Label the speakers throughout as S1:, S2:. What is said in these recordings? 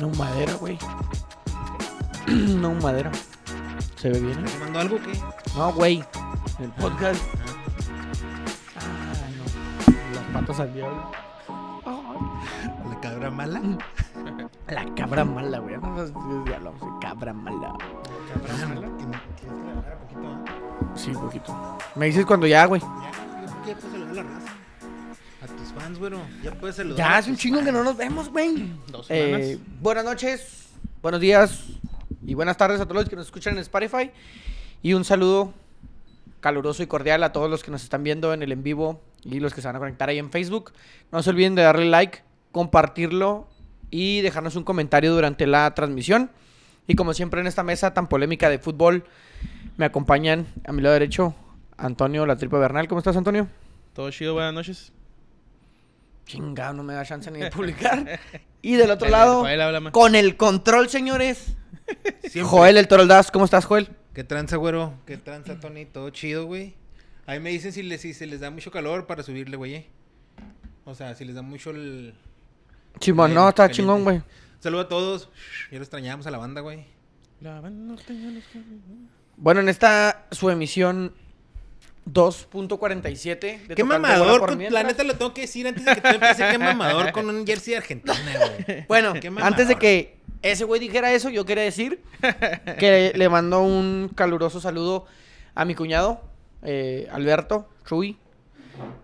S1: No, un madero, güey. no, un madero. ¿Se ve bien? eh?
S2: ¿Te mando algo que
S1: No, güey. El podcast. Ah, no. Las patas al diablo.
S2: la cabra mala?
S1: La cabra mala, güey. No sé si hablamos de cabra mala.
S2: ¿Cabra mala? Que me- que es que la agarra poquito, ¿ah?
S1: Sí, un poquito. Me dices cuando ya, güey.
S2: Ya, yo creo que ya puedes saludar a la raza. A tus fans, güero. Ya puedes saludar.
S1: Ya
S2: a
S1: hace un
S2: tus
S1: chingo que no
S2: fans.
S1: nos vemos, güey.
S2: Dos semanas.
S1: Eh, buenas noches, buenos días y buenas tardes a todos los que nos escuchan en Spotify. Y un saludo caluroso y cordial a todos los que nos están viendo en el en vivo y los que se van a conectar ahí en Facebook. No se olviden de darle like, compartirlo y dejarnos un comentario durante la transmisión. Y como siempre en esta mesa tan polémica de fútbol, me acompañan a mi lado derecho Antonio La Tripa Bernal. ¿Cómo estás, Antonio?
S3: Todo chido, buenas noches.
S1: Chingado, no me da chance ni de publicar. Y del otro lado,
S3: Joel, habla más.
S1: con el control, señores.
S2: Siempre.
S1: Joel, el Toroldas, ¿cómo estás, Joel?
S2: ¿Qué tranza, güero? ¿Qué tranza, Tony? Todo chido, güey. Ahí me dicen si, les, si se les da mucho calor para subirle, güey. eh. O sea, si les da mucho el...
S1: Chimón,
S2: el
S1: no, está
S2: caliente.
S1: chingón, güey.
S2: Saludo a todos. Ya lo extrañamos a la banda, güey.
S3: La banda tenía los caminos.
S1: Bueno, en esta su emisión 2.47. de
S2: Qué
S1: Tocante Bola
S2: mamador,
S1: por
S2: con- la
S1: Mientras.
S2: neta lo tengo que decir antes de que tú empieces, qué mamador con un jersey de Argentina, güey.
S1: Bueno,
S2: Qué
S1: antes de
S2: mamador.
S1: que ese güey dijera eso, yo quería decir que le mando un caluroso saludo a mi cuñado, eh, Alberto Chuy,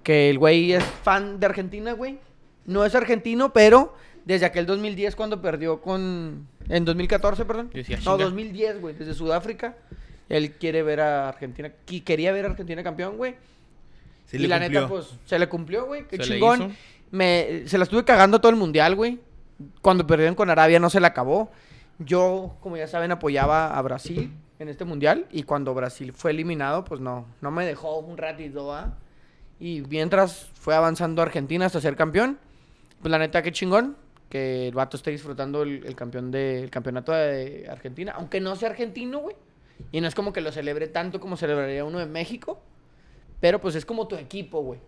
S1: que el güey es fan de Argentina, güey. No es argentino, pero desde aquel 2010 cuando perdió con... En 2014, perdón.
S3: Yo decía,
S1: No,
S3: chinga.
S1: 2010, güey, desde Sudáfrica. Él quiere ver a Argentina, qui- quería ver a Argentina campeón, güey
S2: Sí
S1: y
S2: le
S1: la neta,
S2: cumplió.
S1: pues, se le cumplió, güey. Qué
S3: Se le hizo.
S1: chingón. Me, se la estuve cagando todo el mundial, güey. Cuando perdieron con Arabia no se la acabó. Yo, como ya saben, apoyaba a Brasil en este mundial. Y cuando Brasil fue eliminado, pues no, no me dejó un ratito, ¿ah? Y mientras fue avanzando Argentina hasta ser campeón, pues la neta, qué chingón. Que el vato esté disfrutando el, el campeón de, el campeonato de Argentina. Aunque no sea argentino, güey. Y no es como que lo celebre tanto como celebraría uno de México. Pero pues es como tu equipo, güey.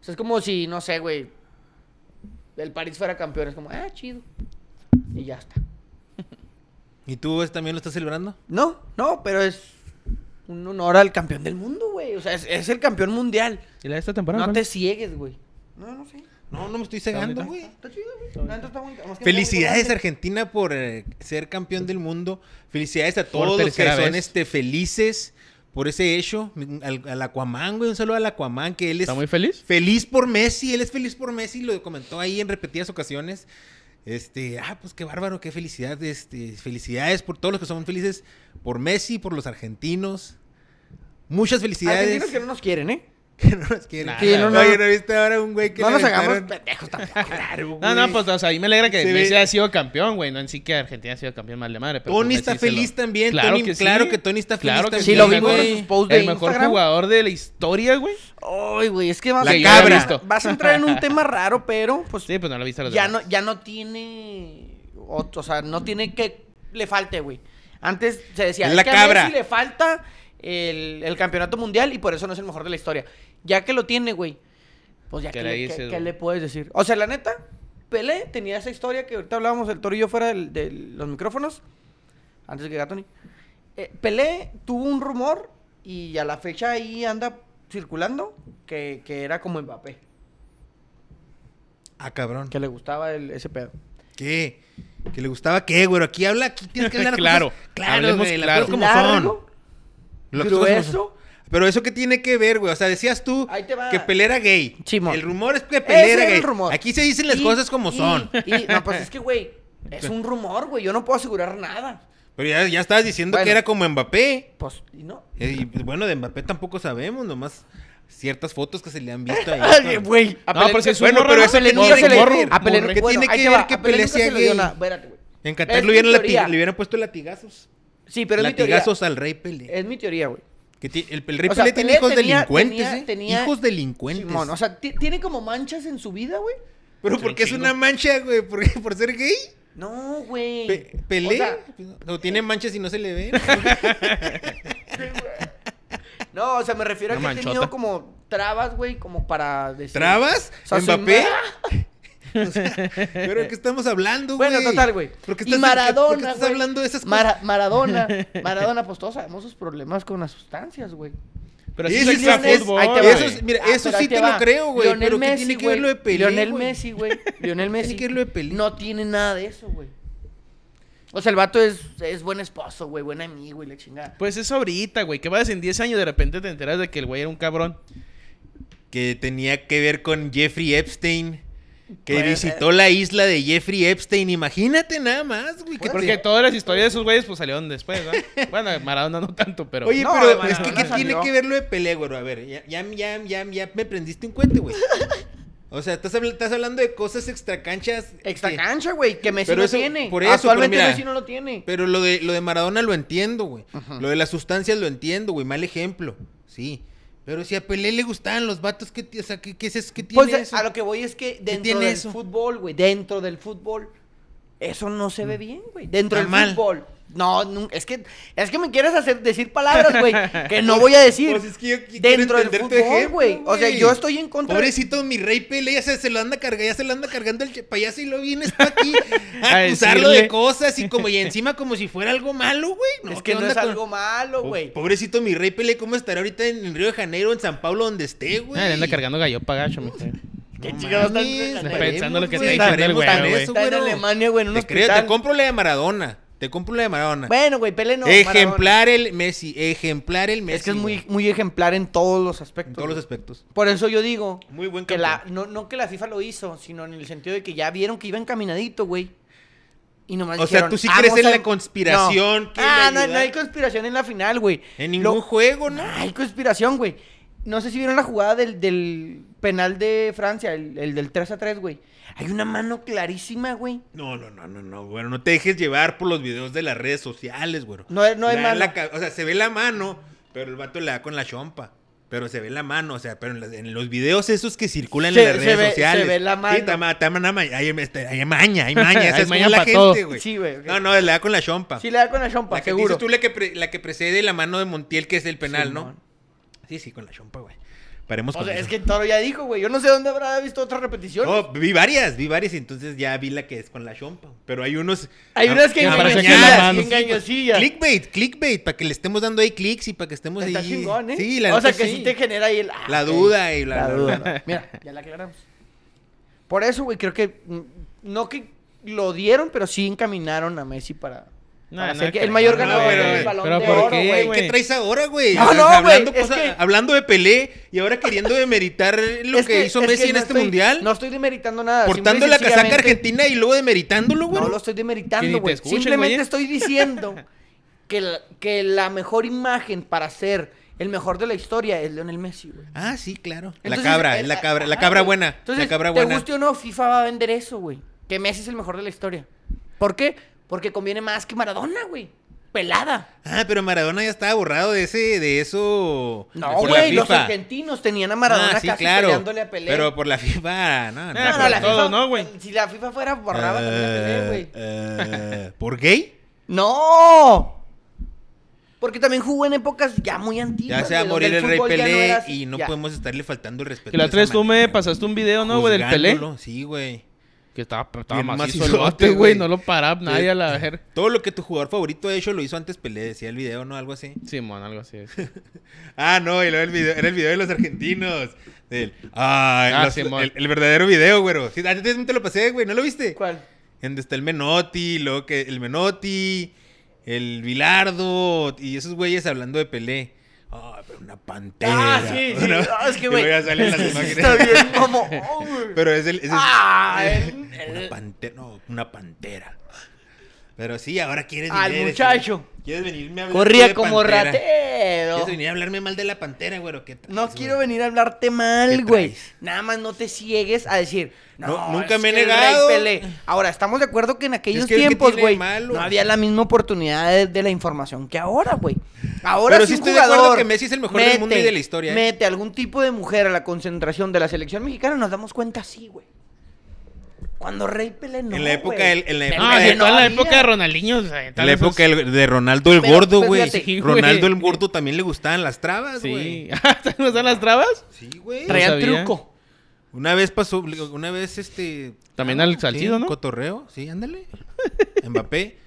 S1: O sea, es como si, no sé, güey, el París fuera campeón. Es como, ah, chido. Y ya está.
S2: ¿Y tú es- también lo estás celebrando?
S1: No, no, pero es un honor al campeón del mundo, güey. O sea, es, es el campeón mundial.
S3: ¿Y la de esta temporada?
S1: No
S3: cuál?
S1: te ciegues, güey. No, no sé.
S2: No, no me estoy
S3: cegando,
S2: cegando,
S3: bonita.
S2: güey.
S1: Está chido, güey. La neta está bonita. Más que
S2: Felicidades
S1: nada,
S2: Argentina por eh, ser campeón del mundo. Felicidades a
S3: Por
S2: todos los que
S3: tercera
S2: son
S3: vez.
S2: este, felices por ese hecho. Al, al Aquaman, güey, un saludo al Aquaman, que él es
S3: ¿Está muy feliz?
S2: feliz por Messi, él es feliz por Messi, lo comentó ahí en repetidas ocasiones. Este, ah, pues qué bárbaro, qué felicidad, este, felicidades por todos los que son felices, por Messi, por los argentinos. Muchas felicidades.
S1: Argentinos que no nos quieren, ¿eh?
S2: que no nos quieren.
S3: Sí, no,
S1: no.
S2: Oye, ¿no viste ahora un güey que
S1: No
S2: le
S1: nos hagamos
S2: aventaron?
S1: pendejos tampoco.
S2: Claro,
S3: No, no,
S2: güey.
S3: pues, o sea, ahí me alegra que
S2: Se ve-
S3: Messi haya sido campeón, güey. No en sí que Argentina ha sido campeón, mal de madre. pero
S2: Tony
S3: pues
S2: está
S3: Messi se
S2: feliz
S3: lo-
S2: también,
S3: Claro
S2: Tony,
S3: que sí.
S2: claro que Tony está
S3: Claro
S2: feliz
S3: que
S1: sí,
S2: también,
S1: lo vimos en
S2: güey.
S1: sus posts de
S3: El mejor
S1: Instagram.
S3: jugador de la historia, güey.
S1: Ay, güey, es que vas,
S2: La
S1: a-
S2: cabra.
S1: vas a- vas a entrar en un tema raro, pero pues
S3: Sí, pues no lo viste a los
S1: ya no,
S3: demás.
S1: ya no tiene. otro, o sea, no tiene que. Le falte, güey. Antes se decía.
S2: Es la
S1: que
S2: cabra.
S1: A Messi le falta el, el campeonato mundial y por eso no es el mejor de la historia. Ya que lo tiene, güey. Pues ya
S3: ¿Qué
S1: que
S3: le
S1: le,
S3: dices,
S1: qué- qué
S3: güey?
S1: le puedes decir. O sea, la neta, Pelé tenía esa historia que ahorita hablábamos el toro y yo fuera del- de los micrófonos. Antes de que Gatoni. Eh, Pelé tuvo un rumor y a la fecha ahí anda circulando que, que era como Mbappé.
S2: Ah, cabrón.
S1: Que le gustaba el- ese pedo.
S2: ¿Qué? ¿Que le gustaba qué, güero? Aquí habla, aquí tienes que hablar
S3: Claro,
S2: cosas- Claro,
S3: hablemos
S2: güey, las
S3: claro.
S2: cosas como
S1: Largo,
S2: son. Las cosas como son.
S1: grueso.
S2: Pero eso qué tiene que ver, güey? O sea, decías tú
S1: Ahí te va.
S2: que Pelé era gay.
S1: Simón.
S2: El rumor es que
S1: Ese
S2: Pelé era
S1: era
S2: gay.
S1: el rumor.
S2: Aquí se dicen las
S1: Y-
S2: cosas como
S1: y-
S2: son.
S1: y- no, pues es que, güey, es un rumor, güey. Yo no puedo asegurar nada.
S2: Pero ya, ya estabas diciendo
S1: Bueno.
S2: que era como Mbappé.
S1: Pues, y no.
S2: Eh, Y bueno, de Mbappé tampoco sabemos, nomás ciertas fotos que se le han visto ahí.
S1: Ay, Güey, a
S3: No,
S1: Pelé-
S3: pero si es un
S1: Bueno,
S2: pues
S3: morro,
S1: pero
S3: ¿no?
S1: ese Pelé
S3: Morro,
S1: nunca se le-
S3: morro,
S1: A Pelé
S3: morro.
S1: nunca-
S2: ¿Qué
S1: bueno,
S2: tiene
S1: ahí
S2: que
S1: te
S2: ver
S1: va,
S2: que
S1: a Pelé
S2: Pelé
S1: nunca
S2: sea
S1: se le dio
S2: gay?
S1: nada. Espérate, güey.
S2: En
S1: Es
S2: Qatar
S1: mi
S2: le hubieran, lati-
S1: teoría.
S2: le hubieran puesto latigazos.
S1: Sí, pero es mi teoría.
S2: latigazos al rey Pelé.
S1: Es mi teoría, güey.
S2: Que ti- el, el rey
S1: O sea,
S2: Pelé tiene
S1: Pelé
S2: hijos
S1: tenía-
S2: delincuentes,
S1: tenía-
S2: ¿eh?
S1: tenía-
S2: Hijos delincuentes.
S1: Simón, o sea, ti- tiene como manchas en su vida, güey.
S2: Pero
S3: Sí,
S2: ¿por qué es
S3: chingo.
S2: una mancha, güey? ¿Por, qué? ¿Por ser gay?
S1: No, güey.
S2: Pe-
S1: O
S2: ¿Pelé?
S1: sea,
S2: ¿O tiene manchas y no se le ven?
S1: no, o sea, me refiero a que
S3: Una
S1: ha tenido
S3: manchota.
S1: como trabas, güey, como para decir.
S2: ¿Trabas?
S1: O sea,
S2: ¿Mbappé?
S1: su-
S2: O sea, pero ¿de qué estamos hablando, güey?
S1: Bueno, total, güey.
S2: ¿Por qué
S1: Y
S2: estás,
S1: Maradona,
S2: por qué estás
S1: güey.
S2: hablando de esas cosas?
S1: Mara- Maradona, Maradona, pues todos sabemos sus problemas con las sustancias, güey.
S3: Pero
S2: Y
S3: así
S2: eso
S3: se
S2: es
S3: extra
S2: Lionel-
S3: fútbol.
S1: ahí te va, Ah,
S3: güey.
S2: Eso es- mira, eso
S1: pero
S2: sí
S1: ahí
S2: te lo creo, güey,
S1: Lionel
S2: pero ¿qué tiene que ver lo de
S1: güey.
S2: Pelé,
S1: Lionel
S2: güey?
S1: Messi, güey. Lionel Messi.
S2: que ver lo de Pelé.
S1: No tiene nada de eso, güey. O sea, el vato es, es buen esposo, güey, buen amigo y la chingada.
S3: Pues eso ahorita, güey. Que vayas en 10 años y de repente te enteras de que el güey era un cabrón.
S2: Que tenía que ver con Jeffrey Epstein. Que
S1: Puede
S2: visitó la isla de Jeffrey Epstein. Imagínate nada más, güey.
S1: Ah,
S2: que
S3: Porque
S2: te-
S3: todas las historias de esos güeyes pues salieron después, ¿verdad? bueno, Maradona no tanto, pero...
S2: Oye,
S1: No,
S2: pero
S1: hermano,
S2: es que
S1: no
S2: ¿qué
S1: salió.
S2: tiene que ver lo de Pelé, güey? A ver, ya, ya, ya, ya, ya me prendiste un cuente, güey. O sea, estás, habl- estás hablando de cosas extracanchas.
S1: Extra
S2: que-
S1: cancha, güey, que Messi
S2: Pero
S1: no
S2: eso-
S1: tiene.
S2: por eso, pero
S1: Actualmente
S2: mira.
S1: Messi no lo tiene.
S2: Pero lo de, lo de Maradona lo entiendo, güey. Lo de las sustancias lo entiendo, güey. Mal ejemplo. Sí. Pero si a Pelé le gustaban los vatos, ¿qué, ti- o sea, ¿qué, qué es eso? ¿Qué tiene
S1: Pues eh,
S2: eso?
S1: a lo que voy es que dentro
S2: tiene
S1: del
S2: eso?
S1: fútbol, güey, dentro del fútbol, eso no se
S2: Mm.
S1: ve bien, güey. Dentro
S2: Está
S1: del
S2: mal.
S1: fútbol. No, nun- es que es que me quieres hacer decir palabras, güey, que no voy a decir.
S2: Pues es que yo qui- quiero
S1: dentro del
S2: entender tu
S1: fútbol,
S2: ejemplo,
S1: güey. O sea,
S2: güey.
S1: yo estoy en contra. de-
S2: Pobrecito mi rey Pelé, ya se, se lo anda cargando, ya se lo anda cargando el che- payaso y lo viene está aquí
S3: A
S2: a acusarlo de
S3: decirle.
S2: cosas y como y encima como si fuera algo malo, güey.
S1: es
S2: ¿qué
S1: que no
S2: onda
S1: es
S2: con- Pues,
S1: algo malo, güey.
S2: Pobrecito mi rey Pelé, ¿cómo estará ahorita en el Río de Janeiro, en San Pablo, donde esté, güey?
S3: Ah, le anda cargando gallo pagacho, mi güey.
S1: Qué
S2: No
S1: chingados
S2: mames,
S1: están
S2: esperemos,
S3: Pensando lo que
S2: güey,
S3: está diciendo el
S2: esperemos
S3: güey,
S2: también
S3: güey.
S2: eso,
S1: Está en
S2: güey.
S1: Alemania, güey, en un
S2: Te, creo,
S1: hospital.
S2: te compro la de Maradona. Te compro la de Maradona.
S1: Bueno, güey, Pele no. Maradona.
S2: ejemplar el Messi. Ejemplar el Messi.
S1: Es que es
S2: güey,
S1: muy, muy ejemplar en todos los aspectos.
S2: En todos los
S1: güey.
S2: aspectos.
S1: Por eso yo digo
S2: Muy buen
S1: que la,
S2: campeón.
S1: no, no que la FIFA lo hizo, sino en el sentido de que ya vieron que iba encaminadito, güey. Y nomás
S2: O sea,
S1: dijeron, "Ah,
S2: tú sí crees
S1: "Vamos
S2: en
S1: a-
S2: la conspiración,
S1: No.
S2: que
S1: Ah,
S2: la
S1: no,
S2: ayuda-
S1: no hay conspiración en la final, güey.
S2: En ningún juego,
S1: No
S2: ¿no?
S1: hay conspiración, güey. No sé si vieron la jugada del, del penal de Francia, el, el del 3 a 3, güey. Hay una mano clarísima, güey.
S2: No, no, no, no, no, bueno, no te dejes llevar por los videos de las redes sociales, güey.
S1: No es- no es mano.
S2: o sea, se ve la mano, pero el vato le da con la chompa. Pero se ve la mano, o sea, pero en, las- en los videos esos que circulan
S1: Se-
S2: en las
S1: se
S2: redes
S1: ve- se
S2: sociales.
S1: ve la mano.
S2: Sí, tama- tama- nama- hay, este, hay maña, hay maña, esa
S3: Hay
S2: es
S3: maña
S2: como la
S3: pa' todo.
S2: gente, güey.
S1: Sí, güey, ok.
S2: No, no, le da con la chompa.
S1: Sí le da con la chompa,
S2: Ah. la que
S1: seguro.
S2: dices tú la que, pre- la que precede la mano de Montiel, que es el penal, ¿no?
S1: Simón.
S2: Sí, sí, con la chompa, güey. Paremos
S1: O
S2: con
S1: sea,
S2: eso.
S1: es que Toro ya dijo, güey. Yo no sé dónde habrá visto otra repetición.
S2: No, vi varias, vi varias y entonces ya vi la que es con la chompa. Pero hay unos.
S1: Hay unas que
S3: Ah, parece que la
S1: engañosillas,
S3: mano.
S1: engañosillas.
S2: Clickbait, clickbait, para que le estemos dando ahí clics y para que estemos
S1: Está
S2: ahí.
S1: chingón, ¿eh?
S2: pues Sí, la
S1: o sea,
S2: neta
S1: que sí. te genera ahí el... ah,
S2: La
S1: ok.
S2: duda y bla,
S1: La
S2: bla,
S1: duda.
S2: bla.
S1: Mira, ya la aclaramos. Por eso, güey, creo que... mm, No que lo dieron, pero sí encaminaron a Messi para...
S3: No,
S1: para
S3: no
S1: ser que- el
S3: creo,
S1: mayor
S2: no,
S1: ganador
S2: pero,
S1: del
S2: güey,
S1: balón
S3: pero
S1: de
S3: ¿por
S1: oro,
S3: qué,
S1: güey.
S2: ¿Qué
S3: güey?
S2: traes ahora, güey?
S1: No,
S2: O sea,
S1: no, güey,
S2: hablando,
S1: es
S2: cosa-
S1: que-
S2: hablando de Pelé y ahora queriendo demeritar lo
S1: Es
S2: que, hizo
S1: es
S2: Messi en
S1: no
S2: este
S1: estoy-
S2: mundial.
S1: No estoy demeriitando nada. simple
S2: portando
S1: y
S2: la casaca
S1: sencillamente-
S2: argentina y luego demeritándolo, güey.
S1: No lo estoy
S3: Que ni
S1: demeritando,
S3: te
S1: güey.
S3: escuchen,
S1: Simplemente
S3: güey.
S1: estoy diciendo que la, que la mejor imagen para ser el mejor de la historia es Leonel Messi, güey.
S2: Ah, sí, claro. la
S1: Entonces,
S2: cabra,
S1: el-
S2: la cabra, la
S1: ajá,
S2: cabra
S1: güey.
S2: buena.
S1: Entonces,
S2: la cabra
S1: te
S2: buena.
S1: guste o no, FIFA va a vender eso, güey. Que Messi es el mejor de la historia. ¿Por qué? Porque conviene más que Maradona, güey. Pelada.
S2: Ah, pero Maradona ya estaba borrado de ese, de eso.
S1: No,
S2: por la
S1: güey, los
S2: FIFA.
S1: argentinos tenían a Maradona
S2: Ah, sí,
S1: casi
S2: claro.
S1: peleándole a Pelé.
S2: Pero por la FIFA, ah, no, no.
S1: no, no,
S3: pero
S1: la
S3: todo,
S1: FIFA,
S3: ¿no, güey?
S1: Si la FIFA fuera borraba también a Pelé, güey.
S2: Eh, eh, ¿Por gay?
S1: ¡No! Porque también jugó en épocas ya muy antiguas.
S2: Ya se va a
S1: güey, donde
S2: morir el rey
S1: fútbol ya no
S2: Pelé
S1: era así,
S2: y no
S1: ya.
S2: podemos estarle faltando el respeto.
S3: Que la
S2: de
S3: otra vez
S2: esa
S3: tú me
S2: manera,
S3: pasaste un video, ¿no, güey? Del Pelé.
S2: juzgándolo, Sí, güey.
S3: Que estaba, estaba
S2: Bien
S3: macizo el
S2: macizote,
S3: bote,
S2: güey.
S3: güey. No lo paraba nadie a la ver.
S2: Todo lo que tu jugador favorito ha hecho lo hizo antes Pelé, decía el video, ¿no? Algo así.
S3: Simón, algo así. es.
S2: Ah, no, y luego el video, era el video de los argentinos. Del, ay,
S3: Ah,
S2: los-
S3: Simón.
S2: el, el verdadero video, güero. Sí, antes te lo pasé, güey, ¿no lo viste?
S1: ¿Cuál?
S2: En donde está el Menotti, luego que el Menotti, el Bilardo y esos güeyes hablando de Pelé. Ah, pero una pantera.
S1: Ah, sí, sí.
S2: Una-
S1: Ah, es que,
S2: y
S1: güey.
S2: luego ya salen las
S1: Está
S2: imágenes.
S1: bien, como. oh, güey.
S2: Pero es el. es el-
S1: Ah, el-
S2: Una
S1: el-
S2: pantera. No, una pantera. Pero sí, ahora quieres.
S1: Al
S2: venir a decir-
S1: muchacho.
S2: Quieres venirme a hablar.
S1: Corría
S2: de
S1: como
S2: pantera?
S1: ratero.
S2: Quieres venir a hablarme mal de la pantera, güero. ¿Qué traes,
S1: No
S2: güey?
S1: quiero venir a hablarte mal,
S2: ¿Qué
S1: güey.
S2: traes?
S1: Nada más no te ciegues a decir. No,
S2: No, nunca
S1: es
S2: me he
S1: que el Rey
S2: negado".
S1: Pelé". Ahora, estamos de acuerdo que en aquellos
S2: que, ¿qué
S1: tiempos,
S2: tiene de
S1: güey,
S2: malo?
S1: no había la misma oportunidad de, de la información que ahora, güey. Ahora
S2: Pero
S1: sí
S2: sí
S1: un
S2: estoy de acuerdo
S1: jugador
S2: que Messi es el mejor del mundo y de la historia, ¿eh?
S1: Mete algún tipo de mujer a la concentración de la selección mexicana, nos damos cuenta sí, güey. Cuando Rey Pelé no.
S2: En la época
S1: güey.
S2: del- en la
S1: Pelé
S2: época
S3: No,
S2: de-
S3: si toda Ah, la
S1: había.
S3: época de Ronaldinho. o sea,
S2: En la
S3: esos-
S2: época del- de Ronaldo el
S1: Pero,
S2: Gordo,
S1: pero
S2: güey.
S1: fíjate.
S3: Sí, güey.
S2: Ronaldo el Gordo también le gustaban las trabas, güey.
S3: Sí. ¿No están las trabas?
S2: Sí, güey.
S1: Traía
S3: No sabía.
S1: truco.
S2: Una vez pasó, una vez este.
S3: También al
S2: sí,
S3: Salcido, ¿no?
S2: Cotorreo, sí, ándale. Mbappé.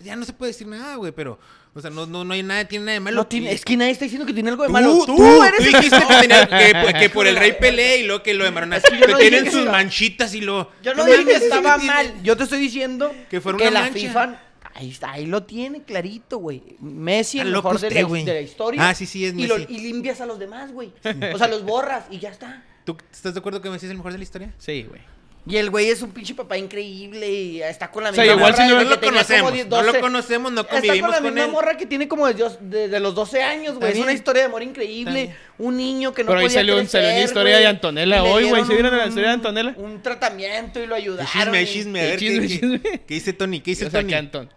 S2: Ya no se puede decir nada, güey, pero. O sea, no, no, no hay nada, tiene nada de malo.
S1: No tiene,
S2: Y-
S1: es que nadie está diciendo que tiene algo de
S2: Tú,
S1: malo.
S2: tú, tú dijiste que, tenía- que- que por el rey Pelé y lo que lo de Maradona.
S1: que yo
S2: que
S1: no
S2: tienen
S1: dije
S2: sus
S1: eso.
S2: manchitas y lo.
S1: Yo no
S2: me
S1: dije que
S2: digas eso,
S1: estaba
S2: tiene-
S1: mal. Yo te estoy diciendo
S2: Que fuera
S1: que
S2: una
S1: la
S2: mancha.
S1: FIFA. Ahí, está, ahí lo tiene clarito, güey. Messi,
S2: Está
S1: el
S2: loco
S1: mejor de, la,
S2: usted, Ah, güey.
S1: de la historia.
S2: Ah, sí, sí, es
S1: y, lo-
S2: Messi.
S1: y limpias a los demás, güey. O sea, los borras y ya está.
S2: ¿Tú estás de acuerdo que Messi es el mejor de la historia?
S3: Sí, güey.
S1: Y el güey es un pinche papá increíble y está con la
S3: O sea,
S1: misma
S3: igual
S1: morra
S3: si no
S1: desde
S2: lo
S1: que tenía como
S2: conocemos,
S1: 10,
S2: no
S1: 12.
S2: lo conocemos, no
S1: Está con
S2: convivimos
S1: la
S2: con
S1: misma
S2: él.
S1: morra que tiene como desde de los 12 años, güey. Es
S2: bien.
S1: una historia de amor increíble.
S2: Está bien.
S1: Un niño que no
S3: Pero ahí
S1: podía
S3: salió, un- salió una
S1: crecer,
S3: historia
S1: güey,
S3: de
S1: y
S3: Antonella
S1: le
S3: hoy, güey.
S1: dieron
S3: ¿Se vieron la historia de
S1: un-
S3: Antonella?
S1: Un tratamiento y lo
S2: El
S1: ayudaron.
S2: chisme, el
S1: y-
S2: chisme, a
S3: el
S2: ver qué-
S3: chisme,
S2: qué,
S3: chisme.
S2: qué dice Tony, qué dice
S3: o sea,
S2: Tony.
S3: que, Anton-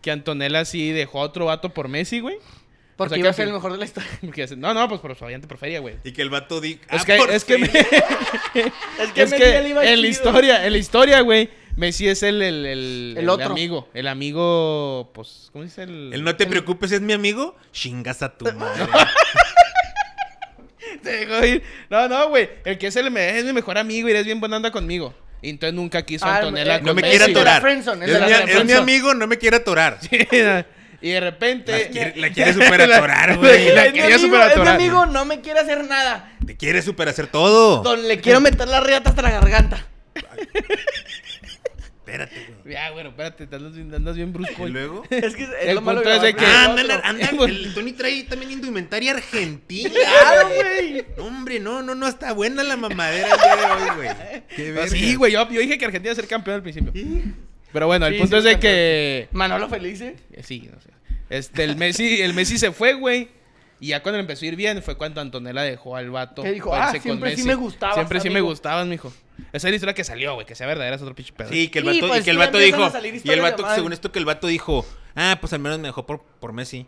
S3: que Antonella sí dejó a otro vato por Messi, güey.
S1: Porque
S3: O sea,
S1: iba a
S3: que-
S1: ser el mejor de la historia.
S3: Porque hace- No, no, pues por su variante por feria, güey.
S2: Y que el vato diga. "Ah,
S3: Es que, es que,
S1: Es
S3: es
S1: Messi ya le
S3: que
S1: iba
S3: en la
S1: chido.
S3: historia, en la historia, güey, Messi es el, el, el,
S1: El otro.
S3: amigo. El amigo, pues, ¿cómo dice? El,
S2: El no te preocupes, es mi amigo. Chingas a tu madre.
S3: Te dejó ir. No, no, güey. El que es, el, me- es mi mejor amigo y eres bien buena onda conmigo. Y entonces nunca quiso a
S1: Ah,
S3: Antonella
S1: eh,
S3: con
S2: No me
S1: Ese
S2: quiere
S1: es de la
S2: atorar. Es
S1: friendzone,
S2: mi,
S1: ese
S3: es de la
S2: es mi
S3: friendzone.
S2: amigo, no me quiere atorar.
S3: y de repente.
S2: La quiere, la quiere super atorar,
S3: Y
S2: güey.
S3: la
S1: Es mi
S3: quería
S1: amigo,
S3: superar
S1: es mi
S3: atorar.
S1: amigo, no me quiere hacer nada.
S2: Te quiere super hacer todo.
S1: Don, le quiero meter la riata hasta la garganta.
S2: Espérate, güey.
S3: Ya, bueno, espérate, te andas bien, andas bien brusco.
S2: Y
S3: hoy.
S2: luego.
S1: Es que es
S3: El
S1: lo malo
S3: punto es de
S1: grabar con
S3: que-
S1: otro.
S2: Ah, andan, andan.
S3: güey.
S2: El Tony trae también indumentaria argentina.
S3: ah,
S1: Claro,
S2: güey.
S1: Ah, güey.
S2: No, hombre, no, no, no, está buena la mamadera el día de hoy, güey. Qué verga.
S3: Ah, Sí, güey, yo, yo dije que Argentina iba a ser campeón al principio. Pero bueno, el
S1: Sí,
S3: punto
S1: sí,
S3: es de
S1: campeón.
S3: que.
S1: Manolo Felice.
S3: Eh, Sí, no sé. Este, el Messi, el Messi se fue, güey. Y ya cuando le empezó a ir bien fue cuando Antonella dejó al vato.
S1: Que dijo,
S3: para
S1: "Ah,
S3: irse con
S1: siempre sí
S3: Messi.
S1: me gustabas,
S3: Siempre sí me
S1: amigo".
S3: gustabas, mijo. Esa es la historia que salió, güey. Que sea verdadera es otro pinche pedo.
S2: Sí, que el
S1: Sí,
S2: vato, y
S1: pues,
S2: que el
S1: sí,
S2: vato
S1: empiezan a
S2: dijo.
S1: salir
S2: Y el
S1: historias de
S2: vato,
S1: madre.
S2: según esto, que el vato dijo. Ah, pues al menos me dejó por, por Messi.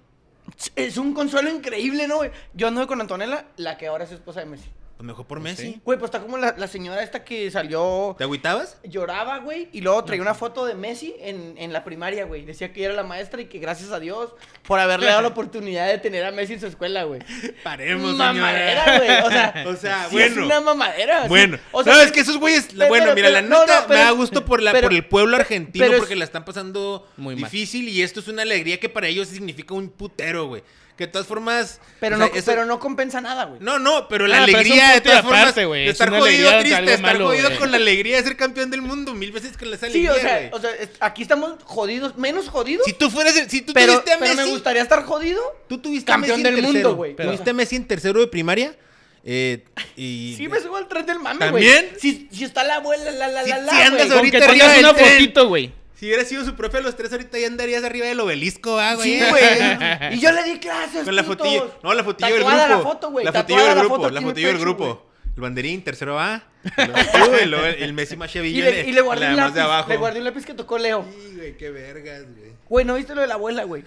S1: Es un consuelo increíble, ¿no, güey? Yo anduve con Antonella, la que ahora es esposa de Messi.
S2: Pues me dejó por
S3: Pues
S2: Messi.
S3: sí.
S1: Güey, pues está como la, la señora esta que salió.
S2: ¿Te agüitabas?
S1: Lloraba, güey, y luego traía una foto de Messi en, en la primaria, güey. Decía que ella era la maestra y que gracias a Dios por haberle dado la oportunidad de tener a Messi en su escuela, güey.
S2: Paremos,
S1: Mamadera, güey. O sea,
S2: O sea,
S1: sí
S2: bueno.
S1: es una mamadera. sí.
S2: Bueno,
S1: O sea,
S2: no,
S1: sí-
S2: es que esos güeyes,
S1: pero-
S2: bueno,
S1: pero-
S2: mira, la
S1: pero- no,
S2: nota
S1: no, pero
S2: me da
S1: es-
S2: gusto por, la,
S1: pero-
S2: por el pueblo argentino
S1: pero es-
S2: porque la están pasando
S3: Muy mal.
S2: difícil y esto es una alegría que para ellos significa un putero, güey. Que de todas formas...
S1: Pero,
S2: o sea,
S1: no,
S2: eso-
S1: pero no compensa nada, güey.
S2: No, no, pero la
S3: Ah, pero es un
S2: alegría de
S3: punto
S2: todas
S3: y aparte,
S2: formas
S3: güey,
S2: de
S3: es
S2: estar
S3: una
S2: jodido
S3: alegría de
S2: triste,
S3: algo
S2: estar
S3: malo,
S2: jodido
S3: güey.
S2: con la alegría de ser campeón del mundo, mil veces con esa
S1: Sí,
S2: alegría,
S1: o sea,
S2: güey.
S1: o sea, es- aquí estamos jodidos, menos jodidos.
S2: Si tú fueras, el- si tú
S1: pero,
S2: tuviste a
S1: pero
S2: Messi,
S1: me gustaría estar jodido.
S2: tú tuviste
S1: campeón
S2: a Messi en
S1: del mundo,
S2: tercero,
S1: güey.
S2: pero-
S1: Pero-
S2: Tuviste a Messi en tercero de primaria eh, y...
S1: Sí, me subo al tren del mame, güey.
S2: ¿También?
S1: Si, si está la abuela, la, la,
S2: Si-
S1: la,
S2: si
S1: la,
S2: andas
S1: güey.
S3: Con que
S2: ahorita arriba
S3: tengas
S2: del
S3: una
S2: tren.
S3: fotito, güey.
S2: Si hubiera sido su profe a los tres, ahorita ya andarías arriba del obelisco, ah, güey.
S1: Sí, güey. Y yo le di clases,
S2: Con la
S1: putos.
S2: fotilla. No, la fotilla del grupo.
S1: Tatuada la foto, güey.
S2: La
S1: tatuada
S2: fotilla del grupo.
S1: foto aquí en
S2: La
S1: el
S2: fotilla del
S1: pecho, güey.
S2: grupo. El banderín, tercero A. y luego tú, y luego el, el Messi más
S1: Y
S2: chavillo.
S1: le, y le guardé
S2: la
S1: un
S2: más
S1: lápiz.
S2: de abajo.
S1: Le guardé un lápiz que tocó Leo.
S2: Sí, güey, qué vergas, güey.
S1: Güey, ¿no viste lo de la abuela, güey?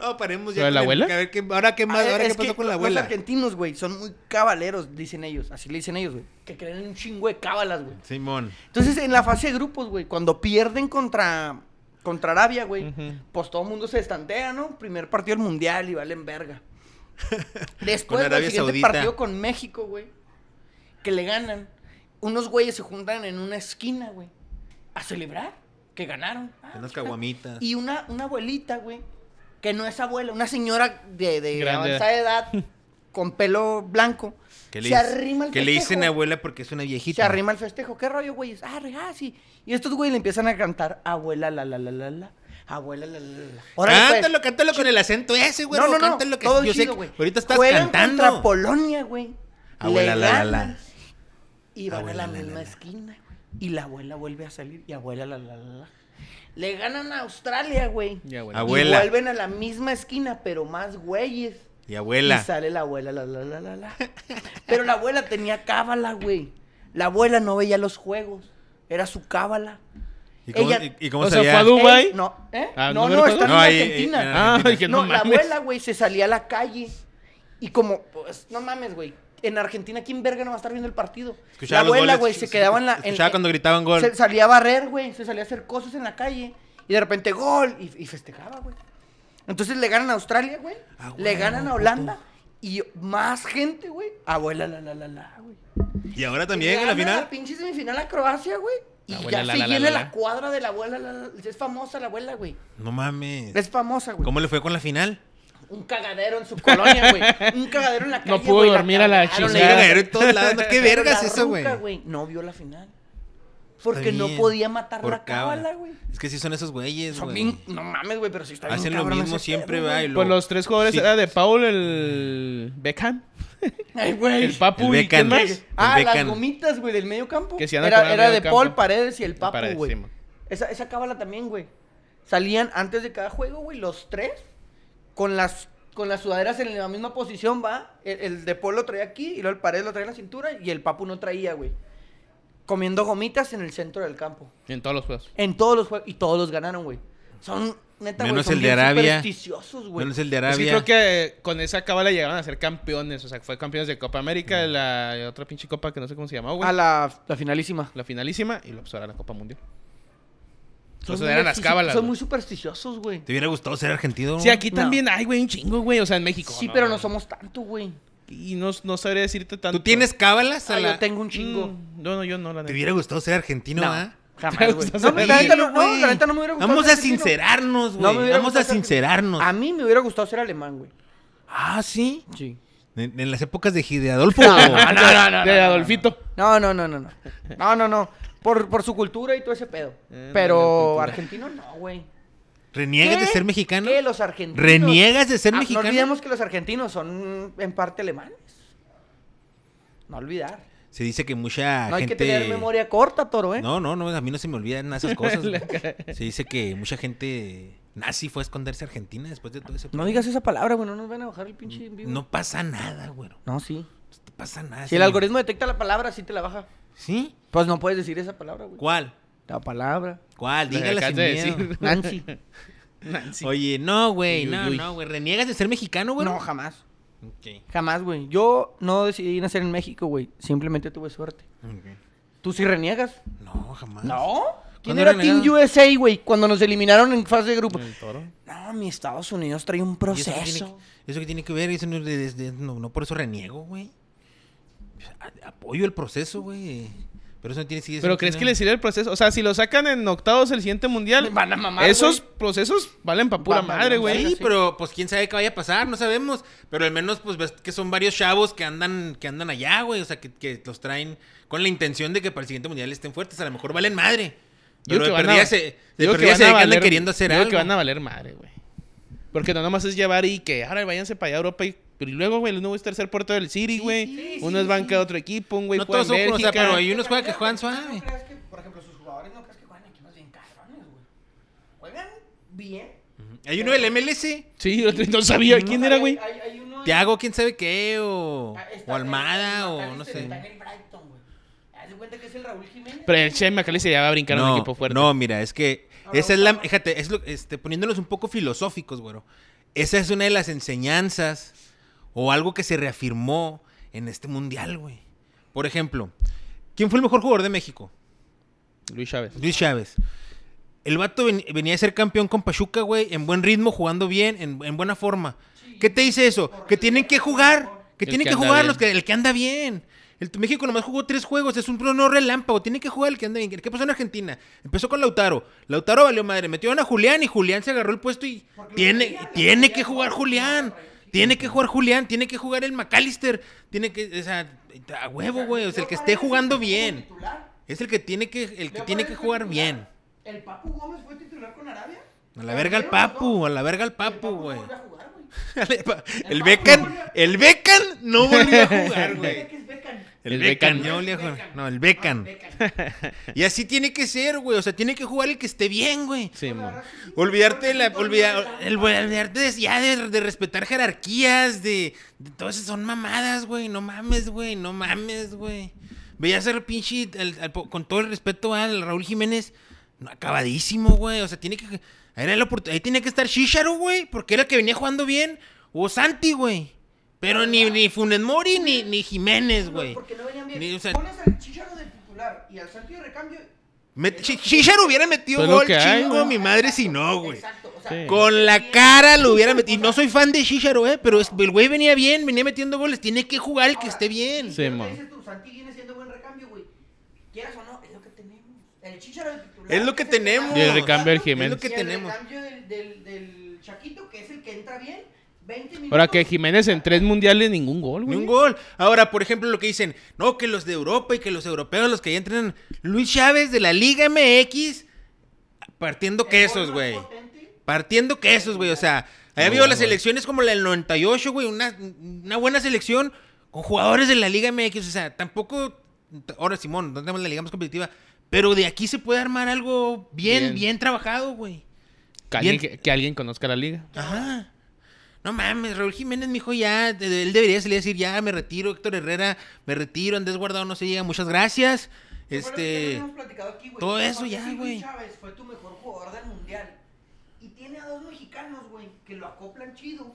S2: No, paremos ya.
S3: ¿Lo de
S2: con
S3: la
S2: el-
S3: abuela?
S2: A ver, qué, ahora qué más,
S1: Ah,
S2: ahora
S1: es
S2: qué pasó
S1: que
S2: con la
S1: Los
S2: abuela.
S1: argentinos, güey, son muy cabaleros, dicen ellos. Así le dicen ellos, güey. Que creen en un chingo de cábalas, güey.
S2: Simón.
S1: Entonces, en la fase de grupos, güey, cuando pierden contra, contra Arabia, güey,
S3: Ujú.
S1: pues todo el mundo se estantea, ¿no? Primer partido del Mundial y valen verga.
S2: Con
S1: Después, güey,
S2: Arabia
S1: el siguiente
S2: Saudita.
S1: partido con México, güey, que le ganan. Unos güeyes se juntan en una esquina, güey, a celebrar que ganaron. Ah,
S2: Unas
S1: chica.
S2: caguamitas.
S1: Y una, una abuelita, güey, que no es abuela, una señora de, de
S3: Grande.
S1: avanzada edad, con pelo blanco,
S2: ¿Qué
S1: se
S2: le,
S1: arrima al
S2: que le
S1: festejo.
S2: dicen abuela porque es una
S1: Se
S2: viejita.
S1: arrima el festejo. ¿Qué rollo, güeyes? Ah, re- ah, sí. Y estos güeyes le empiezan a cantar Abuela, la, la, la, la, la. Abuela, la, la, la, la. Órale, pues.
S2: cántalo, cántalo con el acento ese, güey.
S1: No, no, no.
S2: Cántalo que
S1: Todo
S2: yo sé
S1: chido,
S2: que
S1: güey.
S2: Ahorita estás
S1: Juegan contra
S2: cantando.
S1: Polonia, güey.
S2: Abuela,
S1: Le
S2: la, la,
S1: ganan.
S2: la.
S1: Y van
S2: Abuela,
S1: a la,
S2: la, la,
S1: misma
S2: la.
S1: esquina, güey. Y la abuela vuelve a salir. Y abuela, la, la, la, la. Le ganan a Australia, güey.
S3: Ya, güey.
S2: Abue-
S1: Y
S2: Abuela.
S1: vuelven a la misma esquina, pero más güeyes.
S2: Y abuela.
S1: Y sale la abuela, la, la, la, la, la. Pero la abuela tenía cábala, güey. La abuela no veía los juegos. Era su cábala.
S2: ¿Y cómo,
S1: Ella-
S2: y- y cómo
S3: O sea,
S2: sabía?
S3: fue a du- ¿Dubái?
S1: Ey, No, ¿eh?
S3: Ah,
S1: no,
S3: ¿no
S1: no,
S3: me
S1: está en
S2: recuerdo? No, ahí-
S1: Argentina.
S2: ahí-
S3: Ah, dije, no,
S1: no, la
S3: mames.
S1: abuela, güey, se salía a la calle. Y como, pues, no mames, güey. En Argentina, ¿quién verga no va a estar viendo el partido?
S2: Escuchaba
S1: la
S2: los
S1: abuela,
S2: goles,
S1: güey, se
S2: escuch-
S1: quedaba en la. en-
S2: Escuchaba
S1: en-
S2: cuando gritaban gol.
S1: se- salía a barrer, güey. Se salía a hacer cosas en la calle. Y de repente, gol. Y, y festejaba, güey. Entonces le ganan a Australia, güey.
S2: Ah, güey,
S1: le ganan
S2: no,
S1: a Holanda. Y más gente, güey. Abuela, la, la, la, la, güey.
S2: Y ahora también en la
S1: Gana
S2: final.
S1: pinche semifinal a Croacia, güey. Y
S3: La abuela,
S1: ya
S3: la,
S1: se
S3: la, la,
S1: llena
S3: la.
S1: la cuadra de la abuela. la, la, la. Es famosa la abuela, güey.
S2: No mames.
S1: Es famosa, güey.
S2: ¿Cómo le fue con la final?
S1: Un cagadero en su colonia, güey. Un cagadero en la calle.
S3: No pudo
S1: güey,
S3: dormir a la
S1: cagaron,
S3: Sí,
S1: le dieron-
S2: Sí,
S3: chingada.
S2: cagadero en todos lados. ¿no? ¿Qué
S1: Pero
S2: vergas
S1: la
S2: eso, güey?
S1: ruca, No vio la final. Porque
S2: Está
S1: no
S2: bien.
S1: podía matar
S2: Por
S1: la cábala, güey.
S2: Es que sí son esos güeyes,
S1: Son
S2: güey.
S1: bien- No mames, güey, pero sí está bien
S2: Hacen lo
S1: cabrón
S2: mismo
S1: ese
S2: siempre,
S1: pedo,
S2: güey. y
S3: Pues
S2: luego-
S3: los tres jugadores
S2: Sí.
S3: era de Paul, el Beckham,
S1: Ay, güey.
S3: el Papu
S2: El
S3: y ¿quién
S2: Beckham.
S3: más?
S1: Ah,
S2: el
S1: las
S2: Beckham.
S1: gomitas, güey, del medio campo.
S3: Que se andan con
S1: era
S3: la
S1: era
S3: medio
S1: de Paul
S3: campo.
S1: Paredes y el Papu,
S3: Paredes,
S1: güey.
S3: sí, mo.
S1: esa, esa cábala también, güey. Salían antes de cada juego, güey, los tres con las con las sudaderas en la misma posición, va. El, el de Paul lo traía aquí y luego el Paredes lo traía en la cintura y el Papu no traía, güey. Comiendo gomitas en el centro del campo.
S3: En todos los juegos.
S1: En todos los juegos. Y todos los ganaron, güey. Son, neta, güey,
S2: Menos
S1: son
S2: el de
S1: bien
S2: Arabia.
S1: supersticiosos, güey.
S2: Menos el de
S3: Es que
S2: Arabia.
S3: creo que con esa cábala llegaron a ser campeones. O sea, fue campeones de Copa América,
S2: Mm.
S3: de la de otra pinche copa que no sé cómo se llamaba, güey.
S1: A la, la finalísima.
S3: La finalísima y luego pues, ahora la Copa Mundial.
S1: Son
S3: O sea,
S1: muy
S3: eran las
S1: exquisi-
S3: cábalas.
S1: Son
S3: güey.
S1: muy supersticiosos, güey.
S2: ¿Te hubiera gustado ser argentino?
S3: Sí, aquí
S1: No.
S3: también hay, güey, un chingo, güey. O sea, en México.
S1: Sí, pero no somos tanto, güey.
S3: Y no, no sabría decirte tanto.
S2: ¿Tú tienes cábalas? A
S1: Ah,
S2: la...
S1: yo tengo un chingo.
S3: Mm, No, no, yo no, la
S2: ¿Te
S3: neta.
S2: hubiera gustado ser argentino, ah?
S3: ¿Te
S1: Jamás, güey.
S3: gusta
S1: No,
S3: ser
S1: la neta no,
S2: argentino,
S1: no,
S2: güey?
S1: la neta no me hubiera gustado.
S2: Vamos
S1: ser
S2: a
S1: argentino.
S2: sincerarnos,
S1: No me
S2: güey.
S1: hubiera
S2: Vamos a
S1: gustado ser-
S2: sincerarnos.
S1: A mí me hubiera gustado ser alemán, güey.
S2: Ah, sí.
S1: Sí.
S2: En, en las épocas de Gide Adolfo.
S3: Ah, no, no, no, de Adolfito.
S1: No, no, no, no, no. No, no, no. Por, por su cultura y todo ese pedo.
S3: Eh,
S1: Pero
S3: no, la
S1: argentino no, güey.
S2: ¿Reniegas de
S1: ¿Qué?
S2: ser mexicano?
S1: ¿Qué? Los argentinos.
S2: ¿Reniegas de ser
S1: Ah,
S2: mexicano?
S1: No olvidemos que los argentinos son mm, en parte alemanes. No olvidar.
S2: Se dice que mucha
S1: no hay
S2: gente...
S1: que tener memoria corta, toro, ¿eh?
S2: No, no, no, a mí no se me olvidan nada esas cosas. güey. se dice que mucha gente nazi fue a esconderse a Argentina después de todo ese...
S1: No digas esa palabra, güey. No nos van a bajar el pinche en vivo.
S2: No pasa nada, güey.
S1: No, sí.
S2: No pasa nada.
S1: Si el
S2: señor.
S1: algoritmo detecta la palabra, sí te la baja.
S2: ¿Sí?
S1: Pues no puedes decir esa palabra, güey.
S2: ¿Cuál?
S1: La palabra.
S2: ¿Cuál?
S3: La
S2: Dígala sin
S3: acabas de
S2: miedo.
S3: decir.
S1: Nancy.
S3: Nancy.
S2: Oye, no, güey,
S3: Uy,
S2: no,
S3: uy, uy.
S2: no, güey. ¿Reniegas de ser mexicano, güey?
S1: No, jamás.
S2: Ok,
S1: Jamás, güey. Yo no decidí nacer en México, güey. Simplemente tuve suerte.
S2: ok.
S1: ¿Tú sí reniegas?
S2: No, jamás.
S1: No. ¿Quién
S2: ¿Cuándo
S1: era
S2: renegado?
S1: Team USA, güey? Cuando nos eliminaron en fase de grupo.
S3: El toro.
S1: No, mi Estados Unidos trae un
S2: ¿Y eso qué tiene
S1: proceso.
S2: que- ¿Eso que tiene que ver? Eso no, de- de- de- no- no por eso reniego, güey. A- Apoyo el proceso, güey. Pero eso no tiene que
S3: Pero crees que le sirve el proceso. O sea, si lo sacan en octavos el siguiente mundial,
S1: Van a mamar,
S3: esos
S1: güey.
S3: procesos valen para pura
S1: Van a
S3: madre,
S1: mamar.
S3: güey.
S1: Verga,
S2: Sí,
S1: sí.
S2: pero pues quién sabe qué vaya a pasar, no sabemos. Pero al menos pues ves que son varios chavos que andan que andan allá, güey. O sea, que, que los traen con la intención de que para el siguiente mundial estén fuertes. A lo mejor valen madre.
S3: Yo
S2: Pero
S3: que
S2: de
S3: van a-
S2: perdida se, de
S3: digo que
S2: perdida
S3: van
S2: se
S3: a
S2: ve que andan
S3: valer-
S2: queriendo hacer
S3: digo
S2: algo.
S3: que van a valer madre, güey. Porque no nomás es llevar y que ahora váyanse para allá a Europa y, pero y luego, güey, uno es tercer puerto del City, güey. uno es banca de otro equipo, un güey
S2: No
S3: juega
S2: todos
S3: en
S2: son, o sea,
S3: Bélgica.
S2: pero hay unos juegan que juegan suave.
S1: por ejemplo, sus jugadores no crees que juegan equipos bien cabrones, güey? Juegan bien.
S2: Hay uno del MLS,
S3: Sí, el otro- no sabía quién era, güey.
S2: Thiago, quién sabe qué, o,
S1: Ah, está
S2: o
S1: en-
S2: Almada, o
S1: McAllister
S2: no
S1: Está en
S2: sé.
S1: el Brighton, güey. Haz de cuenta que es el Raúl Jiménez.
S3: Pero el Che McAllister ya va a brincar a un equipo fuerte.
S2: no, mira, es que
S1: Ahora
S2: esa es la,
S1: vamos a-
S2: fíjate, es lo, este, poniéndonos un poco filosóficos, güero. Esa es una de las enseñanzas o algo que se reafirmó en este mundial, güey. Por ejemplo, ¿quién fue el mejor jugador de México?
S3: Luis Chávez.
S2: Luis Chávez. El vato ven- venía a ser campeón con Pachuca, güey, en buen ritmo, jugando bien, en, en buena forma. ¿Qué te dice eso? Que tienen que jugar, que
S3: El
S2: tienen
S3: que
S2: que
S3: anda
S2: jugar
S3: bien.
S2: los que, el que anda bien. El tu- México nomás jugó tres juegos, es un no relámpago, tiene que jugar el que anda bien. ¿Qué pasó en Argentina? Empezó con Lautaro. Lautaro valió madre, metieron a Julián y Julián se agarró el puesto y tiene, tiene que jugar Julián. Tiene que jugar Julián, tiene que jugar el McAllister, tiene que, o sea, a huevo, güey, o sea, el que esté jugando bien. Es el que tiene que, el que tiene que jugar bien.
S1: ¿El Papu Gómez fue titular con Arabia?
S2: A la verga al papu, a la verga al
S1: El
S2: papu,
S1: Papu
S2: güey.
S1: volvió a jugar, güey.
S2: El Becan, el Becan no volvió a jugar, güey.
S1: ¿Qué es Beckham?
S2: El
S3: El
S2: Becan
S3: Beckham.
S2: no volvió a jugar. No, Ah, el Becan. Y así tiene que ser, güey. O sea, tiene que jugar el que esté bien, güey.
S3: Sí, mo.
S2: Olvidarte de la, olvida- el- olvidarte de- ya de, de respetar jerarquías, de, de todo eso son mamadas, güey. No mames, güey, no mames, güey. Veía ser pinche, al- al po- con todo el respeto al Raúl Jiménez, no, acabadísimo, güey. O sea, tiene que, era la oportu- ahí tenía que estar Shisharo, güey, porque era el que venía jugando bien, o Santi, güey. Pero ni, ni Funes Mori, ni, ni Jiménez, güey.
S1: Porque no venían bien.
S2: Ni- o sea-
S1: Pones al Chicharo de titular y al Santi de recambio.
S2: Met- Shi- Shisharo hubiera metido
S3: Pues lo
S2: gol,
S3: que hay,
S2: chingo,
S3: güey.
S2: mi madre, si no, güey.
S1: Exacto. O
S3: Sí.
S2: Con la cara lo hubiera metido. Y no soy fan de Shisharo, eh, pero es- el güey venía bien, venía metiendo goles. Tiene que jugar el que esté bien.
S3: Sí,
S4: Lo
S3: mo.
S4: que dices tú, Santi viene siendo buen recambio, güey. Quieras o no, es lo que tenemos. El Chicharo del titular
S2: Es lo que
S4: el que
S2: tenemos.
S4: gana.
S3: Y el recambio del
S4: Y
S2: Es lo
S3: Jiménez.
S2: que
S4: el
S2: tenemos.
S4: recambio del, del, del Chaquito, que es el que entra bien. 20 minutos.
S3: Ahora que Jiménez en tres mundiales ningún gol,
S2: Ni
S3: güey.
S2: un gol. Ahora, por ejemplo, lo que dicen, no, que los de Europa y que los europeos, los que ya entrenan. Luis Chávez de la Liga MX, partiendo
S4: El gol
S2: quesos,
S4: más
S2: güey.
S4: potente,
S2: Partiendo quesos, güey. O sea, había habido las selecciones como la del 98, güey. Una, una buena selección con jugadores de la Liga MX. O sea, tampoco. Ahora, Simón, no tenemos la Liga más competitiva. Pero de aquí se puede armar algo bien,
S3: Bien.
S2: bien, trabajado, güey.
S3: Que alguien,
S2: Bien.
S3: que, que alguien conozca la liga.
S2: Ajá. No mames, Raúl Jiménez, mijo, ya. de- de- Él debería salir a decir, ya, me retiro. Héctor Herrera, me retiro. Andrés Guardado no se llega. Muchas gracias.
S4: ¿te acuerdas que ya
S2: Este.
S4: lo habíamos platicado aquí, güey?
S2: todo eso
S4: Aparte,
S2: ya,
S4: si Luis
S2: güey.
S4: Chávez fue tu mejor jugador del mundial. Y tiene a dos mexicanos, güey, que lo acoplan chido.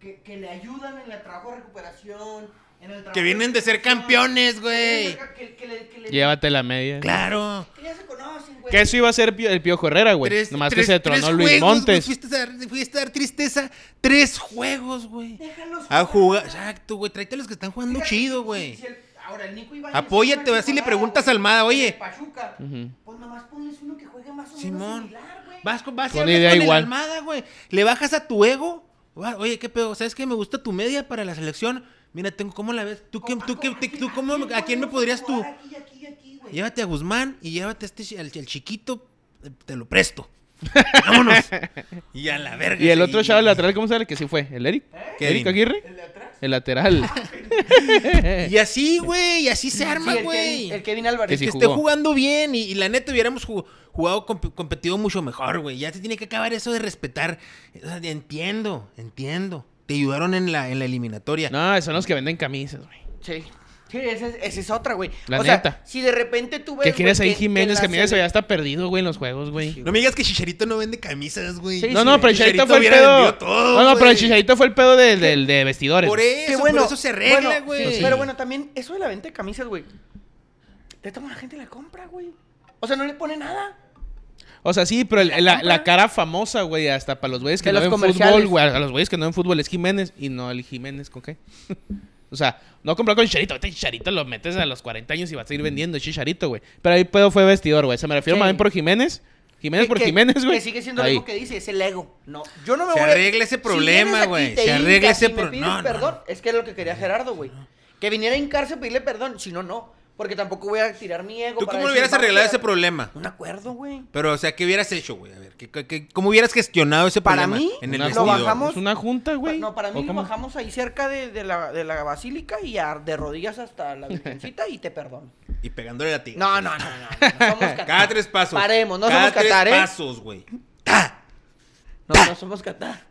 S4: Que, que le ayudan en el trabajo de recuperación. En el trabajo
S2: Que vienen de ser
S4: construcción,
S2: campeones, güey.
S4: Que, que le- que le-
S3: Llévate la media.
S2: Claro.
S4: que ya se conocen, güey.
S3: Que eso iba a ser Pio- el Piojo Herrera, güey.
S2: Tres-
S3: pues, Nomás
S2: tres-
S3: que se tronó
S2: tres
S3: Luis
S2: juegos, güey,
S3: Montes.
S2: Fuiste a, dar, fuiste a dar tristeza. Tres juegos, güey.
S4: Déjalos
S2: A jugar. Exacto, güey. Tráete a los que están jugando
S4: Fíjate,
S2: chido,
S4: si-
S2: güey.
S4: si el- ahora el Nico Ibáñez
S2: Apóyate,
S4: hace una
S2: así le
S4: temporada,
S2: preguntas
S4: güey,
S2: a Almada,
S4: en
S2: oye.
S4: el Pachuca,
S3: Ujú.
S4: pues nomás pones uno que juegue más o menos
S2: Simón.
S4: similar, güey.
S2: Vas con, vas y
S3: Con
S2: hablas
S3: idea
S2: con el
S3: igual.
S2: Almada, güey. Le bajas a tu ego. Va, Oye, qué pedo. ¿Sabes qué? Me gusta tu media para la selección. Mira, tengo cómo la ves. ¿Tú, qué,
S4: Con-
S2: tú, qué,
S4: ¿a
S2: te-
S4: quién-
S2: tú cómo,
S4: quién
S2: ¿A quién me
S4: podemos
S2: podrías tú?
S4: jugar aquí, aquí, aquí, güey?
S2: Llévate a Guzmán y llévate a este, chi- al, al chiquito. eh, Te lo presto. Vámonos. y a la verga.
S3: Y el
S2: sí.
S3: otro chavo lateral, ¿cómo sale? Que sí fue. ¿El Eric?
S2: Eh, Kevin.
S3: ¿Eric Aguirre?
S4: ¿El de atrás?
S3: El lateral.
S2: Y así, güey. Y así se arma,
S1: el,
S2: güey.
S1: Kevin, el Kevin Álvarez.
S3: Que
S2: que
S3: sí
S2: esté
S3: jugó.
S2: jugando bien y, y la neta hubiéramos ju- jugado comp- competido mucho mejor, güey. Ya se tiene que acabar eso de respetar. O sea, entiendo, entiendo. Te ayudaron en la, en la eliminatoria.
S3: No, son los que venden camisas, güey.
S1: Sí. Sí, esa es, esa es otra, güey.
S3: La
S1: o sea,
S3: neta.
S1: si de repente tú ves.
S3: ¿Qué quieres
S1: güey, pues
S3: ahí, Jiménez?
S1: la
S3: Que Jiménez
S1: sele-
S3: ya está perdido, güey, en los juegos, güey.
S2: No me digas que Chicharito no vende camisas, güey.
S1: Sí,
S3: No, no, pero el Chicharito fue el
S2: hubiera
S3: pedo.
S2: vendido todo,
S3: no, no, pero el
S2: güey.
S3: Chicharito fue el pedo de, del- de vestidores.
S2: Por
S3: güey.
S1: Qué
S2: eso,
S1: bueno,
S2: por eso se arregla,
S1: bueno,
S2: güey.
S1: sí, Pero bueno, también eso de la venta de camisas, güey. De toda la gente la compra, güey. O sea, no le pone nada.
S3: O sea, sí, pero el-
S1: La
S3: la,
S1: compra.
S3: la cara famosa, güey, hasta para los güeyes que
S1: De
S3: no
S1: los
S3: ven
S1: comerciales.
S3: fútbol, güey. A los güeyes que no ven fútbol es Jiménez y no el Jiménez, ¿con qué? o sea, no comprar con Chicharito. Ahorita Chicharito lo metes a los 40 años y vas a
S1: Mm.
S3: seguir vendiendo Chicharito, güey. Pero ahí pedo fue vestidor, güey. Se me refiero
S1: Sí.
S3: más bien por Jiménez. Jiménez
S1: Que-
S3: por
S1: que-
S3: Jiménez, güey.
S1: Que sigue siendo
S3: Ahí.
S1: lo mismo que dice, es el ego. No, yo no me
S2: Se
S1: voy a-
S2: arregla ese
S1: Si
S2: problema,
S1: vienes aquí,
S2: güey.
S1: te
S2: Se arregla
S1: hincas
S2: ese
S1: y me
S2: pro-
S1: pides
S2: no, no,
S1: perdón.
S2: no.
S1: Es que era lo que quería Gerardo, güey. Que viniera a hincarse a pedirle perdón. Si no, no. Porque tampoco voy a tirar mi ego.
S2: ¿Tú
S1: para
S2: cómo
S1: decir,
S2: hubieras
S1: vamos a
S2: arreglado
S1: dar-
S2: ese problema?
S1: Un acuerdo, güey.
S2: Pero, o sea, ¿qué hubieras hecho, güey? A ver, ¿qué, qué- qué- cómo hubieras gestionado ese
S1: Para
S2: problema?
S1: mí,
S2: en el
S1: lo
S2: vestidor?
S1: bajamos-
S3: Es una junta, güey.
S1: No, para mí
S3: ¿O
S1: lo
S3: cómo?
S1: bajamos ahí cerca de, de la, de la basílica y a- de rodillas hasta la virgencita y te perdono.
S2: Y pegándole la tía.
S1: No, no, no, no. no, no somos
S2: Cada
S1: Qatar.
S2: tres pasos.
S1: Paremos, no
S2: Cada
S1: somos
S2: tres
S1: Qatar, ¿eh?
S2: pasos, güey. ¡Ta!
S1: No, no somos Qatar.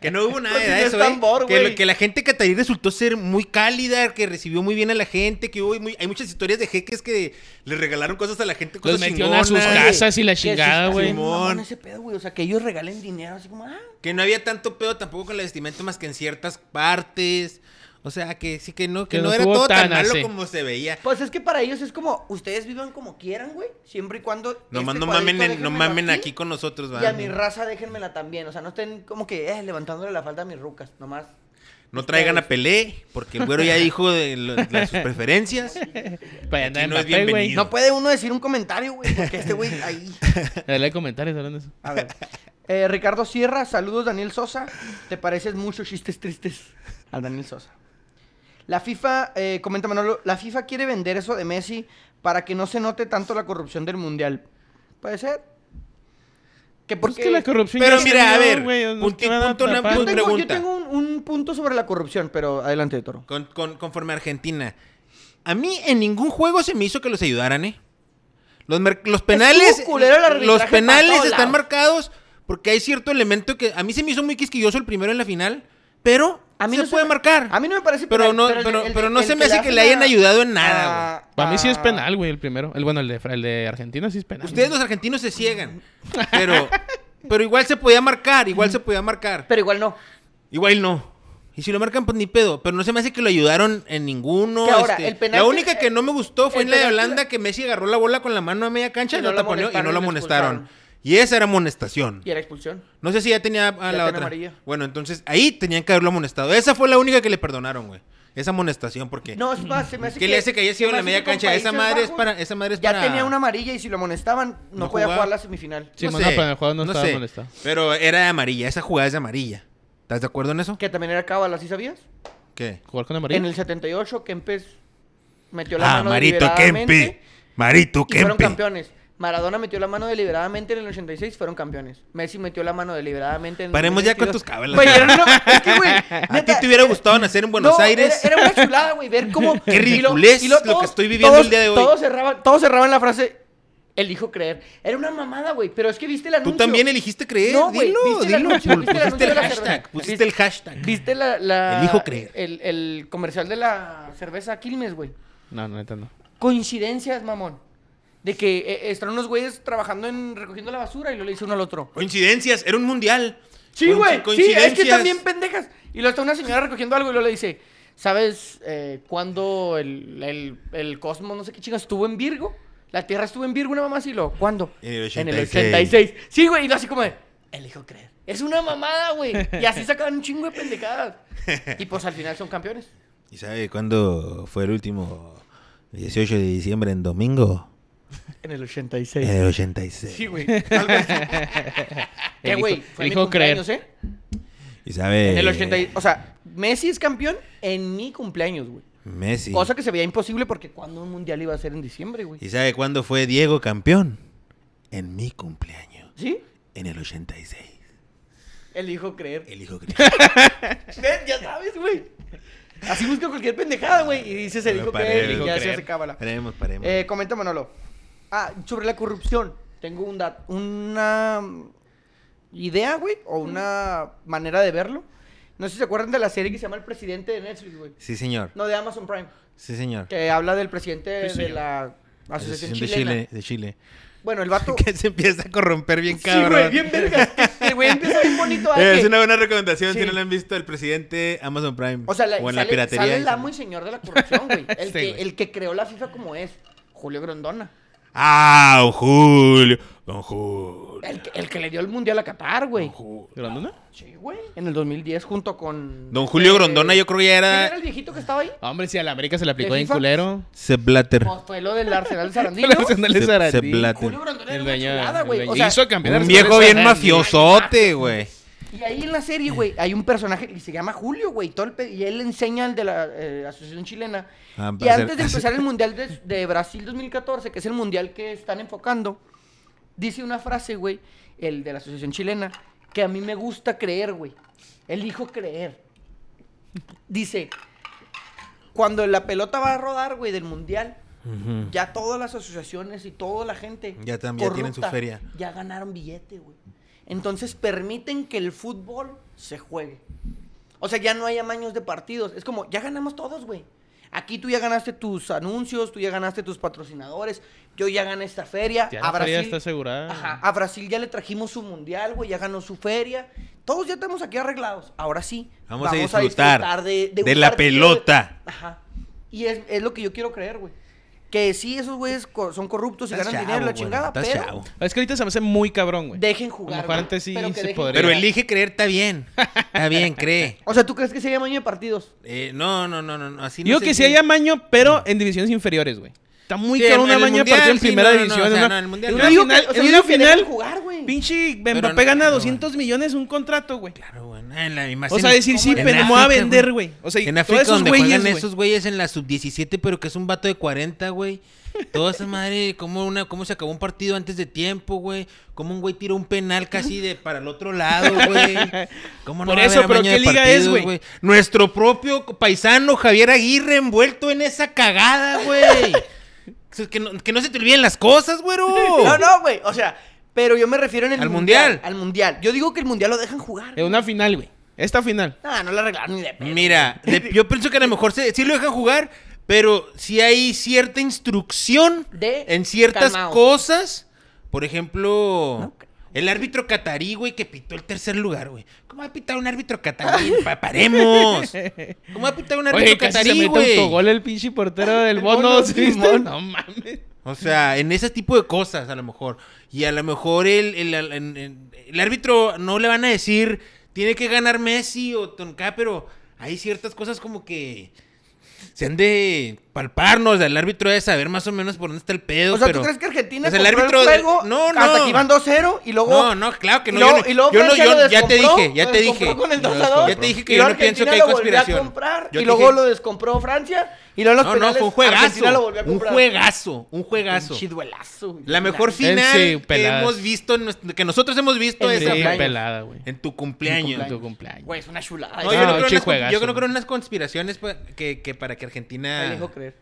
S2: Que no hubo nada
S1: Pues
S2: de
S1: sí, es
S2: eso, ¿eh?
S1: tambor,
S2: que,
S1: güey.
S2: lo- que la gente catarí resultó ser muy cálida, que recibió muy bien a la gente, que hubo muy- hay muchas historias de jeques que le regalaron cosas a la gente,
S3: Los
S2: cosas
S3: metieron a sus
S2: chingonas,
S3: casas y la
S1: Que sí
S3: chingada,
S1: está
S3: güey.
S1: bien
S2: Simón.
S1: mamón ese pedo, güey. O sea, que ellos regalen dinero así como, ah,
S2: que no había tanto pedo tampoco con la vestimenta más que en ciertas partes. O sea, que sí que no, que,
S3: Que
S2: no,
S3: no
S2: era
S3: estuvo
S2: todo tan,
S3: tan
S2: malo
S3: así.
S2: como se veía.
S1: Pues es que para ellos es como, ustedes vivan como quieran, güey. Siempre y cuando.
S2: Nomás
S1: este cuadrito
S2: no mamen, en-
S1: déjenmelo
S2: no mamen aquí con nosotros,
S1: Y a mi
S2: va.
S1: raza déjenmela también. O sea, no estén como que eh, levantándole la falda a mis rucas. Nomás.
S2: No traigan a Pelé, porque el güero ya dijo de, lo- de sus preferencias.
S3: Para
S2: Aquí
S3: andar en
S2: no es
S3: papel, Pues, güey.
S2: bienvenido.
S1: No puede uno decir un comentario, güey. Porque este güey ahí.
S3: Dale comentarios hablando de eso.
S1: A ver. Eh, Ricardo Sierra, saludos Daniel Sosa. Te pareces mucho chistes tristes al Daniel Sosa. La FIFA, eh, comenta Manolo, la FIFA quiere vender eso de Messi para que no se note tanto la corrupción del Mundial. ¿Puede ser? Que
S3: Pues
S1: porque...
S3: que la corrupción
S2: Pero
S3: ya se
S2: mira, a
S3: dio,
S2: ver,
S3: güey, nos
S2: punti-
S3: van a
S2: punto na-
S3: tapar.
S1: Yo
S2: punto-
S1: tengo, yo
S2: pregunta.
S1: tengo un, un punto sobre la corrupción, pero adelante, Toro.
S2: Con, con- conforme a Argentina. A mí en ningún juego se me hizo que los ayudaran, ¿eh? Los, mer- los penales,
S1: Estuvo culero el arbitraje
S2: los
S1: para
S2: penales
S1: todos
S2: están
S1: lados.
S2: marcados porque hay cierto elemento que a mí se me hizo muy quisquilloso el primero en la final, pero
S1: A mí
S2: se
S1: no se
S2: puede
S1: me-
S2: marcar.
S1: A mí no me parece
S2: Pero
S1: penal,
S2: no-
S1: el-
S2: pero-
S1: el-
S2: pero no
S1: el
S2: se me hace que
S1: hacen
S2: le hayan
S1: a-
S2: ayudado en nada,
S1: a-
S3: Para mí sí es
S1: a-
S3: penal, güey, el primero. El bueno, el de, Fra- el de Argentina sí es penal.
S2: Ustedes los argentinos se ciegan, pero, pero igual se podía marcar, igual se podía marcar.
S1: Pero igual no.
S2: Igual no. Y si lo marcan, pues ni pedo. Pero no se me hace que lo ayudaron en ninguno.
S1: Que ahora,
S2: este,
S1: el penal
S2: la
S1: que-
S2: única que no me gustó fue
S1: el
S2: en la de
S1: penal que-
S2: Holanda que Messi agarró la bola con la mano a media cancha
S1: Y
S2: y
S1: no
S2: no
S1: lo
S2: taponeó y
S1: amonestaron
S2: no
S1: y
S2: lo
S1: lo
S2: amonestaron.
S1: expulsaron.
S2: Y esa era amonestación.
S1: Y era expulsión.
S2: No sé si ya tenía a la
S1: tenía
S2: otra.
S1: amarilla.
S2: Bueno, entonces ahí tenían que haberlo amonestado. Esa fue la única que le perdonaron, güey. Esa amonestación, porque.
S1: No, es más, se me hace
S2: ¿Qué le hace que haya
S1: se
S2: sido
S1: me
S2: en la
S1: hace
S2: media
S1: que con
S2: cancha? Esa
S1: Países
S2: madre es
S1: Bajos
S2: para. Esa madre es
S1: Ya
S2: para.
S1: tenía una amarilla y si lo amonestaban, no,
S2: No
S1: podía
S2: jugaba.
S1: jugar la semifinal.
S3: Sí, no, pero en el juego no estaba
S2: sé,
S3: amonestado.
S2: Pero era de amarilla, esa jugada es de amarilla. ¿Estás de acuerdo en eso?
S1: Que también era cábala, ¿sí sabías?
S2: ¿Qué?
S3: ¿Jugar con amarillo?
S1: En el 78, Kempes metió la
S2: Ah,
S1: mano
S2: Marito
S1: deliberadamente
S2: Kempe. Marito
S1: y fueron
S2: Kempe.
S1: campeones. Maradona metió la mano deliberadamente en el 86, fueron campeones. Messi metió la mano deliberadamente en el
S2: Paremos ya con
S1: 2022.
S2: tus cábalas.
S1: Güey, era una- es que, güey,
S2: ¿A ti
S1: neta, eh,
S2: te hubiera gustado nacer en Buenos
S1: no,
S2: Aires?
S1: Era, era una chulada, güey, ver cómo.
S2: Qué
S1: y lo-
S2: ridiculez
S1: y
S2: lo que estoy viviendo
S1: todos-
S2: el día de hoy.
S1: Todos cerraban, todos cerraban la frase, elijo creer. Era una mamada, güey, pero es que viste el
S2: Tú
S1: anuncio.
S2: también elegiste creer.
S1: No, güey,
S2: dilo,
S1: ¿viste el
S2: dilo.
S1: anuncio? ¿Viste el
S2: pusiste
S1: anuncio
S2: el
S1: de la
S2: hashtag.
S1: cerveza?
S2: Pusiste el hashtag.
S1: ¿Viste la. la
S2: Elijo creer.
S1: El, el comercial de la cerveza Quilmes, güey.
S3: No, no, neta no.
S1: Coincidencias, mamón. De que eh, están unos güeyes trabajando en recogiendo la basura y lo le dice uno al otro.
S2: Coincidencias, era un mundial.
S1: Sí,
S2: Con-
S1: güey. Sí, es que
S2: coincidencias.
S1: también pendejas. Y lo está una señora recogiendo algo y luego le dice, ¿sabes eh, cuándo el, el, el cosmos, no sé qué chingas, estuvo en Virgo? La Tierra estuvo en Virgo, una mamá así, lo. ¿Cuándo?
S2: En el
S1: En el
S2: 86.
S1: 86. Sí, güey. Y lo así como de, elijo creer. Es una mamada, güey. Y así sacaban un chingo de pendejadas. Y pues al final son campeones.
S2: ¿Y sabe cuándo fue el último 18 de diciembre en domingo?
S1: En el
S2: En
S1: 86.
S2: el 86.
S1: Sí, güey. Algo así. Eh,
S3: Elijo-
S1: güey, fue mi
S3: elijo creer.
S1: cumpleaños, ¿eh?
S2: ¿Y sabe?
S1: En el 80, y- o sea, Messi es campeón en mi cumpleaños, güey.
S2: Messi.
S1: Cosa que se veía imposible porque cuando un mundial iba a ser en diciembre, güey.
S2: ¿Y sabe cuándo fue Diego campeón? En mi cumpleaños.
S1: ¿Sí?
S2: En el 86.
S1: Él dijo creer.
S2: El hijo creer.
S1: Ven, ya sabes, güey. Así busca cualquier pendejada, güey. Y dices el
S2: Me
S1: hijo
S2: parece,
S1: creer
S2: dijo
S1: y ya se
S3: creer.
S1: hace cábala.
S2: paremos, paremos.
S1: Eh, comenta Manolo. Ah, sobre la corrupción. Tengo un dat- una mm, idea, güey, o una manera de verlo. No sé si se acuerdan de la serie que se llama El Presidente de Netflix, güey.
S2: sí, señor.
S1: No, de Amazon Prime.
S2: Sí, señor.
S1: Que habla del presidente
S3: Sí,
S1: de
S3: señor.
S1: la Asociación
S2: Asociación de
S1: Chilena.
S2: Chile. De Chile.
S1: Bueno, el vato.
S2: Que se empieza a corromper bien
S1: Sí,
S2: cabrón.
S1: güey, bien vergas. El güey empieza bien bonito. ah,
S2: Eh, Es
S1: que-
S2: una buena recomendación
S1: Sí.
S2: si no la han visto el presidente Amazon Prime.
S1: O sea, la,
S2: o en la
S1: sale,
S2: piratería.
S1: sale
S2: y
S1: el
S2: sale-
S1: amo y señor de la corrupción, güey. El,
S3: Sí,
S1: que,
S3: güey.
S1: el que creó la FIFA como es. Julio Grondona.
S2: Ah, don Julio. Don Julio.
S1: El, que- el que le dio el mundial a Qatar, güey.
S2: Don Ju-
S3: ¿Grandona?
S1: Sí, güey. En el 2010, junto con. este,
S2: Don Julio Grondona, yo creo que ya
S1: ¿Quién era el
S2: era.
S1: viejito que estaba ahí?
S3: Ah, Hombre, si a la América se le aplicó
S1: ¿De
S3: bien
S1: FIFA?
S3: culero.
S2: Sepp Blatter.
S1: Pues fue lo del Arsenal de Sarandí.
S3: El
S1: ¿no?
S3: Arsenal de
S2: Se-
S3: Sarandí.
S2: se plata.
S1: Julio Grondona era
S3: El
S1: una
S3: dueño-
S1: chulada,
S3: el
S1: güey.
S3: dueño-
S1: O sea,
S3: hizo a campeón al
S2: Un
S3: Arsenal
S2: viejo
S3: de
S2: bien
S3: Sarandí.
S2: mafiosote, güey.
S1: y ahí en la serie, güey, hay un personaje que se llama Julio, güey. todo el pe- Y él enseña el de la eh, Asociación Chilena.
S2: Ah,
S1: y
S2: para hacer-
S1: antes de empezar el Mundial de, de Brasil 2014, que es el Mundial que están enfocando, dice una frase, güey, el de la Asociación Chilena, que a mí me gusta creer, güey. Elijo creer. Dice, cuando la pelota va a rodar, güey, del Mundial, ya todas las asociaciones y toda la gente
S2: Ya tam- ya tienen su
S1: corrupta
S2: feria.
S1: ya ganaron billete, güey. Entonces permiten que el fútbol se juegue. O sea, ya no hay amaños de partidos. Es como, ya ganamos todos, güey. Aquí tú ya ganaste tus anuncios, tú ya ganaste tus patrocinadores, yo ya gané esta feria.
S3: Ya
S1: a
S3: la
S1: Brasil,
S3: feria está asegurada.
S1: Ah, Ajá, a Brasil ya le trajimos su mundial, güey, ya ganó su feria. Todos ya estamos aquí arreglados. Ahora sí.
S2: Vamos a disfrutar
S1: de,
S2: de
S1: un
S2: la
S1: partido
S2: pelota.
S1: Ajá. Y es, es lo que yo quiero creer, güey. Que sí, esos güeyes co- son corruptos y
S2: Estás
S1: ganan
S2: chavo,
S1: dinero, la
S2: güey,
S1: chingada,
S2: estás
S1: pero
S2: chavo.
S3: Ah, Es que ahorita se me hace muy cabrón, güey.
S1: dejen jugar.
S3: A lo mejor
S1: güey.
S3: antes sí
S1: Pero que
S3: se
S1: dejen
S3: podría.
S2: Pero
S1: jugar.
S2: elige creer, está bien. Está bien, cree.
S1: O sea, ¿tú crees que sería amaño de partidos?
S2: Eh, no, no, no, no, no, Así no
S3: Yo
S2: sé
S3: que sí
S2: si-
S3: hay amaño, pero en divisiones inferiores, güey. Está muy
S2: Sí,
S3: caro
S2: en-
S3: una
S2: en el
S3: maña
S2: Mundial,
S3: partida en
S2: sí,
S3: primera
S2: no, no, no,
S3: división.
S2: o sea,
S3: en una-
S2: no, en el Mundial
S3: en
S2: no.
S3: una
S1: Yo digo que-
S3: final,
S1: o sea,
S3: en
S1: yo
S3: una
S1: digo que
S3: final,
S1: dejen jugar, güey.
S3: pinche
S2: Pero
S3: Mbappé
S2: no,
S3: gana
S2: no,
S3: 200 millones un contrato, güey.
S2: Claro, güey, no, en la- imagínate-
S3: O sea, decir sí,
S2: En
S3: pero me voy a
S2: África,
S3: vender, güey. O sea, y
S2: en
S3: todos
S2: África
S3: esos
S2: donde
S3: güeyes,
S2: juegan
S3: güey.
S2: esos güeyes en la sub-17, pero que es un vato de 40, güey. Toda esa madre, cómo, una, cómo se acabó un partido antes de tiempo, güey. Cómo un güey tiró un penal casi de para el otro lado, güey. ¿Cómo
S3: Por
S2: va a
S3: eso,
S2: haber
S3: pero
S2: amaño
S3: ¿qué
S2: de
S3: liga
S2: partidos,
S3: es, güey?
S2: Nuestro propio paisano Javier Aguirre envuelto en esa cagada, güey. que, no, que no se te olviden las cosas, güero.
S1: No, no, güey. O sea, pero yo me refiero en el
S2: Al mundial.
S1: Al mundial. Yo digo que el mundial lo dejan jugar.
S3: En una final, güey. Esta final.
S1: No, no lo arreglaron ni de pedo.
S2: Mira, de- yo pienso que a lo mejor se- sí lo dejan jugar, pero si hay cierta instrucción
S1: De
S2: en ciertas
S1: timeout.
S2: cosas. Por ejemplo,
S1: No creo.
S2: el árbitro catarí, güey, que pitó el tercer lugar, güey. ¿Cómo va a pitar un árbitro catarí? Pa- paremos. ¿Cómo va a pitar un árbitro
S3: Oye, casi se
S2: catarí,
S3: mete
S2: güey?
S3: autogol el pinche portero del
S1: El
S3: bono,
S1: Bono,
S3: ¿sí viste?
S1: Simón.
S3: No mames.
S2: O sea, en ese tipo de cosas, a lo mejor. Y a lo mejor el, el- el- en- en- el árbitro no le van a decir, tiene que ganar Messi o Tonka, pero hay ciertas cosas como que se han de palparnos. El árbitro debe saber más o menos por dónde está el pedo.
S1: O sea,
S2: pero-
S1: ¿tú crees que Argentina
S2: o sea, el
S1: compró
S2: árbitro de-
S1: el juego
S2: No, no.
S1: hasta que iban 2-0 y luego...
S2: No, no, claro que no.
S1: y luego-
S2: yo no,
S1: y luego
S2: yo no-
S1: Francia
S2: yo-
S1: lo
S2: ya te
S1: descompró,
S2: dije, ya
S1: lo
S2: te
S1: descompró
S2: dije.
S1: con el
S2: Yo
S1: dos
S2: no
S1: a dos,
S2: descompró. Ya te dije que
S1: y
S2: yo
S1: luego
S2: no pienso
S1: Argentina
S2: que hay
S1: lo volvió a
S2: conspiración.
S1: comprar,
S2: Yo
S1: y
S2: te
S1: luego
S2: dije-
S1: lo descompró Francia y luego en los
S2: No, no,
S1: penales
S2: fue un juegazo.
S1: Argentina lo volvió a
S2: Un
S1: comprar.
S2: juegazo, un juegazo.
S1: Pinche duelazo, güey.
S2: La mejor
S3: Sí,
S2: final que
S3: peladas.
S2: hemos visto, en nuestro- que nosotros hemos visto
S1: En
S2: es
S3: Sí,
S2: la
S1: Esa
S2: final.
S3: pelada, güey.
S2: En tu
S3: En
S2: cumpleaños.
S3: tu cumpleaños.
S1: Güey, es una chulada.
S2: No,
S1: Esa-
S2: yo, no
S3: No,
S2: creo en las,
S3: chijuegazo.
S2: yo no creo en las conspiraciones pa- que, que para que Argentina...
S1: Elijo creer.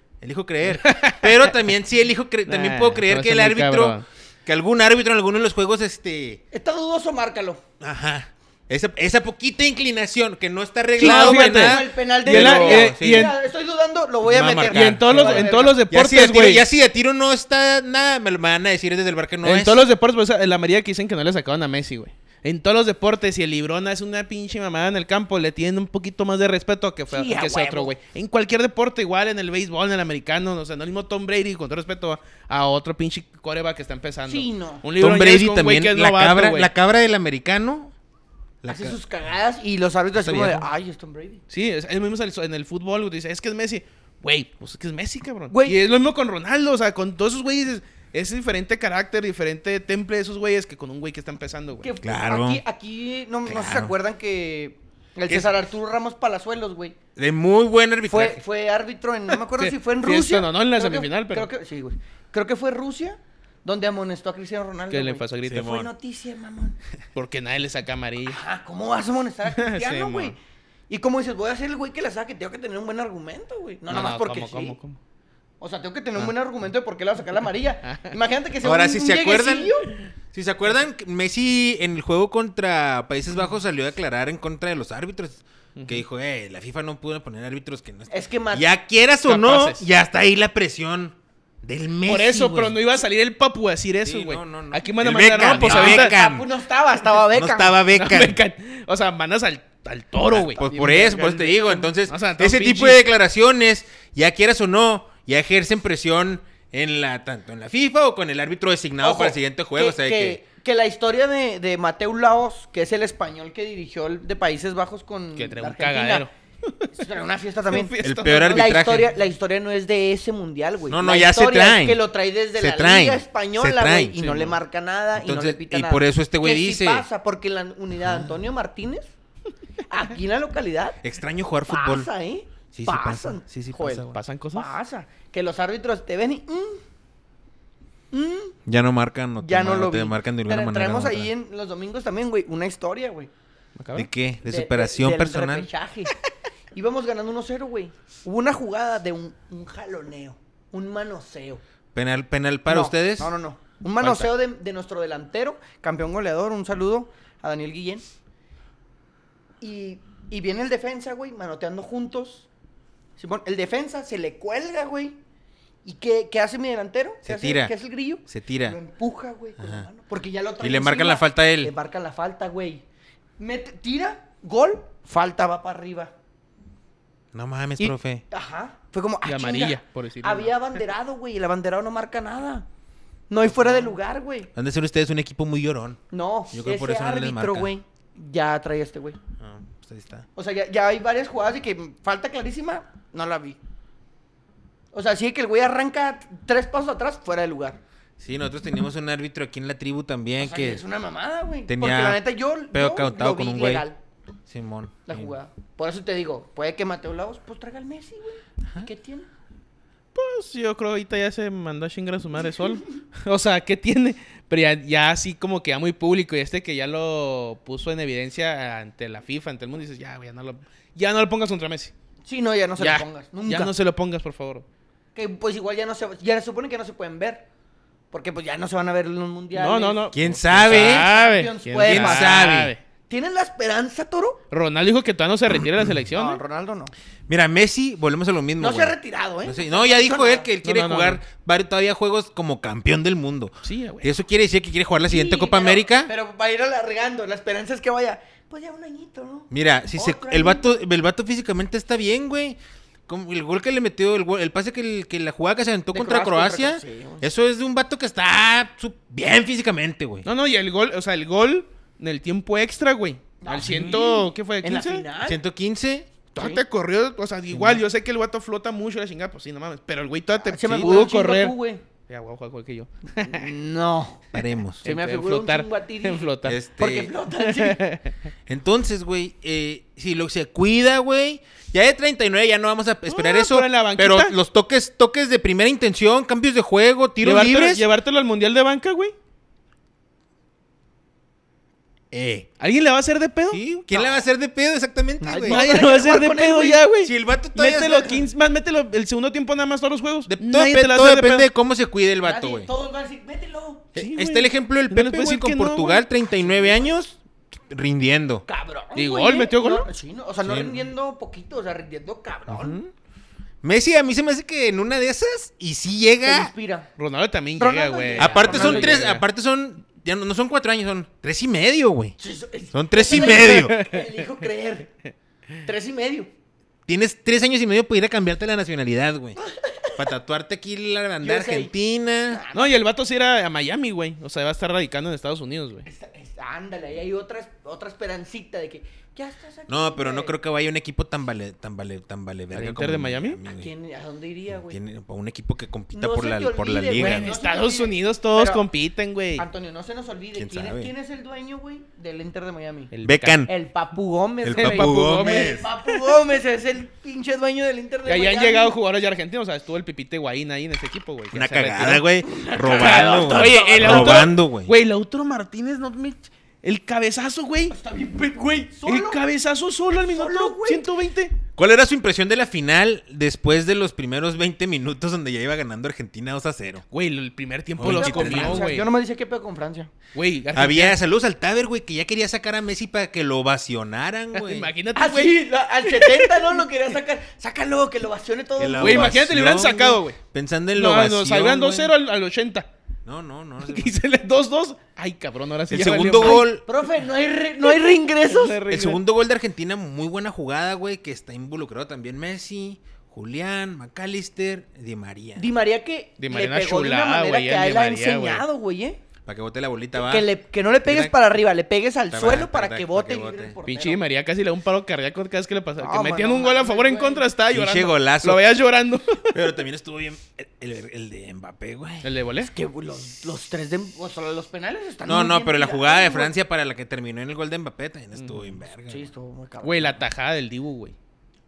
S2: Elijo creer. Pero también sí elijo cre- también
S3: Nah,
S2: puedo creer
S3: todo
S2: que el
S3: está muy
S2: árbitro...
S3: cabrón.
S2: Que algún árbitro en alguno de los juegos, este...
S1: Está dudoso, márcalo.
S2: Ajá. Esa, esa poquita inclinación que no está arreglado
S3: no,
S2: para
S3: fíjate.
S1: Como
S2: nada.
S1: el penal de
S3: Y en la-
S1: Italia.
S3: eh,
S2: Sí.
S3: y en-
S1: Mira, estoy dudando, lo voy a
S2: Va a
S1: meter.
S2: marcar.
S3: Y en todos los,
S1: Vale,
S3: en
S1: verga.
S3: todos los
S2: Ya si, de
S3: deportes,
S2: tiro,
S3: güey.
S2: ya si de tiro no está nada, me lo van a decir desde el bar que no
S3: en
S2: es.
S3: todos los deportes, por eso en la María que dicen que no le sacaban a Messi, güey. En todos los deportes, si el Librona es una pinche mamada en el campo, le tienen un poquito más de respeto que, fue,
S1: Sí, a
S3: que ese
S1: huevo.
S3: otro, güey. En cualquier deporte, igual en el béisbol, en el americano, o sea, no el mismo Tom Brady, con todo respeto a, a otro pinche coreba que está empezando.
S1: Sí, no.
S3: Un
S2: Tom
S3: Lebron James
S2: Brady
S3: con un güey
S2: también,
S3: que es
S2: la,
S3: novato,
S2: cabra,
S3: güey.
S2: la cabra del americano. La
S1: Hace
S2: ca-
S1: sus cagadas y los árbitros
S2: Está
S1: como de,
S2: viejo.
S1: ay, es Tom Brady.
S3: Sí, es, es lo mismo en el- en el fútbol, güey. Dice, es que es Messi. Güey, pues es que es Messi, cabrón.
S1: Güey.
S3: Y es lo mismo con Ronaldo, o sea, con todos esos güeyes. Es, es diferente carácter, diferente temple de esos güeyes que con un güey que está empezando, güey.
S1: Que pues,
S2: Claro.
S1: Aquí, aquí no, no sé si se
S2: Claro.
S1: acuerdan que el
S2: Es-
S1: César Arturo Ramos Palazuelos, güey.
S2: De muy buen
S1: Fue,
S2: arbitraje.
S1: fue árbitro en, no me acuerdo
S3: Sí,
S1: si fue en
S3: sí, esto
S1: Rusia.
S3: no, no en la
S1: Creo que-
S3: semifinal, pero-
S1: Creo que, sí, güey. Creo que fue Rusia donde amonestó a Cristiano Ronaldo.
S3: Que le
S1: güey.
S3: pasó a gritar.
S1: Que fue
S2: Simón.
S1: noticia, mamón.
S3: Porque nadie le saca amarillo.
S1: Ajá, ¿cómo vas a amonestar a Cristiano,
S3: Sí,
S1: güey?
S3: mon.
S1: y como dices, voy a ser el güey que la saque, tengo que tener un buen argumento, güey. No, nomás porque
S3: ¿cómo,
S1: sí.
S3: cómo, Ah. cómo?
S1: O sea, tengo que tener un buen argumento de por qué le va a sacar la amarilla. Imagínate que sea
S2: Ahora,
S1: un,
S2: si
S1: un
S2: se acuerdan,
S1: lleguecillo.
S2: si se acuerdan, Messi en el juego contra Países Bajos salió a declarar en contra de los árbitros. Que dijo, eh, la FIFA no pudo poner árbitros que no están.
S1: Es que Mat-
S2: Ya quieras o no,
S3: Capaces.
S2: ya está ahí la presión del Messi.
S3: Por eso,
S2: güey.
S3: pero no iba a salir el papu a decir eso,
S2: Sí,
S3: güey.
S2: no, no, no.
S3: Aquí van a
S2: El
S3: mandar,
S2: Beckham,
S3: no, pues
S2: no,
S3: ahorita-
S2: Beckham.
S1: Papu no estaba, estaba Beckham.
S2: No estaba
S3: no,
S2: Beckham.
S3: Beckham. O sea, mandas al, al toro, güey.
S2: Pues por eso, por eso te digo. Entonces,
S3: O sea, todo
S2: ese
S3: pinche-
S2: tipo de declaraciones, ya quieras o no, ya ejercen presión en la tanto en la FIFA o con el árbitro designado
S1: Ojo,
S2: para el siguiente juego.
S1: Que,
S2: o sea,
S1: que-
S2: que,
S1: que la historia de, de Mateu Laos, que es el español que dirigió el de Países Bajos con.
S3: Que trae
S1: la
S3: un
S1: Argentina,
S3: cagadero.
S1: trae una fiesta también.
S3: Una fiesta.
S2: el peor
S3: La
S1: La
S2: arbitraje.
S1: historia, la historia no es de ese mundial, güey.
S2: No, no,
S1: La
S2: ya se
S1: historia es
S2: traen.
S1: que lo trae desde
S2: Se
S1: la
S2: traen,
S1: liga
S2: se
S1: española,
S2: traen,
S1: güey. Y
S2: sí,
S1: no le
S2: no.
S1: marca nada y no le
S2: Entonces,
S1: pita
S2: y
S1: nada.
S2: por eso este güey
S1: Que sí
S2: dice-
S1: pasa, porque la unidad Antonio Martínez, aquí en la localidad,
S2: extraño jugar fútbol.
S1: pasa, ¿eh?
S2: Sí, sí pasa.
S1: Pasan.
S2: Sí, sí
S1: Joel,
S2: pasa, güey.
S3: Pasan cosas.
S1: Pasa. Que los árbitros te ven y. mm, mm,
S2: Ya no marcan, no
S1: ya
S2: te,
S1: no
S2: mar-
S1: lo
S2: te
S1: vi.
S2: marcan de
S1: Tra-
S2: alguna manera.
S1: Traemos
S2: u otra.
S1: ahí en los domingos también, güey, una historia, güey.
S3: Acaba.
S2: ¿De qué? ¿De,
S1: De-
S2: superación
S1: del
S2: personal?
S1: repechaje. Íbamos ganando 1-0, güey. Hubo una jugada de un, un jaloneo, un manoseo.
S2: ¿Penal, penal para
S1: No,
S2: ustedes?
S1: No, no, no. Un manoseo de, de nuestro delantero, campeón goleador. Un saludo a Daniel Guillén. Y, y viene el defensa, güey, manoteando juntos. Simón, el defensa se le cuelga, güey. ¿Y qué, qué hace mi delantero? ¿Qué
S2: Se
S1: hace-
S2: tira.
S1: ¿Qué hace el grillo?
S2: Se
S1: Lo
S2: tira.
S1: empuja, güey, con la
S2: Ajá.
S1: mano, Porque ya lo trae
S2: Y le marcan
S1: encima.
S2: la falta a él.
S1: Le marcan la falta, güey. Mete- tira, gol, falta, va para arriba.
S2: No mames,
S1: Y-
S2: profe.
S1: Ajá. Fue como.
S3: Y
S1: ah,
S3: amarilla,
S1: chinga.
S3: por decirlo.
S1: Había abanderado, güey. y El abanderado no marca nada. No hay fuera de lugar, güey.
S2: Han de ser ustedes un equipo muy llorón.
S1: No,
S2: Yo creo
S1: ese
S2: por eso no les
S1: árbitro,
S2: marca.
S1: güey, ya trae este, güey.
S2: Ah, pues ahí está.
S1: O sea, ya, ya hay varias jugadas y que falta clarísima, no la vi. O sea, sí que el güey arranca tres pasos atrás fuera de lugar.
S2: Sí, nosotros teníamos un árbitro aquí en la tribu
S1: O
S2: también
S1: sea,
S2: que...
S1: es una mamada, güey.
S2: tenía
S1: Porque la neta yo,
S2: pedo
S1: yo
S2: cautado
S1: lo vi
S2: con un güey.
S1: legal,
S2: Simón.
S1: la
S2: Sí.
S1: jugada. Por eso te digo, puede que Mateo Laos, pues traiga al Messi, güey. ¿Y ¿Qué tiene?
S3: Pues yo creo ahorita ya se mandó a chingar a su madre solo. o sea, ¿qué tiene? Pero ya, ya así como que ya muy público. Y este que ya lo puso en evidencia ante la FIFA, ante el mundo, dices, ya, güey, ya no lo, ya no lo pongas contra Messi.
S1: Sí, no, ya no se
S3: ya,
S1: lo pongas, nunca.
S3: Ya no se lo pongas, por favor.
S1: Que pues igual ya no se, ya se supone que no se pueden ver. Porque pues ya no se van a ver en un mundial.
S3: No, no, no.
S2: ¿Quién sabe?
S3: sabe?
S1: ¿Quién puede
S2: pasar?
S1: ¿Tienes la esperanza, Toro?
S3: Ronaldo dijo que todavía no se retira de la selección.
S1: No,
S3: ¿eh?
S1: Ronaldo no.
S2: Mira, Messi, volvemos a lo mismo.
S1: No se
S2: güey.
S1: ha retirado, ¿eh?
S2: No, sé- no, ya dijo él que él
S3: No,
S2: quiere
S3: no, no,
S2: jugar
S3: no.
S2: varios todavía juegos como campeón del mundo.
S3: Sí, güey.
S2: Eso quiere decir que quiere jugar la siguiente
S1: Sí,
S2: Copa
S1: pero-
S2: América.
S1: Pero va a ir alargando. La esperanza es que vaya. Pues ya un añito, ¿no?
S2: Mira, si se,
S1: Otro
S2: el
S1: año.
S2: vato, el vato físicamente está bien, güey. como el gol que le metió, el, gol- el pase que, el- que la jugada que se aventó
S1: De
S2: contra
S1: Croacia,
S2: Croacia,
S1: contra Croacia, sí, güey.
S2: eso es de un vato que está su- bien físicamente, güey.
S3: No, no, y el gol, o sea, el gol en el tiempo extra, güey.
S1: Ah,
S3: al
S1: sí.
S3: ciento, ¿qué fue? ¿15?
S1: En la final.
S2: 115.
S3: Todavía te corrió, o sea, igual, yo sé que el guato flota mucho la chingada, pues sí, no mames. Pero el güey todavía te
S1: Ah, Se me
S3: sí,
S1: pudo correr. güey.
S3: Ya, guau, guau, guau, que yo.
S1: No.
S2: Paremos.
S1: Se me
S3: En- en
S1: afigura un
S3: flotar,
S1: chingo a Tiri.
S3: En flotar.
S2: Este,
S1: Porque flota, sí.
S2: Entonces, güey, eh, si lo se cuida, güey. Ya de 39 ya no vamos a esperar
S3: Ah,
S2: eso.
S3: pero en la banquita.
S2: Pero los toques, toques de primera intención, cambios de juego, tiros
S3: Llevártelo-
S2: libres.
S3: Llevártelo al mundial de banca, güey.
S2: Eh.
S3: ¿Alguien le va a hacer de pedo?
S2: ¿Sí? ¿Quién le va a hacer de pedo exactamente,
S1: Ay,
S2: güey?
S1: no,
S3: Nadie le va a hacer de
S1: Con él,
S3: pedo
S1: güey.
S3: ya, güey.
S2: Si el vato todavía
S3: Mételo
S2: está-
S3: 15, más mételo el segundo tiempo nada más todos los juegos.
S2: De- todo
S3: Nadie
S2: depe-
S3: te la va
S2: todo
S3: a hacer
S2: depende de
S3: pedo.
S2: cómo se cuide el vato,
S4: Nadie-
S2: güey.
S4: Todos van a decir, mételo.
S2: Eh,
S3: Sí,
S2: Está
S3: güey.
S2: el ejemplo del
S3: No les
S2: Pepe,
S3: puedo
S2: güey,
S3: decir
S2: con
S3: que no,
S2: Portugal,
S3: güey.
S2: 39 años, rindiendo.
S1: Cabrón.
S3: Y
S1: güey,
S3: gol,
S1: ¿eh?
S3: metió gol.
S1: No, sí, no, o sea, no
S2: Sí.
S1: rindiendo poquito, o sea, rindiendo cabrón.
S2: Messi, a mí se me hace que en una de esas, y sí
S1: Se
S2: llega.
S1: inspira.
S3: Ronaldo también llega,
S1: Ronaldo
S3: güey.
S1: Eh, llega.
S2: Aparte son
S1: Ronaldo
S2: tres,
S3: llega.
S2: aparte son, ya no, no son cuatro años, son tres y medio, güey.
S1: Sí, so- es-
S2: Son tres y medio.
S1: Elijo creer. Tres y medio.
S2: Tienes tres años y medio para ir a cambiarte la nacionalidad, güey. Para tatuarte aquí la bandera
S1: USA.
S2: argentina.
S3: No, y el vato sí era a Miami, güey. O sea, va a estar radicando en Estados Unidos, güey.
S1: Esta- esta- ándale, ahí hay otra, es- otra esperancita de que ya estás aquí.
S2: No, pero no
S1: güey.
S2: creo que vaya un equipo tan vale, tan vale, tan vale. verga
S3: ¿Al Inter
S2: como
S3: de
S2: el
S3: Miami?
S1: ¿A,
S2: güey.
S1: quién, ¿A dónde iría, güey?
S2: Tiene- para un equipo que compita
S1: No
S2: por,
S1: se
S2: la,
S1: te
S2: por la
S1: olvide,
S2: liga.
S1: güey,
S3: En
S2: güey.
S1: no-
S3: Estados Unidos todos
S1: Pero-
S3: compiten, güey.
S1: Antonio, no se nos olvide.
S2: ¿Quién
S1: ¿Quién, es,
S2: sabe?
S1: quién es el dueño, güey, del Inter de Miami? El,
S3: El
S2: Beckham.
S1: Papu Gómez.
S2: El
S1: güey.
S2: Papu Gómez.
S1: El Papu Gómez es el pinche dueño del Inter de
S3: Y ahí
S1: Miami.
S3: han llegado jugadores ya argentinos. O sea, estuvo el Pipite Guaín ahí en ese equipo, güey. que
S2: Una
S3: se retiró.
S2: cagada, güey. Robando, güey.
S3: Oye, el autor-
S2: Robando, güey.
S3: Güey, Lautaro Martínez no me... El cabezazo, güey.
S1: Está bien, pe- güey. Solo.
S3: El cabezazo solo al minuto
S1: Solo, güey.
S3: 120.
S2: ¿Cuál era su impresión de la final después de los primeros 20 minutos donde ya iba ganando Argentina 2 a 0?
S3: Güey, el primer tiempo
S2: Oye,
S3: los
S2: que te
S3: comió,
S2: lanzas,
S1: Francia.
S3: güey.
S1: Yo no me dice qué pedo con Francia.
S3: Güey, Argentina-
S2: Había saludos al Taber, güey, que ya quería sacar a Messi para que lo ovacionaran, güey.
S3: Imagínate,
S1: Ah,
S3: güey.
S1: sí, la- al 70 no lo quería sacar. Sácalo, que lo vacione todo.
S2: Que
S1: el
S2: la
S1: mundo.
S3: Güey, imagínate, le hubieran
S2: ovación,
S3: sacado, güey.
S2: Pensando en lo
S3: No,
S2: ovación,
S3: nos salían
S2: güey.
S3: 2-0 al, al 80.
S2: No, no, no. no se-
S3: Y se le 2-2. Ay, cabrón, ahora sí.
S2: El
S3: ya valió
S2: segundo
S3: madre.
S2: gol,
S1: Profe, no hay, re- no hay reingresos.
S3: Una regla.
S2: el segundo gol de Argentina, muy buena jugada, güey, que está involucrado también Messi, Julián, McAllister, Di María.
S1: Di María que
S3: Di
S1: le
S3: María una
S1: pegó de una
S3: chulada,
S1: manera
S3: güey,
S1: que a
S3: el
S1: él
S3: Di
S1: ha
S3: María, güey.
S1: enseñado, güey, ¿eh?
S2: Para que bote la bolita, va.
S1: Que, le- que no le pegues
S2: Tira-
S1: para arriba, le pegues al
S2: Tira-
S1: suelo para
S2: tira-
S1: que
S2: tira-
S1: bote
S2: que
S1: y
S2: bote.
S1: libre el portero.
S3: Pinche Di María casi le da un paro cardíaco cada vez que le pasaba.
S1: No,
S3: que metían
S1: mano,
S3: un gol a
S1: mames,
S3: favor en
S1: güey.
S3: contra, estaba
S2: Pinche
S3: llorando.
S2: golazo.
S3: Lo veías llorando.
S2: Pero también estuvo bien el, el- el de Mbappé, güey.
S3: ¿El de volé?
S1: Que los, los tres de... O sea, los penales están
S2: No,
S1: muy
S2: no,
S1: bien
S2: pero la
S1: tirados,
S2: jugada de
S1: güey.
S2: Francia para la que terminó en el gol de Mbappé también estuvo bien verga.
S1: Sí, estuvo muy cabrón.
S3: Güey, la tajada del Dibu, güey.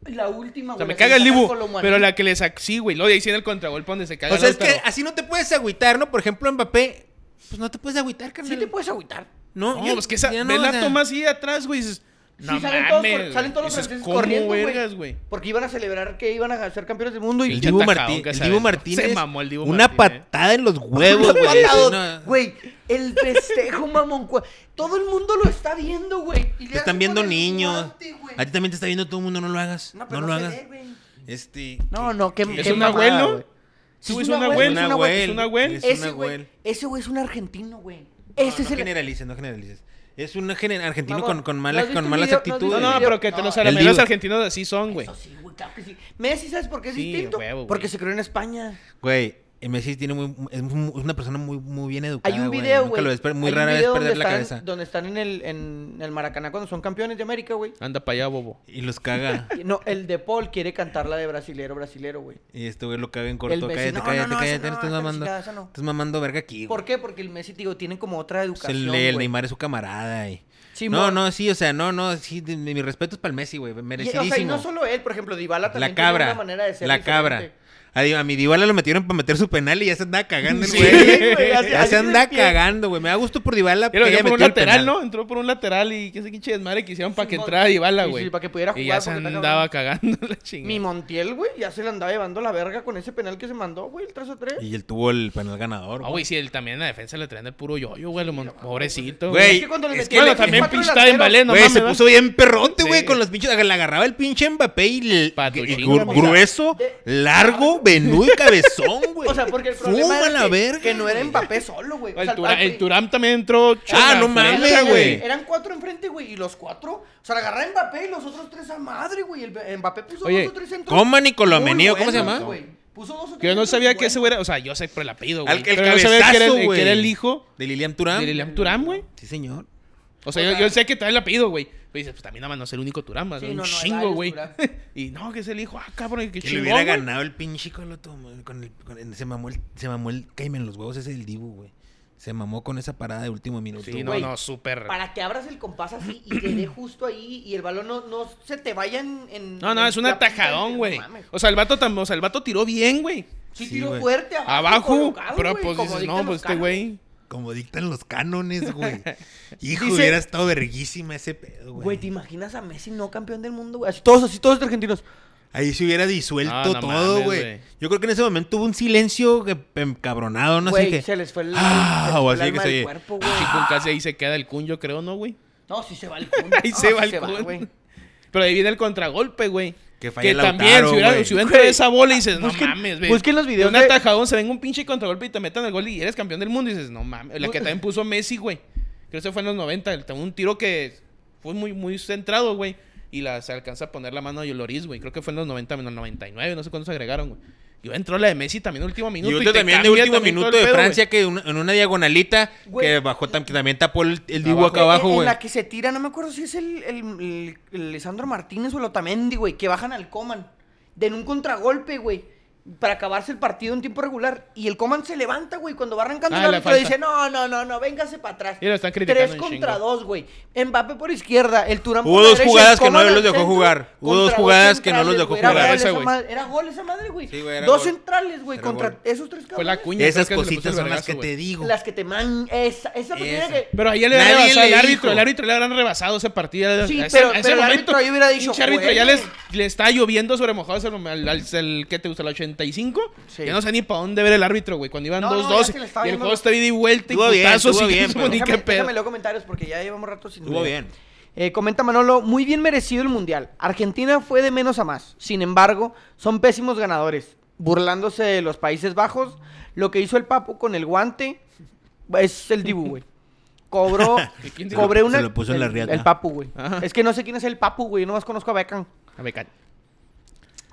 S1: Y La última,
S3: O sea,
S1: güey,
S3: me
S1: la
S3: caga el
S1: que saca
S3: Dibu.
S1: Colomani.
S3: Pero la que le sacó. Sí, güey. Lo de ahí sí en el contragolpe donde se caga.
S2: O sea, Pues es que
S3: Lautaro.
S2: así no te puedes agüitar, ¿no? Por ejemplo, Mbappé, pues no te puedes agüitar, carnal.
S1: Sí te puedes agüitar.
S2: No,
S3: No,
S2: ya-
S3: pues que esa.
S2: ya no,
S3: ve
S2: o
S3: la
S2: sea,
S3: toma así atrás, güey. y Dices. No
S1: sí, salen, todos,
S3: mames.
S1: cor- salen todos los
S3: Dices,
S1: franceses
S3: ¿cómo
S1: corriendo,
S3: vergas,
S1: güey.
S3: güey?
S1: Porque iban a celebrar que iban a ser campeones del mundo y...
S2: El
S3: Pinche
S2: Dibu,
S3: atacado
S2: Martí-
S3: que
S2: el
S3: se
S2: Dibu
S3: aventó.
S2: Martínez.
S3: Se mamó el Dibu
S2: Una
S3: Martínez.
S2: patada en los huevos, güey.
S1: Güey,
S2: Sí,
S1: no.
S2: no.
S1: Güey, el festejo, mamón. cua- Todo el mundo lo está viendo, güey. y le hace
S2: Te están
S1: con
S2: viendo
S1: el
S2: niños.
S1: guante, güey.
S2: a ti también te está viendo todo el mundo, no lo hagas.
S1: no,
S2: No,
S1: pero
S2: lo
S1: no, se
S2: hagas.
S1: ve, güey.
S2: Este.
S1: No, no, qué
S3: Es
S1: qué
S3: un
S1: mamada,
S3: Nahuel, ¿no?
S1: güey. Sí,
S3: Sí, güey,
S1: es
S3: es
S1: una güey,
S3: una güey.
S1: es
S3: Es
S1: una
S3: una
S1: güey.
S3: güey.
S2: Es
S1: Ese
S2: una
S1: güey,
S2: güey.
S1: ese güey es un argentino, güey.
S2: No,
S1: Ese
S2: no
S1: es el
S2: generalices, no generalices. Es un gene- argentino
S1: Mamá,
S2: con, con,
S1: ¿no
S2: mala-
S1: has visto
S2: con
S1: un
S2: malas
S1: video? ¿No has
S2: actitudes.
S1: visto
S3: No,
S1: un
S3: no,
S1: video?
S3: pero que te
S1: No,
S3: los
S1: el
S3: arameros
S2: Dibu.
S3: argentinos así son, güey.
S1: Eso sí, güey, claro que sí. Messi, ¿sabes por qué es
S3: Sí,
S1: distinto?
S3: huevo, güey.
S1: Porque se creó en España.
S2: Güey, Messi tiene muy, es muy- es una persona muy, muy bien educada.
S1: Hay un
S2: Ah, güey.
S1: video,
S2: Nunca
S1: güey.
S2: lo ves per- muy
S1: hay un
S2: rara vez
S1: video
S2: perder
S1: donde
S2: la
S1: están-
S2: cabeza.
S1: Donde están en el, en el Maracaná cuando son campeones de América, güey.
S3: Anda para allá, bobo.
S2: Y los caga.
S1: Y No, el de Paul quiere cantar la de brasilero, brasilero, güey.
S2: Y este güey lo caga en corto.
S1: El Messi,
S2: Cállate,
S1: no, no,
S2: cállate,
S1: no,
S2: cállate.
S1: esa no,
S2: estás
S1: esa
S2: mamando.
S1: chingada, esa no.
S2: Estás mamando verga aquí.
S1: ¿Por
S2: güey.
S1: qué? Porque el Messi, te digo, tiene como otra
S2: Pues
S1: educación.
S2: el, el
S1: güey.
S2: Neymar es su camarada. Y... No,
S1: Simón.
S2: no, sí, o sea, no, no. Sí, de- mi, mi respeto es para el Messi, güey.
S1: Y,
S2: Merecidísimo.
S1: o sea, y no solo él, por ejemplo, Dybala también
S2: La
S1: tiene
S2: cabra.
S1: una manera de ser
S2: la
S1: diferente.
S2: cabra. A, Di- a mi Dybala lo metieron para meter su penal y ya se andaba cagando el
S3: Sí,
S2: güey.
S1: güey, así-
S2: ya
S1: así
S2: se
S1: de
S2: anda
S1: pie.
S2: cagando, güey. Me da gusto por Dybala
S3: Pero
S2: que
S3: entró
S2: haya
S3: por un
S2: metido el
S3: lateral,
S2: penal.
S3: ¿no? Entró por un lateral y que ese pinche desmadre que hicieron para que
S1: Simón.
S3: entrara Dybala,
S1: Sí,
S3: güey.
S1: sí, para que pudiera
S3: Y
S1: jugar,
S3: ya se
S1: porque está
S3: andaba cagando la chingada.
S1: Mi Montiel, güey, ya se le andaba llevando la verga con ese penal que se mandó, güey, el 3 a 3.
S2: Y él tuvo el penal ganador.
S3: Ah, güey, sí, él también en la defensa le traen de puro yoyo, güey. lo mon- Pobrecito,
S2: Güey,
S1: es que cuando le
S2: es
S1: metieron
S2: que-
S3: Bueno,
S2: le-
S3: también
S1: cuatro
S3: pinche estaba en
S1: delanteros,
S3: ballet, no
S2: güey,
S3: mames.
S2: se
S3: ¿no?
S2: puso bien perrote,
S3: Sí.
S2: güey, con los pinches. Le agarraba el pinche Mbappé y, le-
S3: Pa' tu
S2: y
S3: chinga,
S2: gru-
S3: mira.
S2: grueso,
S1: De- Ah.
S2: largo, venudo y cabezón, güey.
S1: O sea, porque el problema
S2: Fuma
S1: era
S2: la
S1: que,
S2: verga,
S1: que no era
S2: güey.
S1: Mbappé solo, güey. O sea,
S3: El, Tura-
S1: al-
S3: el Turam también entró.
S2: Ah, no
S3: chorra,
S2: mames,
S3: fresa,
S1: Eran-
S2: güey.
S1: Eran cuatro enfrente, güey. Y los cuatro. O sea, la agarré a Mbappé y los otros tres a madre, güey. El Mbappé puso
S3: Oye,
S1: dos o tres centros.
S2: Coma Nicolomenio,
S1: muy
S2: ¿cómo se
S1: buenos,
S2: llama?
S1: güey. Puso dos o tres
S3: Que yo no
S1: centros
S3: sabía que
S1: buenos.
S3: ese güey era. O sea, yo sé por el apellido, güey.
S2: Al- el
S3: pero no sabía que era,
S2: cabezazo,
S3: el- que era el
S2: güey.
S3: hijo
S2: De Lilian Turán.
S3: de Liliam Turam, güey.
S2: Sí, señor.
S3: O sea, yo, yo sé que trae el apellido, güey. Pero dices, pues también nada más no es el único Turam, más
S1: Sí,
S3: un
S1: no, no, hay
S3: chingo,
S1: varios
S3: güey.
S1: Turam.
S3: y no, que es el hijo, ah, cabrón, y
S2: Que
S3: que
S2: le
S3: chingón,
S2: hubiera
S3: güey.
S2: ganado el pinche coloto, güey, con el, con el- se mamó el, se mamó el caime en los huevos ese del Dibu, güey. Se mamó con esa parada de último minuto.
S3: Sí,
S2: güey.
S3: no,
S1: güey.
S3: no, súper.
S1: Para que abras el compás así y te dé justo ahí y el balón no, no se te vaya en. en-
S3: No, no,
S1: en
S3: es un
S1: la punta del-
S3: atajadón,
S1: no
S3: güey.
S1: mames.
S3: O sea, el vato, tam- o sea, el vato tiró bien, güey.
S1: Sí,
S2: Sí,
S1: tiró
S2: güey.
S1: fuerte abajo.
S3: Abajo.
S1: colocado,
S3: Pero
S1: güey,
S3: pues
S1: como
S3: dices,
S1: dictan
S3: no,
S1: los
S3: pues este
S1: canos.
S3: güey.
S2: Como dictan los cánones, güey. Hijo,
S1: Dice-
S2: hubiera estado verguísima ese pedo,
S1: Güey,
S2: güey.
S1: ¿te imaginas a Messi no campeón del mundo, güey? Así todos, así todos argentinos.
S2: Ahí se hubiera disuelto
S3: Ah, No, no
S2: todo,
S3: mames,
S2: güey.
S3: güey.
S2: Yo creo que en ese momento hubo un silencio que- encabronado, no
S1: Güey,
S2: sé qué.
S1: se les fue el.
S2: Ah,
S1: se les
S2: o
S1: fue
S2: así
S1: el
S2: que
S1: alma
S2: se
S1: del
S2: oye.
S1: cuerpo, güey.
S3: Chico, casi ahí se queda el cun, yo creo, ¿no, güey?
S1: No, sí se va el culo.
S3: Ahí se va el
S1: culo.
S3: cun. Pero ahí viene el contragolpe, güey.
S2: Que
S3: Que,
S2: falla Lautaro,
S3: también, si hubiera,
S2: güey.
S3: si hubiera entrado
S1: Güey,
S3: esa bola y dices, no
S1: busquen-
S3: mames, güey.
S1: busquen los videos
S3: De un
S1: de-
S3: atajadón se venga un pinche contragolpe y te metan el gol y eres campeón del mundo y dices, no mames. La que también puso Messi, güey. Creo que fue en los 90. el- Un tiro que fue muy, muy centrado, güey. Y la, se alcanza a poner la mano de Lloris, güey. Creo que fue en los 90, en los 99, no sé cuántos agregaron, güey. Y entró la de Messi también en último minuto.
S2: Y
S3: te
S2: otro también de
S3: cambia
S2: último
S3: también todo
S2: minuto
S3: el
S2: de
S3: pedo,
S2: Francia que una- en una diagonalita
S1: Güey. eh,
S2: que bajó tam- que también tapó el, el Dibu
S3: Abajo.
S2: acá abajo,
S1: En- En
S2: güey.
S1: la que se tira, no me acuerdo si es el, el, el- el Lisandro Martínez o el Otamendi, güey, que bajan al Coman. Den un contragolpe, güey, para acabarse el partido en tiempo regular. Y el Coman se levanta, güey, cuando va arrancando
S3: Ah,
S1: el
S3: la
S1: árbitro.
S3: falta.
S1: Dice, no, no, no, no, véngase para atrás.
S3: Y lo están criticando
S1: Tres
S3: un
S1: contra
S3: chingo.
S1: dos, güey. Mbappé por izquierda, el Turán
S2: Hubo
S1: por la
S2: dos
S1: derecha,
S2: jugadas
S1: el
S2: que no
S1: Coman al
S2: los dejó
S1: centro,
S2: jugar. Hubo
S1: contra
S2: dos jugadas que no los
S1: centrales,
S2: dejó
S1: güey. Era
S2: jugar.
S1: gol
S3: Ese,
S1: esa
S3: güey.
S1: madre- Era gol esa madre, güey.
S2: Sí, güey, era
S1: dos
S2: gol.
S1: centrales, güey,
S2: Era
S1: contra
S2: gol.
S1: esos tres
S3: Fue la
S1: cabrones.
S3: cuña.
S2: Esas
S3: creo que le puso el
S2: cositas son las
S3: vergazo,
S2: que
S3: güey.
S2: te digo.
S1: Las que te man... Esa, esa
S2: Esa.
S1: partida que...
S3: Pero ahí ya le habían
S2: Nadie
S3: rebasado
S2: le
S3: el árbitro.
S2: dijo.
S3: El árbitro le habrán rebasado ese partido. a
S1: Sí,
S3: ese-
S1: pero-
S3: a ese
S1: pero el
S3: momento,
S1: árbitro ahí hubiera dicho,
S3: pinche árbitro ya
S1: "Jueguen".
S3: les, le está lloviendo sobre mojados al, al, al- al- ¿qué te gusta? ¿El 85?
S1: Sí.
S3: Ya no sé ni para dónde ver el árbitro, güey. Cuando iban
S1: No, no,
S3: 2-2
S1: ya se le estaba
S3: y el
S1: yendo
S3: juego
S1: los-
S3: está ida y vuelta y
S2: Estuvo bien,
S3: putazos
S2: estuvo
S3: y
S2: bien,
S3: que
S2: pero-
S3: ni qué
S1: Déjame,
S3: pedo.
S1: déjame leo comentarios porque ya llevamos rato sin
S2: Estuvo
S1: leer.
S2: bien.
S1: Eh, comenta Manolo, muy bien merecido el mundial. Argentina fue de menos a más. Sin embargo, son pésimos ganadores. Burlándose de los Países Bajos, lo que hizo el Papu con el guante es el Dibu, güey. Cobró,
S3: quién se lo-
S1: cobré
S2: se
S1: una.
S2: lo puso en
S1: el,
S2: la riata. Ah.
S1: El Papu, güey.
S3: Ajá.
S1: Es que no sé quién es el Papu, güey. Yo nomás conozco a Beckham.
S3: A ver, cal-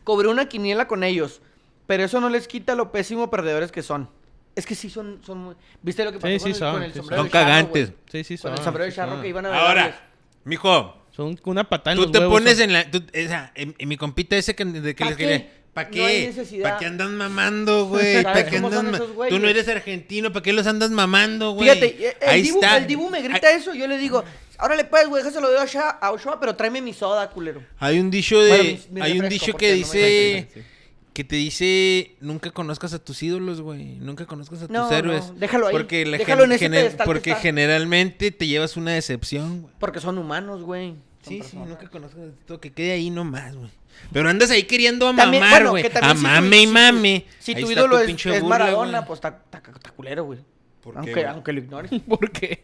S1: Cobré una quiniela con ellos, pero eso no les quita lo pésimo perdedores que son. Es que sí son, son muy... ¿Viste lo que pasó
S3: Sí,
S1: con,
S3: sí
S1: el,
S3: son,
S1: con el
S3: sí
S1: sombrero
S2: Son
S1: de charro,
S2: cagantes.
S1: güey?
S3: Sí, sí,
S1: Con
S3: son.
S1: el sombrero de
S3: sí,
S1: charro
S3: son.
S1: que iban a ver.
S2: Ahora, mijo,
S3: Son una patada en
S2: Tú
S3: los
S2: te
S3: huevos,
S2: pones
S3: son-
S2: en la. tú- esa, en, en mi compita ese que, de que
S1: ¿Pa
S2: les
S1: qué?
S2: quería. ¿Para
S1: No
S2: qué?
S1: hay necesidad.
S2: ¿Para qué andan mamando, güey?
S1: ¿Sabes
S2: ¿Para qué
S1: cómo son
S2: andan ma-
S1: esos
S2: Tú no
S1: güeyes?
S2: eres argentino, ¿para qué los andas mamando, güey?
S1: Fíjate, eh, el
S2: Ahí
S1: Dibu,
S2: está.
S1: el Dibu me grita
S2: Hay,
S1: eso, yo le digo, ahora le puedes, güey, déjaselo de Ochoa, a Ochoa, pero tráeme mi soda, culero.
S2: hay un dicho de.
S1: Bueno, mi- mi
S2: hay un
S1: refresco,
S2: dicho
S1: porque
S2: que
S1: no me
S2: dice. que te dice. Nunca conozcas a tus ídolos, güey. Nunca conozcas a tus
S1: No, no,
S2: héroes.
S1: déjalo ahí.
S2: Porque, la
S1: Déjalo
S2: gen-
S1: en ese
S2: gener-
S1: pedestal que
S2: porque
S1: está.
S2: generalmente te llevas una decepción, güey.
S1: Porque son humanos, güey. Son
S2: Sí, sí,
S1: personas.
S2: nunca conozco esto, que quede ahí nomás, güey. Pero andas ahí queriendo a
S1: También,
S2: mamar,
S1: bueno,
S2: güey.
S1: que
S2: a
S1: también si tu-
S2: mame
S1: si
S2: y
S1: tu-
S2: mame.
S1: Si
S2: Ahí
S1: tu
S2: está
S1: ídolo es,
S2: pinche
S1: es
S2: burla,
S1: Maradona,
S2: güey.
S1: pues está, está- está culero, güey.
S2: ¿Por qué,
S1: Aunque,
S2: güey?
S1: aunque lo ignores.
S3: ¿Por qué?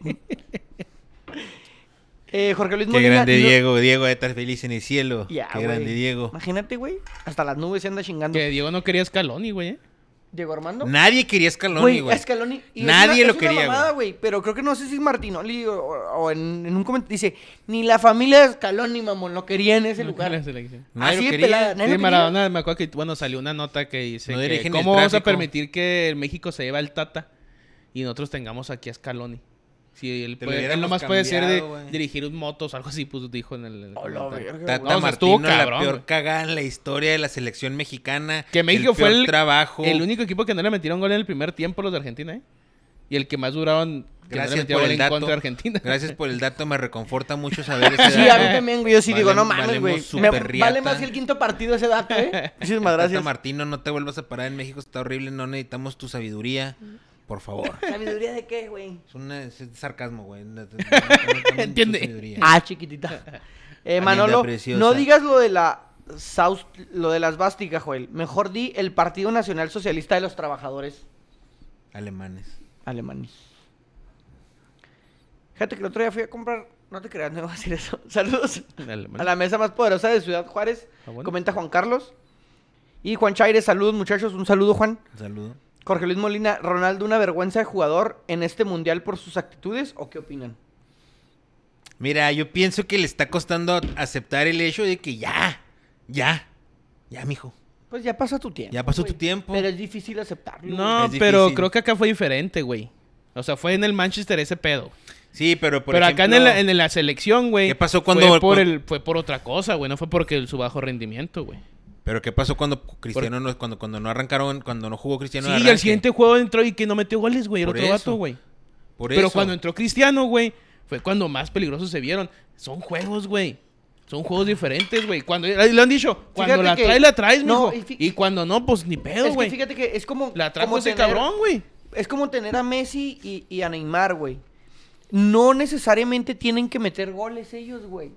S1: Eh, Jorge Luis
S2: Qué
S1: Molina.
S2: grande
S1: no-
S2: Diego, Diego de estar feliz en el cielo.
S1: Ya,
S2: Qué
S1: güey.
S2: grande Diego.
S1: Imagínate, güey. Hasta las nubes se anda chingando.
S3: Que Diego no quería Scaloni, güey. ¿eh?
S1: Diego Armando.
S2: Nadie quería Scaloni,
S1: Güey,
S2: güey.
S1: Scaloni. y es
S2: Nadie
S1: una-
S2: lo
S1: es una
S2: quería,
S1: mamada, güey. Pero creo que no sé si es Martinoli o, o en, en un comentario. Dice, ni la familia de Scaloni, mamón, lo quería en ese
S3: No
S1: lugar.
S3: quería la selección.
S2: Nadie
S1: Así
S2: lo
S1: de
S2: quería.
S1: pelada. nadie
S3: Sí,
S1: lo quería.
S3: Maradona, me acuerdo que, bueno, salió una nota que dice
S2: No
S3: que
S2: dirigen el
S3: cómo vamos a
S2: tráfico.
S3: permitir que el México se lleva el Tata y nosotros tengamos aquí a Scaloni. Si él,
S2: Te lo
S3: puede, él
S2: hubiéramos
S3: nomás puede ser de
S2: cambiado, güey.
S3: dirigir un motos, algo así, pues dijo en el...
S1: A Oh, la
S3: comentario.
S1: verga,
S2: Tata
S1: güey.
S3: No, o sea,
S2: Martino,
S3: estuvo
S2: la
S3: cabrón,
S2: peor
S3: güey.
S2: cagada en la historia de la selección mexicana.
S3: Que México fue
S2: peor
S3: el-
S2: trabajo.
S3: El único equipo que no le metieron gol en el primer tiempo los de Argentina, ¿eh? Y el que más duraron... que no le
S2: Gracias
S3: metía
S2: por
S3: gol
S2: el
S3: en
S2: dato.
S3: contra de Argentina.
S2: Gracias por el dato, me reconforta mucho saber ese
S1: Sí, a mí
S2: dato.
S1: también, güey. Yo sí digo,
S2: Vale-
S1: no mames,
S2: valemos
S1: güey.
S2: súper
S1: Me- Vale
S2: riata.
S1: más que el quinto partido ese dato, ¿eh? Muchísimas
S2: Tata
S1: gracias.
S2: Martino, no te vuelvas a parar en México, está horrible, no necesitamos tu sabiduría, por favor.
S1: ¿Sabiduría de qué, güey?
S2: Es, una, es sarcasmo, güey. No- no- no- no- no-
S3: Entiende.
S2: tu sabiduría.
S1: Ah, chiquitita. Eh,
S2: Linda,
S1: Manolo,
S2: preciosa.
S1: no digas lo de la saus- lo de las básticas, Joel. Mejor di el Partido Nacional Socialista de los Trabajadores
S2: Alemanes.
S1: Alemanes. Fíjate que el otro día fui a comprar. No te creas, no iba a decir eso. Saludos
S3: Dale, man.
S1: a la mesa más poderosa de Ciudad Juárez.
S3: Ah, bueno.
S1: Comenta Juan Carlos. Y Juan Chaires, saludos muchachos, un saludo Juan.
S2: Un saludo.
S1: Jorge Luis Molina, Ronaldo, una vergüenza de jugador en este mundial por sus actitudes o qué opinan?
S2: Mira, yo pienso que le está costando aceptar el hecho de que ya, ya, ya, mijo.
S1: Pues ya pasa tu tiempo.
S2: Ya pasó
S1: güey.
S2: tu tiempo.
S1: Pero es difícil aceptarlo. güey.
S3: No,
S2: Es
S3: pero
S2: difícil.
S3: creo que acá fue diferente, güey. O sea, fue en el Manchester ese pedo.
S2: Sí, pero por
S3: pero acá en,
S2: ejemplo,
S3: el- en la selección, güey.
S2: ¿Qué pasó cuando-
S3: Fue por,
S2: cu-
S3: el, fue por otra cosa, güey. No fue porque el- su bajo rendimiento, güey.
S2: Pero ¿qué pasó cuando Cristiano no, cuando, cuando no arrancaron, cuando no jugó Cristiano?
S3: Sí,
S2: al
S3: y al
S2: arranque?
S3: siguiente juego entró y que no metió goles, güey. Era
S2: Por
S3: otro
S2: eso.
S3: vato, güey.
S2: Por
S3: Pero
S2: eso.
S3: cuando entró Cristiano, güey, fue cuando más peligrosos se vieron. Son juegos, güey. Son juegos diferentes, güey. Cuando ahí lo han dicho, cuando
S1: Fíjate
S3: la
S1: que-
S3: traes, la traes,
S1: no,
S3: mijo.
S1: y
S3: Y,
S1: fí-
S3: cuando no, pues ni pedo,
S1: es que
S3: güey.
S1: fíjate que es como.
S3: La trajo
S1: como
S3: ese
S1: tener-
S3: cabrón, güey.
S1: Es como tener a Messi y, y a Neymar, güey. No necesariamente tienen que meter goles ellos, güey.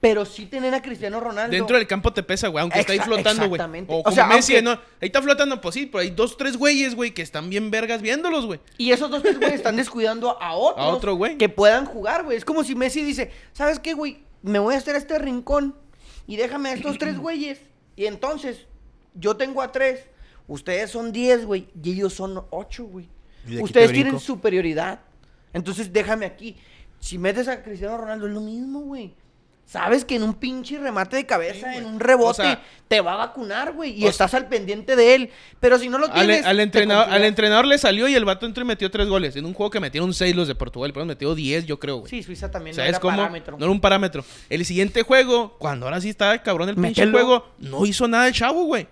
S1: Pero sí tener a Cristiano Ronaldo.
S3: Dentro del campo te pesa, güey, aunque está ahí
S1: Exa-
S3: flotando, güey.
S1: exactamente.
S3: O,
S1: O
S3: como
S1: sea,
S3: Messi,
S1: aunque-
S3: ¿no? Ahí está flotando, pues sí, pero hay dos, tres güeyes, güey, que están bien vergas viéndolos, güey.
S1: Y esos dos tres güeyes están descuidando a otros
S3: A otro güey.
S1: que puedan jugar, güey. Es como si Messi dice, ¿sabes qué, güey? Me voy a hacer este rincón y déjame a estos tres güeyes. Y entonces, yo tengo a tres, ustedes son diez, güey, y ellos son ocho, güey.
S2: Y de aquí
S1: Ustedes
S2: te
S1: tienen
S2: brinco.
S1: superioridad. Entonces, déjame aquí. Si metes a Cristiano Ronaldo, es lo mismo, güey. Sabes que en un pinche remate de cabeza, en un rebote,
S3: O sea-
S1: te va a vacunar, güey. Y
S3: o
S1: estás al pendiente de él. Pero si no lo
S3: Al,
S1: tienes.
S3: al
S1: te
S3: entrenador, al
S1: confías.
S3: entrenador le salió y el vato entró y metió tres goles. En un juego que metieron seis los de Portugal, pero metió diez, yo creo, güey.
S1: Sí, Suiza también
S3: O
S1: no
S3: sea,
S1: era
S3: es como-
S1: parámetro.
S3: No era un parámetro. El siguiente juego, cuando ahora sí estaba cabrón el pinche
S1: Mételo.
S3: juego, no hizo nada el chavo, güey.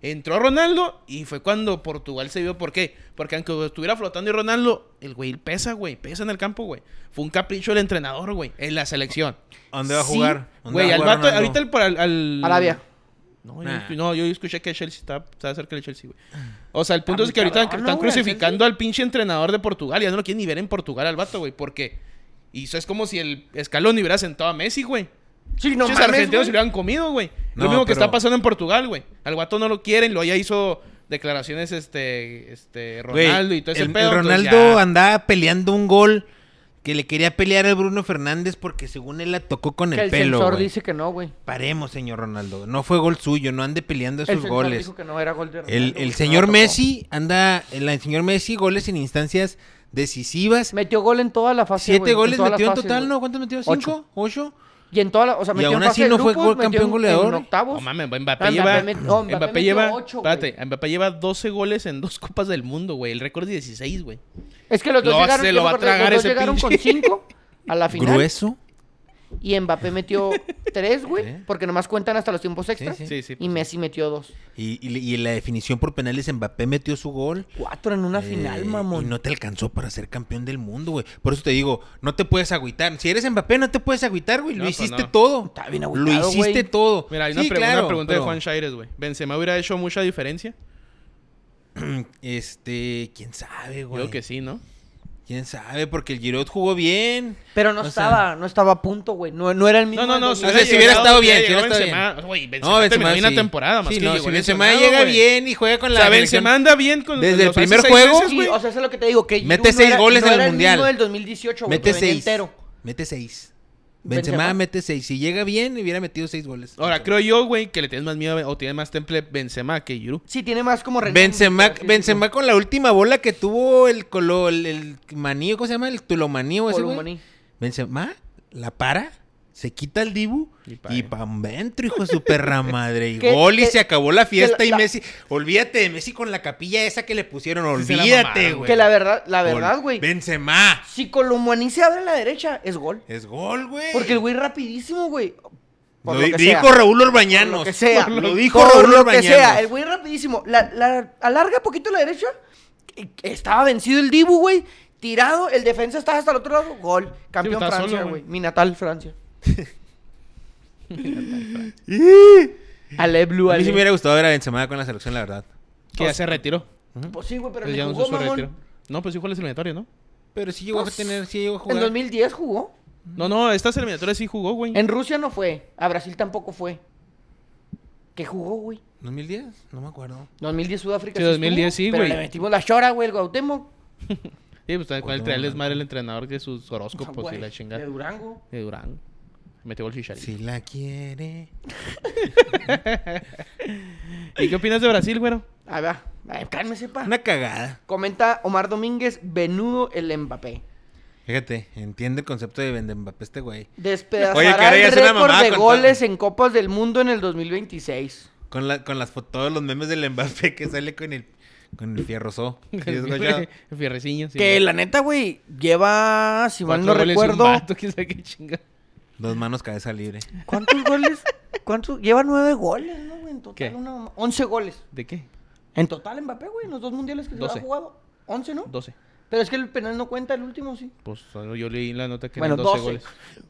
S3: Entró Ronaldo y fue cuando Portugal se vio. ¿Por qué? Porque aunque estuviera flotando y Ronaldo, el güey pesa, güey. Pesa en el campo, güey. Fue un capricho del entrenador, güey. En la selección.
S2: ¿A ¿Dónde va a
S1: Sí,
S2: jugar? ¿Dónde
S3: Güey,
S2: va a
S3: al
S2: jugar
S3: vato,
S2: Ronaldo?
S3: ahorita el por al, al-
S1: Arabia.
S3: No,
S2: Nah.
S3: yo, no, yo escuché que Chelsea estaba, estaba cerca del Chelsea, güey. O sea, el
S2: Ah,
S3: punto es que ahorita
S1: cabrón,
S3: están
S1: ¿no, güey?
S3: crucificando al pinche entrenador de Portugal. Ya no lo quieren ni ver en Portugal al vato, güey. Porque. Y eso es como si el escalón hubiera sentado a Messi, güey.
S1: Sí, no
S3: Los
S1: mames,
S3: argentinos
S1: güey.
S3: se lo han comido, güey. lo
S2: No,
S3: mismo que
S2: pero-
S3: está pasando en Portugal, güey. Al guato no lo quieren, lo ya hizo declaraciones este este
S2: Güey,
S3: Ronaldo y todo ese
S2: el, el
S3: pedo.
S1: pues
S3: entonces
S2: Ronaldo
S3: ya-
S2: andaba peleando un gol que le quería pelear al Bruno Fernández porque según él la tocó con el,
S1: Que el
S2: pelo.
S1: sensor
S2: güey.
S1: dice que no, güey.
S2: Paremos, señor Ronaldo. No fue gol suyo, no ande peleando
S1: El
S2: esos
S1: sensor
S2: goles.
S1: dijo que no era gol de Ronaldo,
S2: El,
S1: güey,
S2: el
S1: que
S2: señor
S1: no la tocó.
S2: Messi anda, el, el señor Messi goles en instancias decisivas.
S1: Metió gol en toda la fase,
S2: Siete
S1: güey,
S2: goles
S1: todas las
S2: metió en
S1: fases,
S2: total,
S1: güey.
S2: ¿no? ¿Cuántos metió?
S1: Ocho.
S2: ¿Cinco? ¿Ocho?
S1: Y en toda la, o sea,
S2: Y
S1: metió en
S2: aún así
S1: fase de
S2: no fue
S1: grupos,
S2: gol
S1: metió
S2: campeón
S1: en-
S2: goleador.
S1: En octavos.
S3: No mames, Mbappé
S1: Ah,
S3: lleva.
S1: Mbappé met- no, Mbappé
S3: Mbappé
S1: metió
S3: lleva.
S1: ocho, güey.
S3: espérate, Mbappé lleva 12 goles en dos Copas del Mundo, güey. El récord es 16, güey.
S1: es que los dos
S3: Lo-
S1: llegaron,
S3: se
S1: yo
S3: lo
S1: me
S3: va a
S1: acordé, los
S3: tragar
S1: dos
S3: ese
S1: llegaron con
S3: pinche.
S1: cinco a la final.
S2: Grueso.
S1: Y Mbappé metió tres, güey,
S2: Sí.
S1: porque nomás cuentan hasta los tiempos extras.
S2: sí.
S3: Sí, sí.
S1: Y
S3: pues,
S1: Messi metió dos.
S2: Y, y- y la definición por penales, Mbappé metió su gol.
S1: Cuatro en una
S2: Eh,
S1: final,
S2: Y
S1: mamón.
S2: no te alcanzó para ser campeón del mundo, güey. Por eso te digo, no te puedes agüitar. Si eres Mbappé, no te puedes agüitar, güey.
S3: No,
S2: Lo
S3: pues
S2: hiciste
S3: no.
S2: todo.
S1: Está bien
S2: Lo
S1: agüitado,
S2: hiciste
S1: güey.
S2: todo.
S3: Mira, hay una,
S2: Sí,
S3: pre- una
S2: claro,
S3: pregunta de
S2: pero,
S3: Juan Shaires, güey. ¿Benzema hubiera hecho mucha diferencia?
S2: Este, quién sabe,
S3: Yo
S2: güey.
S3: creo que sí, ¿no?
S2: Quién sabe, porque el Giroud jugó bien.
S1: Pero no
S2: O sea-
S1: estaba, no estaba a punto, güey. No, no era el mismo.
S3: No, no,
S1: del
S3: no.
S2: O sea, si hubiera
S3: llegado-
S2: estado bien, si
S3: llegó
S2: hubiera estado
S3: Benzema, Güey, Benzema,
S2: No, Benzema
S3: terminó una
S2: sí.
S3: temporada más
S2: Sí,
S3: que
S2: no,
S3: llegó
S2: si Benzema
S3: lesionado,
S2: llega
S3: güey.
S2: bien y juega con
S3: O
S2: la
S3: sea,
S2: selección-
S3: Benzema anda bien con
S2: Desde el
S3: los hace
S2: primer
S3: seis
S2: juego,
S3: meses,
S1: Sí,
S3: güey.
S1: o sea, eso es lo que te digo, que Giroud
S2: Mete seis
S1: era-
S2: goles en el
S1: era
S2: Mundial.
S1: mismo del 2018, güey,
S2: Mete
S1: pero venía
S2: seis.
S1: entero.
S2: Mete seis. Benzema,
S1: Benzema.
S2: mete seis. Si llega bien, hubiera metido seis goles.
S3: Ahora, creo yo, güey, que le tienes más miedo o tienes más temple Benzema que Giroud.
S1: Sí, tiene más como renombre,
S2: Benzema,
S1: por así
S2: Benzema con la última bola que tuvo el colo, el, el maní, ¿cómo se llama? El tulomanío
S1: decirlo.
S2: ese güey.
S1: Colomboní.
S2: Benzema la para, se quita el dibu
S3: Y pa'
S2: y
S3: ahí.
S2: pan dentro, hijo de su perra madre. Y
S1: Que-
S2: gol y
S1: que-
S2: se acabó la fiesta
S1: que la-
S2: y Messi. Olvídate de Messi con la capilla esa que le pusieron.
S3: Sí, se la
S2: Olvídate,
S3: mamaron,
S2: güey.
S1: Que la verdad, la
S2: Gol.
S1: verdad, güey,
S2: Benzema.
S1: si Colomboní se abre a la derecha, es gol.
S2: Es gol, güey.
S1: Porque el güey rapidísimo, güey. por
S2: Lo
S1: lo
S2: di-
S1: que sea.
S2: dijo Raúl
S1: Por
S2: Orbañanos.
S1: lo que sea.
S2: Lo, dijo
S1: Por
S2: Raúl
S1: lo que
S2: Orbañanos.
S1: sea, el güey rapidísimo. La, la- alarga poquito la derecha. y- Estaba vencido el Dibu, güey. Tirado, el defensa estaba hasta el otro lado. Gol. Campeón
S3: está
S1: Francia,
S3: solo,
S1: güey.
S3: güey.
S1: Mi natal Francia. Ale Blue,
S2: A mí sí
S1: Ale.
S2: me hubiera gustado ver a Benzema con la selección, la verdad.
S3: Que ya se retiró.
S1: Pues sí, güey, pero
S3: Pues
S1: ni
S3: ya no
S1: jugó,
S3: se
S1: mamón.
S3: retiró. No, pues sí jugó las eliminatorias, ¿no?
S2: Pero sí llegó
S1: Pues,
S2: a tener, sí llegó a jugar.
S1: En 2010 jugó.
S3: No, no, estas eliminatorias sí jugó, güey.
S1: En Rusia no fue. A Brasil tampoco fue. ¿Qué jugó, güey?
S2: 2010, no me acuerdo.
S1: 2010 Sudáfrica.
S3: Sí, 2010 sí,
S1: pero
S3: güey.
S1: le metimos la chora, güey, el Gautemoc.
S3: Sí, pues con el
S2: no,
S3: traerles
S2: no.
S3: madre el entrenador de sus
S1: Ah,
S3: horóscopos
S1: güey,
S3: y pues, la
S1: De
S3: chingada.
S1: Durango.
S3: De Durango. Metió gol Chicharito.
S2: Si la quiere.
S3: ¿Y qué opinas de Brasil, güero?
S1: A ver, a ver, Ah, cálmese, pa.
S2: Una cagada.
S1: Comenta Omar Domínguez, venudo el Mbappé.
S2: Fíjate, entiende el concepto de Vende Mbappé este güey. Oye, que
S1: Despedazará
S2: ahora ya
S1: el
S2: es una
S1: récord
S2: mamada
S1: de
S2: con
S1: goles en Copas del Mundo en el 2026.
S2: Con, la, con las fotos, todos los memes del Mbappé que sale con el, con el fierrozo. ¿Sí has escuchado?
S3: Fierreciño, sí.
S1: que la neta, güey, lleva, si mal
S3: Cuatro
S1: no
S3: goles y un
S1: recuerdo,
S3: vato, quién sabe qué chinga.
S2: Dos manos, cabeza libre.
S1: ¿cuántos goles? ¿Cuántos? Lleva nueve goles, ¿no, güey? En total,
S3: ¿Qué?
S1: una- once goles.
S3: ¿De qué?
S1: En total, Mbappé, güey, en los dos mundiales que se
S3: Doce.
S1: ha jugado. Once, ¿no?
S3: 12.
S1: Pero es que el penal no cuenta, el último sí.
S3: Pues solo yo leí la nota que
S1: Bueno,
S3: eran 12
S1: 12.
S3: goles.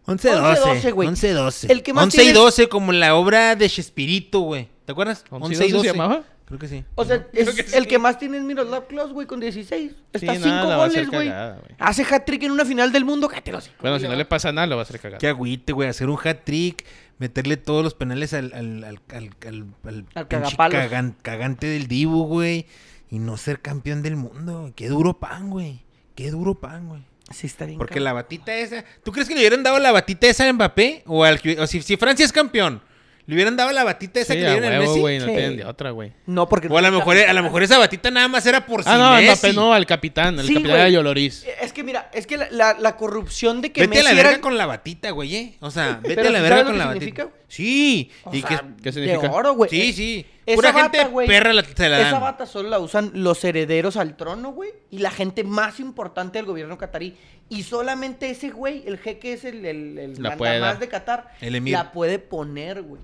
S2: 11-12.
S1: 11-12, güey.
S2: 11-12.
S1: El que más
S2: 11 y
S1: tiene-
S2: 12, como la obra de Chespirito, güey. ¿Te acuerdas?
S3: 11 y 12 se llamaba?
S2: Creo que sí.
S1: O sea, es el que más tiene es Miroslav Klose, güey, con 16. Está
S3: Sí,
S1: cinco
S3: nada, va a ser
S1: goles, güey.
S3: cagada, güey.
S1: Hace hat-trick en una final del mundo, cállate los hijos,
S3: Bueno, si no
S1: güey.
S3: le pasa nada, lo va a hacer cagado.
S2: Qué agüite, güey. Hacer un hat trick, meterle todos los penales al, al, al, al, al, al
S1: Al
S2: pinche
S1: cagapalos.
S2: cagan- cagante del Dibu, güey. Y no ser campeón del mundo. Qué duro pan, güey. Qué duro pan, güey.
S1: Sí, está bien.
S2: Porque
S1: cabrón.
S2: la batita esa. ¿Tú crees que le hubieran dado la batita esa a Mbappé? O, al, que- o si, si Francia es campeón, ¿le hubieran dado la batita esa
S3: Sí,
S2: que
S3: a
S2: le dieron a
S3: huevo,
S2: Messi?
S3: güey, no
S1: Sí.
S3: tienen de otra, güey.
S1: No, porque...
S2: O a lo, mejor, a lo mejor esa batita nada más era por si
S3: Ah, no,
S2: Messi.
S3: Mbappé no, al capitán, el
S1: Sí,
S3: capitán
S1: güey.
S3: de Lloris.
S1: Es que mira, es que la, la- la corrupción de que
S2: Vete a la
S1: Messi
S2: verga
S1: era...
S2: con la batita, güey, ¿eh? O sea, vete
S1: Pero
S2: a la
S1: ¿sí
S2: verga
S1: sabes lo
S2: con
S1: que
S2: la
S1: significa,
S2: batita.
S1: güey?
S2: Sí.
S1: O
S2: y
S1: sea,
S2: que-
S3: ¿Qué significa?
S1: De oro, güey.
S2: sí,
S1: Eh,
S2: sí.
S1: esa
S2: Pura
S1: bata,
S2: gente
S1: güey,
S2: perra la, se la
S1: Esa
S2: dan.
S1: bata solo la usan los herederos al trono, güey, y la gente más importante del gobierno catarí. Y solamente ese güey, el jeque es el, el, el
S3: La puede
S1: mandamás
S3: dar.
S1: de Qatar,
S2: El emir.
S1: la puede poner, güey.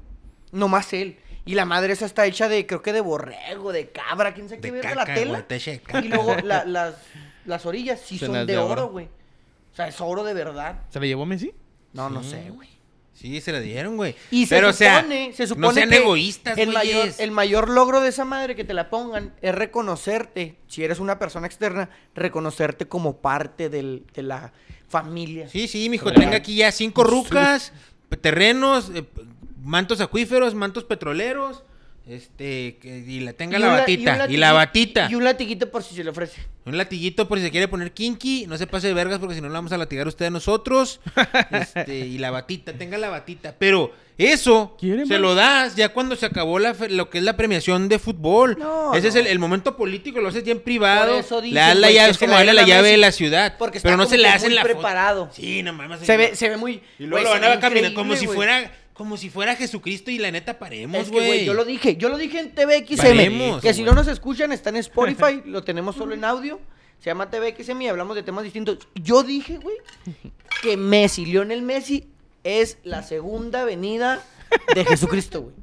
S1: Nomás él. Y la madre esa está hecha de, creo que de borrego, de cabra, quién sabe qué
S2: De
S1: verga
S2: caca,
S1: la
S2: güey,
S1: tela.
S2: teche de caca.
S1: Y luego la- las, las orillas sí
S3: Son
S1: son
S3: las
S1: de,
S3: de oro.
S1: oro, güey. O sea, es oro de verdad.
S3: ¿Se la llevó Messi?
S1: No, no
S2: Sí.
S1: sé, güey.
S2: Sí, se la dieron, güey.
S1: Y se
S2: Pero,
S1: supone,
S2: o sea,
S1: se supone
S2: no sean
S1: que
S2: egoístas,
S1: el mayor,
S2: güeyes.
S1: el mayor logro de esa madre que te la pongan es reconocerte, si eres una persona externa, reconocerte como parte del- de la familia.
S2: Sí, sí, mijo,
S3: Real.
S2: tenga aquí ya cinco rucas, p- terrenos, eh, p- mantos acuíferos, mantos petroleros, este, que- y la tenga la
S1: un la-
S2: batita,
S1: un
S2: y, la
S1: latiguito-
S2: batita.
S1: Y un latiguito por si se le ofrece.
S2: Un latiguito por si se quiere poner kinky, no se pase de vergas porque si no la vamos a latigar usted a nosotros. Este, y la batita, tenga la batita. Pero eso
S3: ¿Quiere
S2: se
S3: más?
S2: lo das ya cuando se acabó la, fe- lo que es la premiación de fútbol.
S1: No,
S2: Ese es
S1: no.
S2: el, el momento político, lo haces ya en privado.
S1: Por eso dicen,
S2: le das la
S1: güey, que
S2: llave, es
S1: se
S2: como
S1: la
S2: darle la
S1: den a
S2: llave de
S1: Messi,
S2: la ciudad.
S1: porque está
S2: pero no
S1: como
S2: se
S1: que
S2: la hacen
S1: muy
S2: la foto.
S1: preparado.
S2: Sí, no mames.
S1: Se
S2: así
S1: ve,
S2: no.
S1: se ve muy...
S2: Y luego
S1: güey,
S2: lo
S1: se
S2: van a
S1: ve
S2: caminar
S1: increíble,
S2: como si
S1: güey.
S2: fuera como si fuera Jesucristo y la neta paremos,
S1: Es que, güey,
S2: güey.
S1: yo lo dije, yo lo dije en TVXM.
S2: Paremos,
S1: que si
S2: güey.
S1: no nos escuchan, está en Spotify, lo tenemos solo en audio. Se llama TVXM y hablamos de temas distintos. Yo dije, güey, que Messi, Lionel Messi, es la segunda venida de Jesucristo, güey.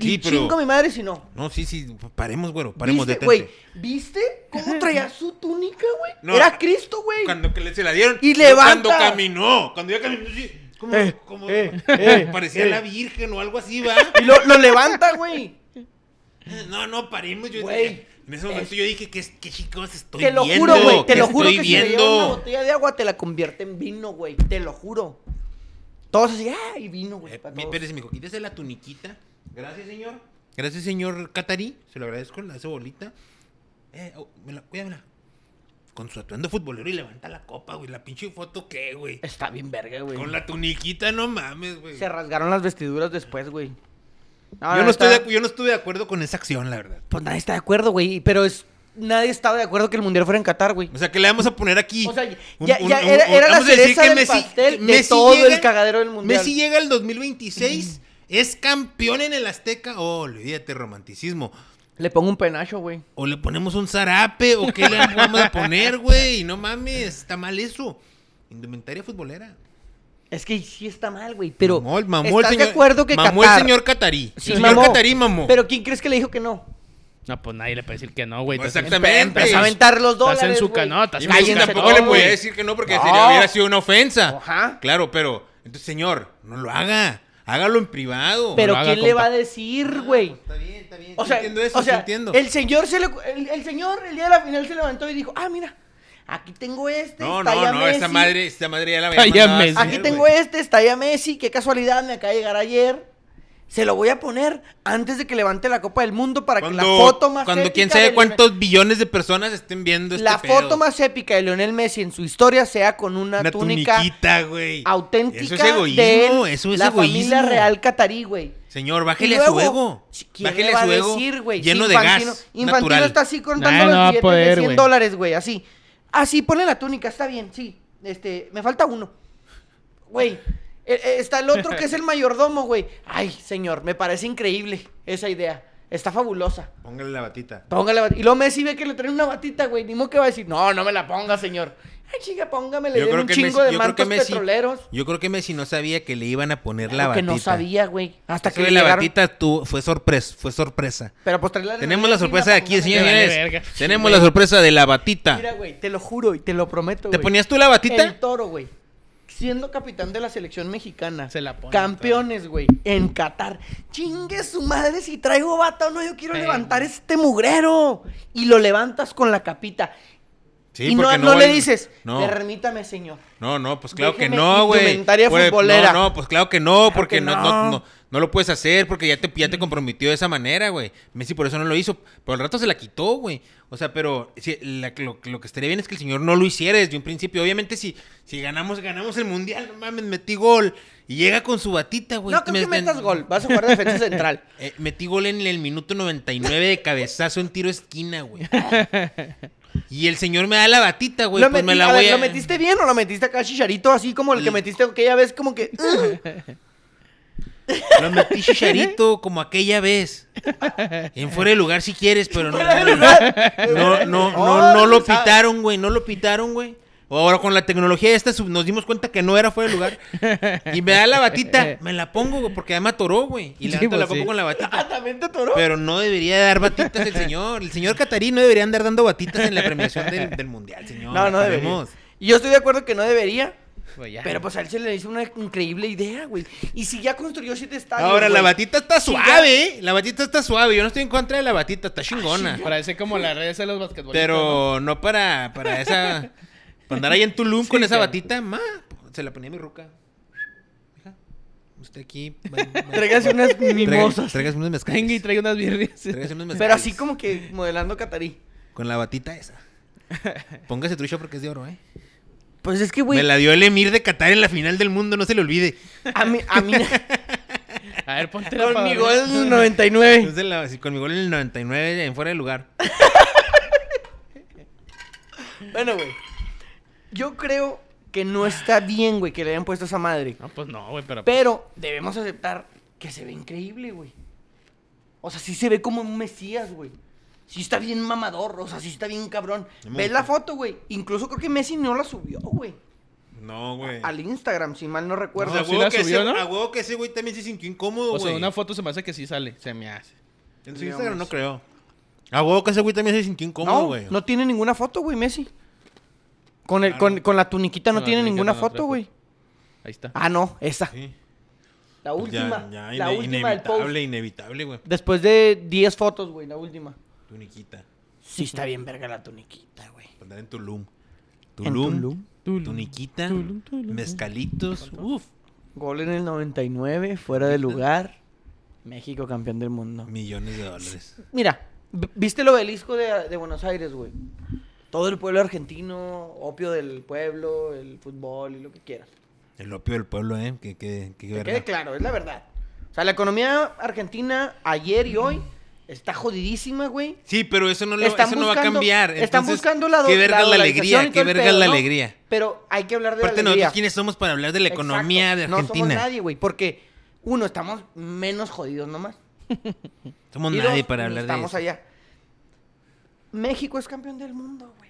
S2: Sí,
S1: y
S2: pero-
S1: chingo a mi madre si no.
S2: No, sí, sí, paremos, güero, paremos,
S1: ¿Viste,
S2: detente.
S1: güey? ¿Viste cómo traía su túnica, güey?
S2: No.
S1: Era Cristo, güey.
S2: Cuando que le- se la dieron.
S1: Y
S2: pero
S1: levanta.
S2: Cuando caminó. Cuando ya caminó así. Como,
S1: Eh,
S2: como-
S1: eh,
S2: como
S1: eh,
S2: parecía
S1: eh.
S2: la virgen o algo así, ¿va?
S1: Y lo, lo levanta, güey.
S2: No, no, paremos. Yo
S1: Güey,
S2: en ese momento yo dije, ¿qué, qué chicos estoy
S1: Te lo
S2: viendo?
S1: juro, güey. Te
S2: ¿Qué
S1: lo juro
S2: estoy
S1: que si le llevas una
S2: viendo. Eh,
S1: botella de agua te la convierte en vino, güey. Te lo juro. Todos así, ¡ay, vino, güey!
S2: Eh,
S1: para
S2: mi-
S1: todos.
S2: Espérese, mijo, quítese la tuniquita. Gracias, señor. Gracias, señor Catarí. Se lo agradezco, la hace bolita. Eh, oh, me la- cuídamela. Con su atuendo futbolero y levanta la copa, güey. La pinche foto, ¿qué, güey?
S1: Está bien verga, Eh, güey.
S2: Con la tuniquita, no mames, güey.
S1: Se rasgaron las vestiduras después, güey.
S2: yo, no estoy de,
S1: Ah, está-
S2: acu- yo no estuve de acuerdo con esa acción, la verdad.
S1: Pues nadie está de acuerdo, güey. Pero es... Nadie estaba de acuerdo que el mundial fuera en Qatar, güey.
S2: O sea, que le vamos a poner aquí.
S1: O sea, ya- ya era- era la
S2: vamos a decir
S1: cereza
S2: que
S1: del pastel de todo el cagadero del mundial.
S2: Messi llega al 2026, es campeón en el Azteca. Oh, olvídate, romanticismo.
S1: Le pongo un penacho, güey.
S2: O le ponemos un zarape, o qué le vamos a poner, güey. No mames, está mal eso. Indumentaria futbolera.
S1: Es que sí está mal, güey. Pero...
S2: mamó, el- mamó
S1: ¿Estás
S2: el señor,
S1: de acuerdo que
S2: mamó
S1: Qatar...
S2: el señor Catarí.
S1: Sí,
S2: el señor
S1: mamó.
S2: Catarí mamó.
S1: Pero ¿quién crees que le dijo que no?
S3: No, pues nadie le puede decir que no, güey.
S2: Pues
S3: Estás en-
S2: exactamente.
S1: Empezó a aventar los
S3: Estás
S1: dólares,
S3: en su
S1: güey.
S3: canota,
S2: Y
S3: estás
S2: Messi
S1: Cállense
S2: tampoco
S1: todos,
S2: le podía
S1: güey.
S2: decir que no porque
S1: No.
S2: sería- hubiera sido una ofensa.
S1: Ajá.
S2: Claro, pero, entonces, señor, no lo haga. Hágalo en privado.
S1: Pero
S3: haga,
S1: ¿quién le
S3: compa.
S1: va a decir, güey?
S2: Está bien, está bien.
S1: O
S2: Sí
S1: sea,
S2: entiendo eso,
S1: o sea,
S2: sí entiendo.
S1: el señor se le, el, el señor el día de la final se levantó y dijo, ah, mira, aquí tengo este,
S2: No,
S1: está ya
S2: no, no,
S1: Messi,
S2: esa madre, esa madre ya la
S3: Está
S2: había
S3: Ah, ya
S2: mandado a
S3: Messi.
S2: hacer,
S1: aquí tengo
S2: güey.
S1: este, está ya Messi, qué casualidad me acaba de llegar ayer. se lo voy a poner antes de que levante la Copa del Mundo para
S2: Cuando,
S1: que la foto más
S2: cuando
S1: épica
S2: quién
S1: de
S2: sabe
S1: Lionel-
S2: cuántos billones de personas estén viendo este
S1: la
S2: pedo.
S1: foto más épica de Lionel Messi en su historia sea con una,
S2: Una
S1: túnica
S2: tuniquita, güey.
S1: auténtica
S2: Eso es egoísmo,
S1: de él,
S2: eso es
S1: la
S2: egoísmo.
S1: familia real catarí, güey.
S2: Señor,
S1: Y
S2: bájele
S1: luego,
S2: a su ego.
S1: ¿quién
S2: Bájele
S1: le va
S2: a su
S1: a
S2: ego.
S1: decir, güey?
S2: lleno
S1: Si
S2: de
S1: Infantino-
S2: gas.
S1: Infantino
S2: natural.
S1: está así contando
S3: Nah,
S1: los
S3: no va a
S1: billetes de
S3: poder,
S1: 100
S3: güey.
S1: dólares, güey, así. Así, ponle la túnica, está bien, sí. Este, me falta uno. Güey, eh, eh, está el otro que es el mayordomo, güey. Ay, señor, me parece increíble esa idea. Está fabulosa.
S2: Póngale la batita.
S1: Póngale bat- Y luego Messi ve que le traen una batita, güey. Ni modo que va a decir, no, no me la ponga, señor. Ay, chinga, póngame, le
S2: Yo
S1: dieron
S2: creo
S1: un
S2: que
S1: chingo
S2: Messi-
S1: de
S2: yo creo que
S1: mantos
S2: Messi-
S1: petroleros.
S2: Yo creo que Messi no sabía que le iban a poner la
S1: Claro que
S2: batita.
S1: no sabía, güey. Hasta
S2: Eso
S1: que
S2: de
S1: le
S2: la
S1: llegaron.
S2: batita tú, fue sorpresa, fue sorpresa.
S1: Pero pues traerla de
S2: Tenemos la
S1: regreso y
S2: sorpresa de aquí,
S1: pongamos en-
S3: señor.
S2: señores.
S3: Vale, verga.
S2: Tenemos la sorpresa de la batita.
S1: Mira, güey, te lo juro y te lo prometo,
S2: ¿Te
S1: güey.
S2: ponías tú la
S1: El
S2: batita?
S1: toro, güey. Siendo capitán de la selección mexicana.
S3: Se la pone el
S1: Campeones, güey. En Qatar. Chingue su madre si traigo bata o no. Yo quiero
S3: Sí,
S1: levantar este mugrero. Y lo levantas con la capita.
S2: Sí,
S1: y no,
S2: porque
S1: no le
S2: vale-
S1: dices,
S2: No,
S1: permítame, señor.
S2: no, no, pues claro que
S1: Déjeme
S2: no, güey.
S1: indumentaria
S2: Pues,
S1: futbolera.
S2: No, no, pues claro que no, porque
S1: que
S2: no.
S1: no.
S2: No, no, no lo puedes hacer porque ya te, ya te comprometió de esa manera, güey. Messi por eso no lo hizo. Por el rato se la quitó, güey. O sea, pero si- la- lo, lo que estaría bien es que el señor no lo hiciera desde un principio. Obviamente, si, si ganamos, ganamos el mundial. No mames, metí gol. Y llega con su batita, güey.
S1: no, creo
S2: Pues Me-
S1: que
S2: me-
S1: metas gol. Vas a jugar de defensa central.
S2: Eh, metí gol en el minuto 99 de cabezazo en tiro esquina, güey. Y el señor me da la batita, güey.
S1: lo,
S2: pues me
S1: metí-
S2: la
S1: a ver,
S2: voy a...
S1: ¿lo metiste bien o lo metiste acá chicharito? Así como el que
S2: Le-
S1: metiste aquella vez, como que. "Ugh".
S2: Lo metí chicharito como aquella vez. En fuera de lugar si quieres, pero no. No, no, no, no, no lo
S1: ¿sabes?
S2: pitaron, güey. No lo pitaron, güey. Ahora con la tecnología esta sub- nos dimos cuenta que no era fuera de lugar. Y me da la batita, me la pongo, güey, porque además atoró, güey. Y la
S3: Sí,
S2: neta la
S3: pues,
S2: pongo
S3: sí.
S2: con la batita.
S1: Ah, también te atoró.
S2: Pero no debería dar batitas el señor. El señor Catarí no debería andar dando batitas en la premiación del, del mundial, señor.
S1: No, no debería.
S2: Sabemos.
S1: Y yo estoy de acuerdo que no debería.
S3: Pues ya.
S1: Pero pues a él se le hizo una increíble idea, güey. Y si ya construyó siete estadios.
S2: Ahora, la
S1: güey.
S2: batita está
S1: Sí, ya.
S2: suave, ¿eh? La batita está suave. Yo no estoy en contra de la batita, está chingona.
S3: Parece como la red de los basquetbolistas. ¿no?
S2: Pero no para, para esa. Para andar ahí en Tulum
S3: Sí,
S2: con esa
S3: claro.
S2: batita, ma. Se la ponía mi ruca. Mija, Usted aquí.
S1: Tráigase unas mimosas.
S2: Tráigase unos mezcales.
S3: Venga y trae unas birrias.
S2: Tráigase unos
S1: Pero
S2: mezcales.
S1: así como que modelando catarí.
S2: Con la batita esa. Póngase trucha porque es de oro, ¿eh?
S1: Pues es que,
S2: Me
S1: güey,
S2: la dio el Emir de Qatar en la final del mundo, no se le olvide.
S1: a mí, a mí,
S3: A ver, ponte la
S1: con mi
S3: palabra.
S1: gol 99.
S2: Entonces, la- si con mi gol en el 99 en fuera de lugar.
S1: Bueno, güey, yo creo que no está bien, güey, que le hayan puesto esa madre.
S3: No, pues no, güey, pero.
S1: Pero debemos aceptar que se ve increíble, güey. O sea, sí se ve como un mesías, güey. Sí está bien mamador, o sea, sí está bien cabrón.
S2: No me
S1: Ves
S2: gusta.
S1: la foto, güey. Incluso creo que Messi no la subió, güey.
S2: No, güey.
S1: Al Instagram, si mal no recuerdo.
S2: a,
S3: No, sí
S2: huevo
S3: la
S2: que
S3: subió,
S2: ese,
S3: ¿no?
S2: a huevo que ese güey también se sintió incómodo,
S3: o
S2: güey.
S3: sea, una foto se me hace que sí sale. Se me hace.
S2: En
S1: Digamos.
S2: su Instagram no creo. A huevo que ese güey también se sintió incómodo,
S1: no,
S2: güey.
S1: no tiene ninguna foto, güey, Messi. Con, el,
S2: Claro.
S1: con, con la tuniquita no
S3: Con la
S1: tiene
S3: tuniquita
S1: ninguna
S3: no
S1: foto,
S3: trae
S1: güey.
S3: Ahí está.
S1: Ah, no, esa.
S2: Sí.
S1: La
S2: Pues ya-
S1: última.
S2: ya,
S1: la
S2: ine-
S1: última del post.
S2: inevitable, inevitable, güey.
S1: Después de 10 fotos, güey, la última.
S2: Tuniquita.
S1: Sí está bien verga la tuniquita, güey.
S2: Para andar en Tulum.
S1: En
S2: Tulum.
S1: Tulum.
S2: Tuniquita.
S3: Tulum, Tulum.
S2: Mezcalitos. Uf.
S1: Gol en el 99, fuera de lugar. México campeón del mundo.
S2: Millones de dólares.
S1: Mira, v- ¿viste el obelisco de, de Buenos Aires, güey? Todo el pueblo argentino, opio del pueblo, el fútbol y lo que quieras.
S2: El opio del pueblo, ¿eh? Que, que, que
S1: Que
S2: verga.
S1: quede claro, es la verdad. O sea, la economía argentina ayer y hoy está jodidísima, güey.
S2: Sí, pero eso no, lo-
S1: Están
S2: eso no va a
S1: buscando-
S2: cambiar.
S1: están
S2: Entonces,
S1: buscando la do-
S2: Qué verga la,
S1: dolarización y
S2: alegría,
S1: todo
S2: qué
S1: el
S2: verga
S1: pedo,
S2: la
S1: ¿no?
S2: alegría.
S1: Pero hay que hablar de
S2: Aparte,
S1: la alegría.
S2: nosotros quiénes somos para hablar de la economía
S1: Exacto.
S2: de
S1: No somos
S2: Argentina.
S1: nadie, güey, porque uno, estamos menos jodidos nomás.
S2: Somos
S1: Y
S2: nadie,
S1: dos,
S2: para hablar de
S1: estamos
S2: eso.
S1: allá. México es campeón del mundo, güey.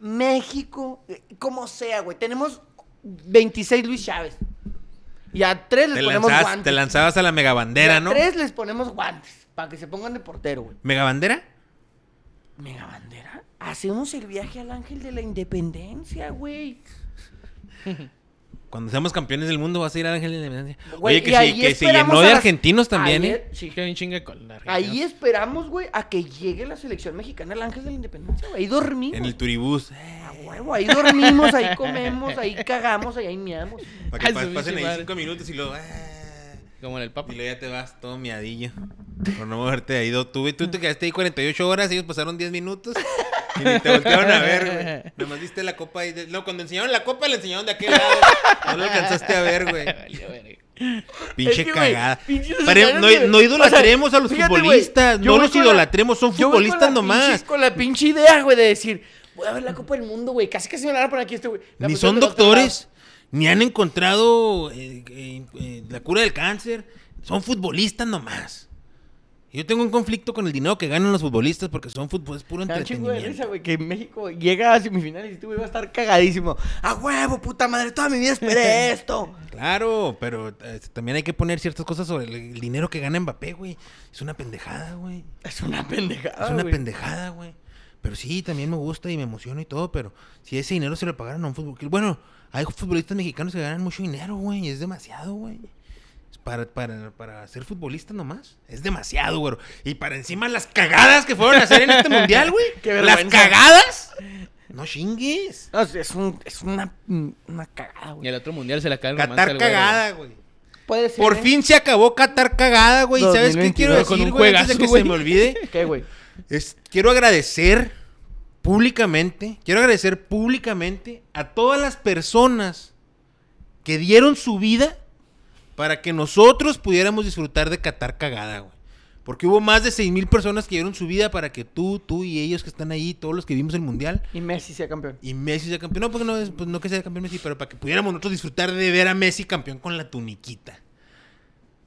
S1: México, eh, como sea, güey. Tenemos 26 Luis Chávez. Y a tres les
S2: Te
S1: ponemos
S2: lanzabas,
S1: guantes.
S2: te lanzabas a la
S1: y
S2: megabandera,
S1: a
S2: ¿no?
S1: tres les ponemos guantes para que se pongan de portero, güey.
S2: ¿Megabandera?
S1: Mega bandera. Hacemos el viaje al ángel de la independencia, güey.
S2: Cuando seamos campeones del mundo vas a ir al Ángel de la Independencia.
S1: Güey,
S2: Oye, que,
S1: y
S2: se,
S1: ahí
S2: que se
S1: esperamos
S2: llenó
S1: a
S2: de
S1: las-
S2: argentinos también,
S1: Ayer-
S2: ¿eh?
S1: sí.
S3: Que hay un chingo de col- la región.
S1: Ahí esperamos, güey, a que llegue la selección mexicana al ángel de la independencia, güey. Ahí dormimos.
S2: En el turibús. Eh,
S1: A huevo, ahí dormimos, ahí comemos, ahí cagamos, ahí ahí meamos.
S2: para que
S3: Al
S2: pa-
S3: subirse,
S2: pasen ahí
S3: madre.
S2: cinco minutos y luego... eh,
S3: Como en el Papa.
S2: Y luego ya te vas todo miadillo. Por no moverte de ahí. do- Tú, tú te quedaste ahí 48 horas, ellos pasaron 10 minutos. Y ni te voltearon a ver, güey. Nomás diste la copa ahí. de- No, cuando enseñaron la copa, la enseñaron de aquel lado. No lo alcanzaste a ver, güey.
S3: Valió verga.
S2: Pinche
S1: Es que, güey,
S2: cagada.
S1: pinches
S2: Pare- no,
S1: escenarios,
S2: no
S1: güey.
S2: idolatremos
S1: O sea,
S2: a los
S1: fíjate, güey,
S2: futbolistas.
S1: yo
S2: no
S1: voy
S2: los
S1: con la-
S2: idolatremos, son
S1: yo voy con
S2: futbolistas
S1: la
S2: nomás.
S1: pinche- con la pinche idea, güey, de decir, voy a ver la Copa del Mundo, güey. Casi casi me la dan por aquí este, güey. La
S2: Ni
S1: pusieron
S2: son
S1: del otro lado.
S2: doctores, ni han encontrado eh, eh, eh, la cura del cáncer. Son futbolistas nomás. Yo tengo un conflicto con el dinero que ganan los futbolistas porque son fútbol, es puro
S1: Me da un chingo de risa,
S2: entretenimiento.
S1: güey, que México llega a semifinales y tú, güey, va a estar cagadísimo. ¡A huevo, puta madre! Toda mi vida esperé esto.
S2: Claro, pero eh, también hay que poner ciertas cosas sobre el, el dinero que gana Mbappé, güey. Es una pendejada, güey.
S1: Es una pendejada,
S2: Es una
S1: Ah, güey.
S2: pendejada, güey. Pero sí, también me gusta y me emociono y todo, pero si ese dinero se lo pagaran a un futbolista... Bueno, hay futbolistas mexicanos que ganan mucho dinero, güey, y es demasiado, güey. Es Para, para, para ser futbolista nomás. Es demasiado, güey. Y para encima las cagadas que fueron a hacer en este mundial, güey.
S1: Qué
S2: Las
S1: vergüenza.
S2: cagadas. No chingues.
S1: No, es- es, un- es una, una cagada,
S3: Y
S1: güey.
S3: el otro mundial se la cae el romance
S2: Qatar
S3: al güey,
S2: cagada, güey.
S1: Puede ser.
S2: Por
S1: ¿eh?
S2: fin se acabó Qatar cagada, güey. ¿Sabes qué
S1: 2022?
S2: quiero
S3: Con
S2: decir,
S3: un
S2: güey? Antes de
S3: juegazo,
S2: que
S3: güey.
S2: se me olvide.
S1: ¿Qué, güey?
S2: Es- quiero agradecer públicamente, quiero agradecer públicamente a todas las personas que dieron su vida para que nosotros pudiéramos disfrutar de Qatar cagada, güey. Porque hubo más de 6 mil personas que dieron su vida para que tú, tú y ellos que están ahí, todos los que vimos el mundial,
S1: Y Messi sea campeón.
S2: y Messi sea campeón. No, porque no, es- pues no que sea campeón Messi, pero para que pudiéramos nosotros disfrutar de ver a Messi campeón con la tuniquita.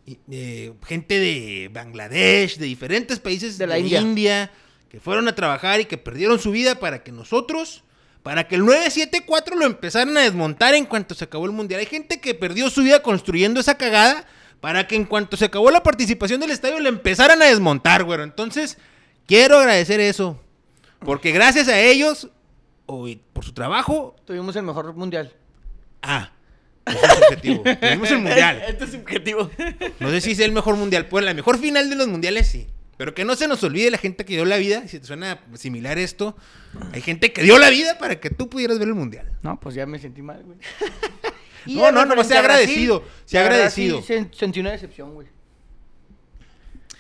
S2: Y, eh, gente de Bangladesh, de diferentes países
S1: De la India.
S2: que fueron a trabajar y que perdieron su vida para que nosotros, para que el 974 lo empezaran a desmontar en cuanto se acabó el mundial. Hay gente que perdió su vida construyendo esa cagada para que en cuanto se acabó la participación del estadio le empezaran a desmontar, güero. Entonces, quiero agradecer eso. Porque gracias a ellos o y por su trabajo
S1: Tuvimos el mejor mundial.
S2: Ah, ese es el objetivo. Tuvimos el mundial.
S1: Este es subjetivo.
S2: No sé si es el mejor mundial. Pues la mejor final de los mundiales sí. Pero que no se nos olvide la gente que dio la vida. Si te suena similar esto, hay gente que dio la vida para que tú pudieras ver el mundial.
S1: No, pues ya me sentí mal, güey.
S2: No, no, no,
S1: referente
S2: sea
S1: a Brasil,
S2: agradecido, sea
S1: la verdad
S2: agradecido.
S1: sí sen- sentí una decepción, güey.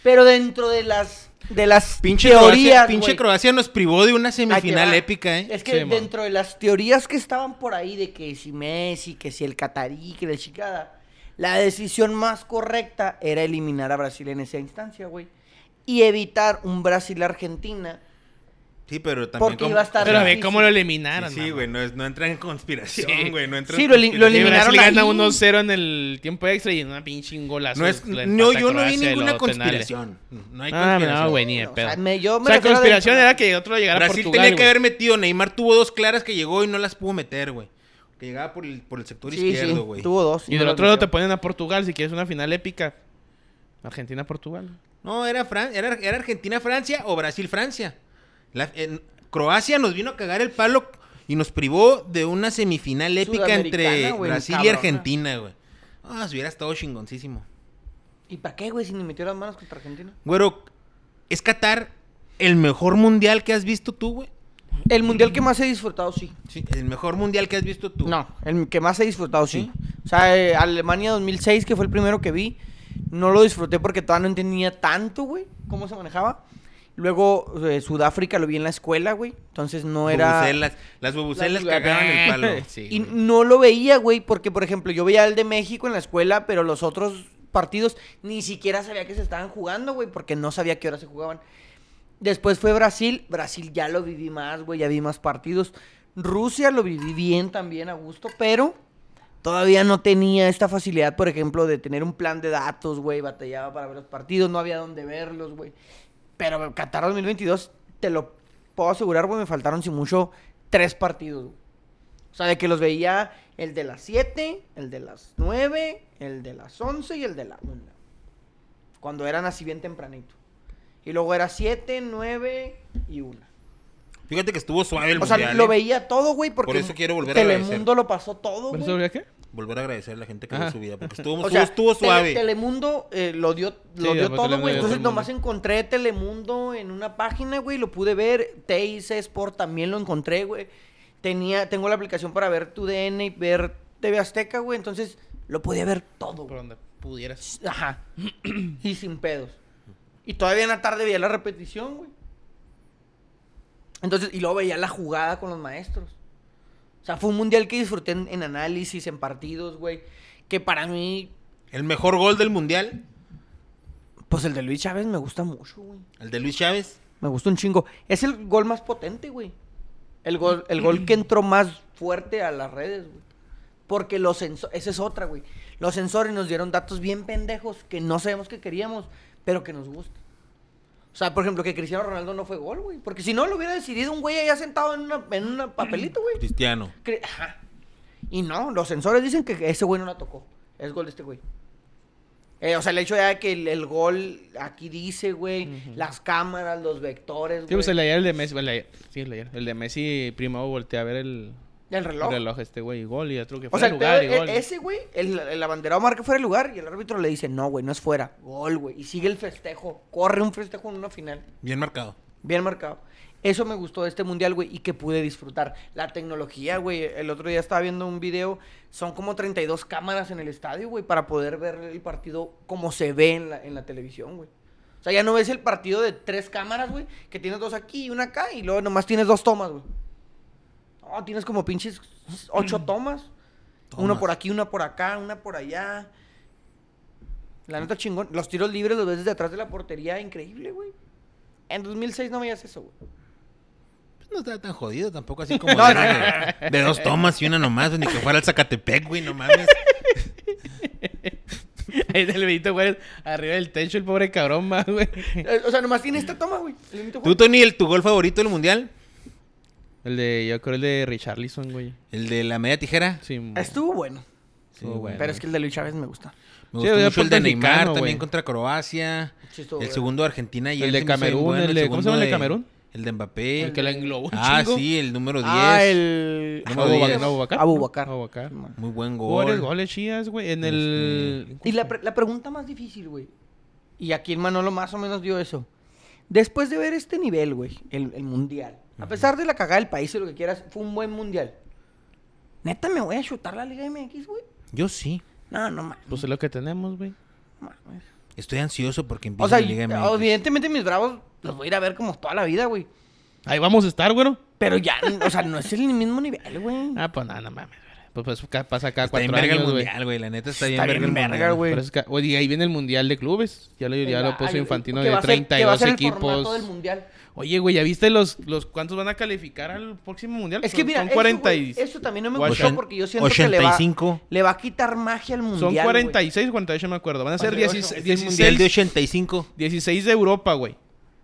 S1: Pero dentro de las de las
S2: Pinche,
S1: teorías,
S2: Croacia, pinche
S1: güey,
S2: Croacia nos privó de una
S1: ahí te
S2: semifinal
S1: va.
S2: épica, ¿eh?
S1: Es que
S3: Sí, mon.
S1: dentro de las teorías que estaban por ahí de que si Messi, que si el Catarí, que la chicada, la decisión más correcta era eliminar a Brasil en esa instancia, güey. Y evitar un Brasil-Argentina.
S2: Sí, pero también.
S1: Porque iba a estar-
S3: Pero ve
S1: Sí,
S3: cómo
S1: sí.
S3: lo
S2: Sí,
S3: eliminaron.
S2: sí, güey, no, es- no entra en
S3: Sí.
S2: conspiración, güey. No entra
S1: Sí,
S2: en
S1: lo eli- lo
S2: conspiración.
S3: Le
S1: eliminaron
S3: Brasil gana
S1: ahí.
S3: 1-0 en el tiempo extra y en una pinche golazo.
S2: No es,
S3: le
S2: no,
S3: empata
S2: yo no vi
S3: Croacia y
S2: ninguna
S3: luego penales.
S2: conspiración. No hay
S3: Ah,
S2: conspiración.
S3: no, güey, ni de
S1: O
S3: pedo.
S1: sea, me- yo me
S3: O sea,
S1: refiero a
S3: conspiración
S1: dentro-
S3: era que otro llegara a
S2: Brasil
S3: Portugal,
S2: tenía que
S3: güey.
S2: haber metido. Neymar tuvo dos claras que llegó y no las pudo meter, güey. Que llegaba por el, por el sector
S1: Sí, sí,
S2: izquierdo, güey.
S1: tuvo dos.
S3: Y
S1: no
S3: del
S1: las
S3: otro lado
S1: metió.
S3: te ponen a Portugal si quieres una final épica. Argentina-Portugal.
S2: No, era, Fran- era, era Argentina-Francia o Brasil-Francia. La- en- Croacia nos vino a cagar el palo y nos privó de una semifinal épica entre
S1: Sudamericana, güey,
S2: Brasil y
S1: cabrona.
S2: Argentina, güey. Ah, se hubiera estado chingoncísimo.
S1: ¿Y para qué, güey, si ni metió las manos contra Argentina?
S2: Güero, ¿es Qatar el mejor mundial que has visto tú, güey?
S1: El mundial que más he disfrutado, sí.
S2: Sí, el mejor mundial que has visto tú.
S1: No, el que más he disfrutado, sí. O sea, eh, Alemania 2006, que fue el primero que vi, no lo disfruté porque todavía no entendía tanto, güey, cómo se manejaba. Luego, eh, Sudáfrica lo vi en la escuela, güey. Entonces no era...
S2: Bubucelas. Las bubucelas
S1: Las-
S2: cagaron el palo.
S3: Sí,
S1: Y
S3: güey.
S1: no lo veía, güey, porque, por ejemplo, yo veía el de México en la escuela, pero los otros partidos ni siquiera sabía que se estaban jugando, güey, porque no sabía a qué hora se jugaban. Después fue Brasil. Brasil ya lo viví más, güey, ya vi más partidos. Rusia lo viví bien también a gusto, pero todavía no tenía esta facilidad, por ejemplo, de tener un plan de datos, güey. Batallaba para ver los partidos, no había dónde verlos, güey. Pero Qatar 2022, te lo puedo asegurar, güey, me faltaron, sin mucho, tres partidos, güey. O sea, de que los veía el de las 7, el de las 9, el de las 11 y el de la 1. Cuando eran así bien tempranito. Y luego era 7, 9 y 1.
S2: Fíjate que estuvo suave el
S1: O sea,
S2: mundial.
S1: lo
S2: ¿eh?
S1: veía todo, güey, porque
S2: Por eso quiero volver a
S1: Telemundo lo pasó todo,
S3: ¿Pero
S1: güey.
S3: eso habría qué?
S2: volver a agradecer a la gente que
S3: Ajá.
S2: dio su vida. Porque estuvo,
S1: O sea,
S2: estuvo
S1: Tele-
S2: suave.
S1: Telemundo eh, lo dio, lo
S3: Sí,
S1: dio todo,
S3: pues, Telemundo
S1: güey.
S3: dio
S1: Entonces
S3: todo el
S1: nomás encontré Telemundo en una página, güey. Lo pude ver. TIC Sport también lo encontré, güey. Tenía, tengo la aplicación para ver tu DN y ver TV Azteca, güey. Entonces lo pude ver todo.
S3: ¿Por
S1: güey.
S3: dónde? pudieras.
S1: Ajá. y sin pedos. Y todavía en la tarde veía la repetición, güey. Entonces, y luego veía la jugada con los maestros. O sea, fue un mundial que disfruté en, en análisis, en partidos, güey. Que para mí,
S2: El mejor gol del mundial,
S1: pues el de Luis Chávez me gusta mucho, güey.
S2: el de Luis Chávez.
S1: Me gusta un chingo. Es el gol más potente, güey. El gol, el gol que entró más fuerte a las redes, güey. Porque los sensores, esa es otra, güey. Los sensores nos dieron datos bien pendejos que no sabemos que queríamos, pero que nos gusta. O sea, por ejemplo, que Cristiano Ronaldo no fue gol, güey. Porque si no, lo hubiera decidido un güey allá sentado en un en una papelito, güey.
S2: Cristiano.
S1: Cri- Ajá. Y no, los sensores dicen que ese güey no la tocó. Es gol de este güey. Eh, o sea, el hecho ya que el, el gol aquí dice, güey, las cámaras, los vectores,
S3: Sí,
S1: güey.
S3: pues el de ayer, el de Messi. El de ayer, sí, el de ayer. El de Messi, primero volteé a ver el
S1: el
S3: el
S1: reloj.
S3: reloj, este güey, y gol. Y otro que
S1: O
S3: fue
S1: sea,
S3: al
S1: el
S3: lugar
S1: pedo
S3: y
S1: e-
S3: gol.
S1: ese güey, el, el abanderado marca fuera de lugar y el árbitro le dice, no, güey, no es fuera. Gol, güey. Y sigue el festejo. Corre un festejo en una final.
S2: Bien marcado.
S1: Bien marcado. Eso me gustó de este mundial, güey, y que pude disfrutar. La tecnología, güey. El otro día estaba viendo un video. Son como 32 cámaras en el estadio, güey, para poder ver el partido como se ve en la, en la televisión, güey. O sea, ya no ves el partido de tres cámaras, güey, que tienes dos aquí y una acá, y luego nomás tienes dos tomas, güey. Oh, tienes como pinches ocho tomas. Una
S2: Tomas.
S1: por aquí, una por acá, una por allá. La neta chingón. Los tiros libres los ves desde atrás de la portería, increíble, güey. En 2006 no veías eso, güey.
S2: Pues No estaba tan jodido tampoco, así como de, de- de dos tomas y una nomás, ni que fuera al Zacatepec, güey, no mames.
S3: Ahí del Benito Juárez, arriba del techo, el pobre cabrón, más, güey.
S1: Eh, O sea, nomás tiene esta toma, güey. El Benito
S2: ¿Tú,
S1: Juárez.
S2: Tony, el, tu gol favorito del mundial?
S3: El de, yo creo, el de Richarlison, güey.
S2: ¿El de la media tijera?
S3: Sí, mo-
S1: Estuvo bueno.
S3: estuvo bueno.
S1: Pero es que el de Luis Chávez me gusta.
S2: Me gustó
S3: Sí, el
S2: mucho el de
S3: deporte
S2: Neymar,
S3: mexicano,
S2: también
S3: güey.
S2: contra Croacia.
S1: Sí, estuvo
S2: el
S1: bueno.
S2: segundo de Argentina y
S3: El
S2: él
S3: de
S2: se me hizo bien
S3: Camerún, el de- ¿cómo se
S2: segundo
S3: llama el de Camerún?
S2: El de Mbappé.
S3: El que la englobó un
S2: Ah,
S3: chingo.
S2: sí, el número 10.
S1: Ah, el...
S2: No,
S3: Abu
S2: Diez.
S3: Bakar. ¿no? Abu Bakar.
S1: Abu Bakar.
S3: Abu Bakar.
S1: Simón.
S2: Muy buen
S3: Hubo varios
S2: gol. Este,
S3: goles chidas, güey. En el.
S1: Y la, pre- la pregunta más difícil, güey. Y aquí el Manolo más o menos dio eso. Después de ver este nivel, güey, el, el mundial. A pesar de la cagada del país y lo que quieras, fue un buen mundial. Neta, me voy a chutar la Liga MX, güey.
S2: Yo sí.
S1: No, no ma-
S3: Pues es lo que tenemos, güey.
S1: mames.
S2: Estoy ansioso porque empieza
S1: O sea,
S2: la Liga MX.
S1: evidentemente mis bravos los voy a ir a ver como toda la vida, güey.
S3: Ahí vamos a estar, güey.
S1: Pero ya, o sea, no es el mismo nivel, güey.
S3: Ah, pues nada, no mames, güey. Pues, pues ca- pasa cada
S2: Está bien
S3: cuatro
S2: verga el
S3: años, güey.
S2: mundial, güey. La neta está bien
S1: Está
S2: verga el
S1: bien verga,
S2: mundial.
S1: güey.
S3: Pero es que- oye, y ahí viene el mundial de clubes. Ya lo, ya lo
S1: Venga,
S3: puso
S1: ay,
S3: Infantino
S1: que
S3: de
S1: va a ser- que va a
S3: 32
S1: ser el formato del
S3: equipos.
S1: mundial.
S3: Oye, güey, ¿ya viste los, los cuántos van a calificar al próximo mundial?
S1: Es que
S3: Son-
S1: mira,
S3: son
S1: eso, güey,
S3: 40 y-
S1: eso, también no me
S3: Ochen-
S1: gustó porque yo siento que le
S2: 85.
S1: va, le va a quitar magia al mundial.
S3: Son
S1: güey.
S3: 46 o 48, me acuerdo. Van a ser
S1: 48,
S3: 16,
S2: Es el mundial de
S3: 16,
S2: 85.
S3: 16 de Europa, güey.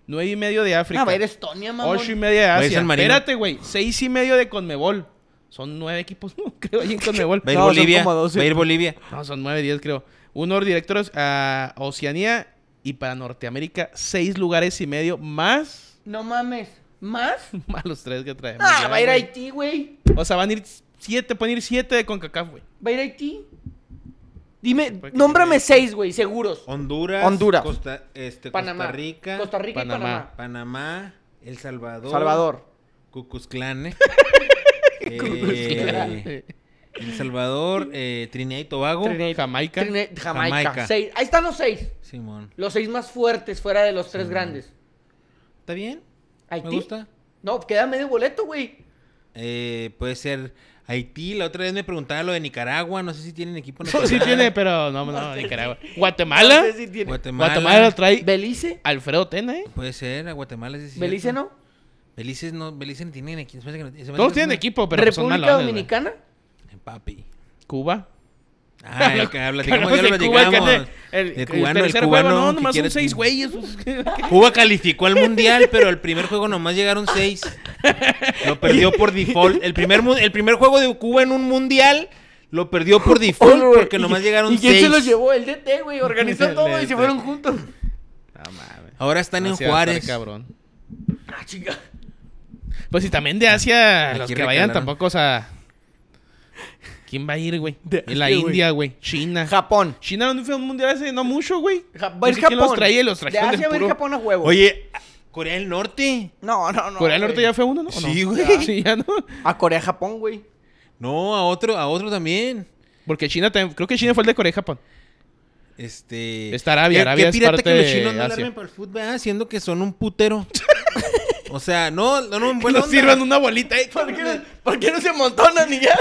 S3: 9 y medio de África.
S1: Ah, va a ir Estonia, mamón.
S3: 8 y media de
S2: Va a ir
S3: Asia.
S2: San Marino.
S3: Espérate, güey. 6 y medio de Conmebol. Son 9 equipos, no, creo, ahí en Conmebol.
S2: Va a ir
S1: No, son
S2: Bolivia.
S1: como 12.
S2: Va a ir Bolivia.
S3: No, son 9, 10 creo. Unos directores a Oceanía y para Norteamérica, 6 lugares y medio más,
S1: No mames. ¿Más?
S3: más los 3 que traemos.
S1: Ah,
S3: ya,
S1: va a ir
S3: güey.
S1: Haití, güey.
S3: O sea, van a ir 7, pueden ir 7 de CONCACAF, güey.
S1: Va a ir Haití. Dime,
S3: Puede que
S1: nómbrame
S3: llegue.
S1: seis, güey, seguros.
S2: Honduras.
S1: Honduras.
S2: Costa, este,
S1: Panamá.
S2: Costa Rica.
S1: Costa Rica y
S3: Panamá.
S1: Panamá.
S2: Panamá. El Salvador.
S1: Salvador.
S2: Cucuzclán. eh.
S1: Cucuzclán.
S2: Eh, El Salvador. eh, Trinidad y Tobago.
S1: Trinidad y-
S3: Jamaica.
S1: Trini- Jamaica.
S2: Jamaica.
S1: Seis. Ahí están los seis.
S2: Simón.
S1: Los seis más fuertes fuera de los tres grandes.
S2: ¿Está bien?
S1: Haití.
S2: Me gusta.
S1: No, queda medio boleto, güey.
S2: Eh, puede ser Haití. La otra vez me preguntaba lo de Nicaragua. No sé si tienen equipo.
S3: No, sí
S2: nacional.
S3: tiene, pero no, no, Nicaragua. Guatemala.
S1: No sé si tiene.
S2: Guatemala.
S3: Guatemala trae
S1: Belice.
S3: Alfredo Tena, ¿eh?
S2: Puede ser. A Guatemala. sí es cierto.
S1: Belice no.
S2: Belice no. Belice no tienen equipo. se me hace que no- se me hace
S3: Todos
S2: que es
S3: tienen
S2: una-
S3: equipo, pero pues, son
S1: República
S3: malones, güey.
S1: Dominicana.
S2: Papi.
S3: Cuba.
S2: Ah, el que platicamos,
S3: Hablamos
S2: ya lo
S3: de Cuba, que
S2: platicamos.
S3: es de- el-
S2: De
S3: el
S2: cubano, el
S3: tercer juego,
S2: cubano.
S3: No,
S2: que
S3: nomás
S2: quiere-
S3: son seis güeyes. pues, ¿qué?
S2: Cuba calificó al mundial, pero el primer juego nomás llegaron seis. Lo perdió por default. El primer, mu- el primer juego de Cuba en un mundial lo perdió por default
S1: Oye,
S2: porque
S1: güey,
S2: nomás
S1: ¿y-
S2: llegaron
S1: ¿Y quién
S2: seis.
S1: se los llevó? El DT, güey. Organizó
S3: El
S1: todo y se
S3: DT.
S1: fueron juntos.
S3: No mames.
S2: Ahora están en
S3: Así va a estar
S2: Juárez.
S3: Ah, cabrón.
S1: Ah, chica.
S3: Pues y también de Asia,
S2: Aquí
S3: los que vayan
S2: recalaron.
S3: tampoco, o sea. ¿Quién va a ir, güey?
S1: De
S3: Y La
S1: Asia,
S3: India, güey. China.
S1: Japón.
S3: China no fue a un mundial hace no mucho, güey.
S1: Ja-
S3: Ni
S1: va a ir
S3: siquiera
S1: Japón.
S3: los traía y los
S1: De
S3: trajeron del
S1: Asia va a ir
S3: puro-
S1: Japón a huevo.
S2: Oye, Corea del Norte.
S1: No, no, no.
S3: Corea del Norte
S1: güey.
S3: ya fue uno, ¿no? ¿O no? Ah,
S2: Sí, güey.
S3: Sí, ya no.
S1: A Corea, Japón, güey.
S2: No, a otro, a otro también.
S3: Porque China también. Creo que China fue el de Corea y Japón.
S2: Este.
S3: Está Arabia,
S2: ¿qué-
S3: Arabia
S2: qué
S3: es
S2: pirata
S3: parte
S2: que los
S3: de
S2: chinos no le
S3: Asia.
S2: armen para el fútbol, ah, siendo que son un putero. o sea, no, no, no, en buena
S3: Bueno,
S2: onda.
S3: sirvan una bolita. eh.
S1: ¿Por qué, no, por qué no se amontonan y ya?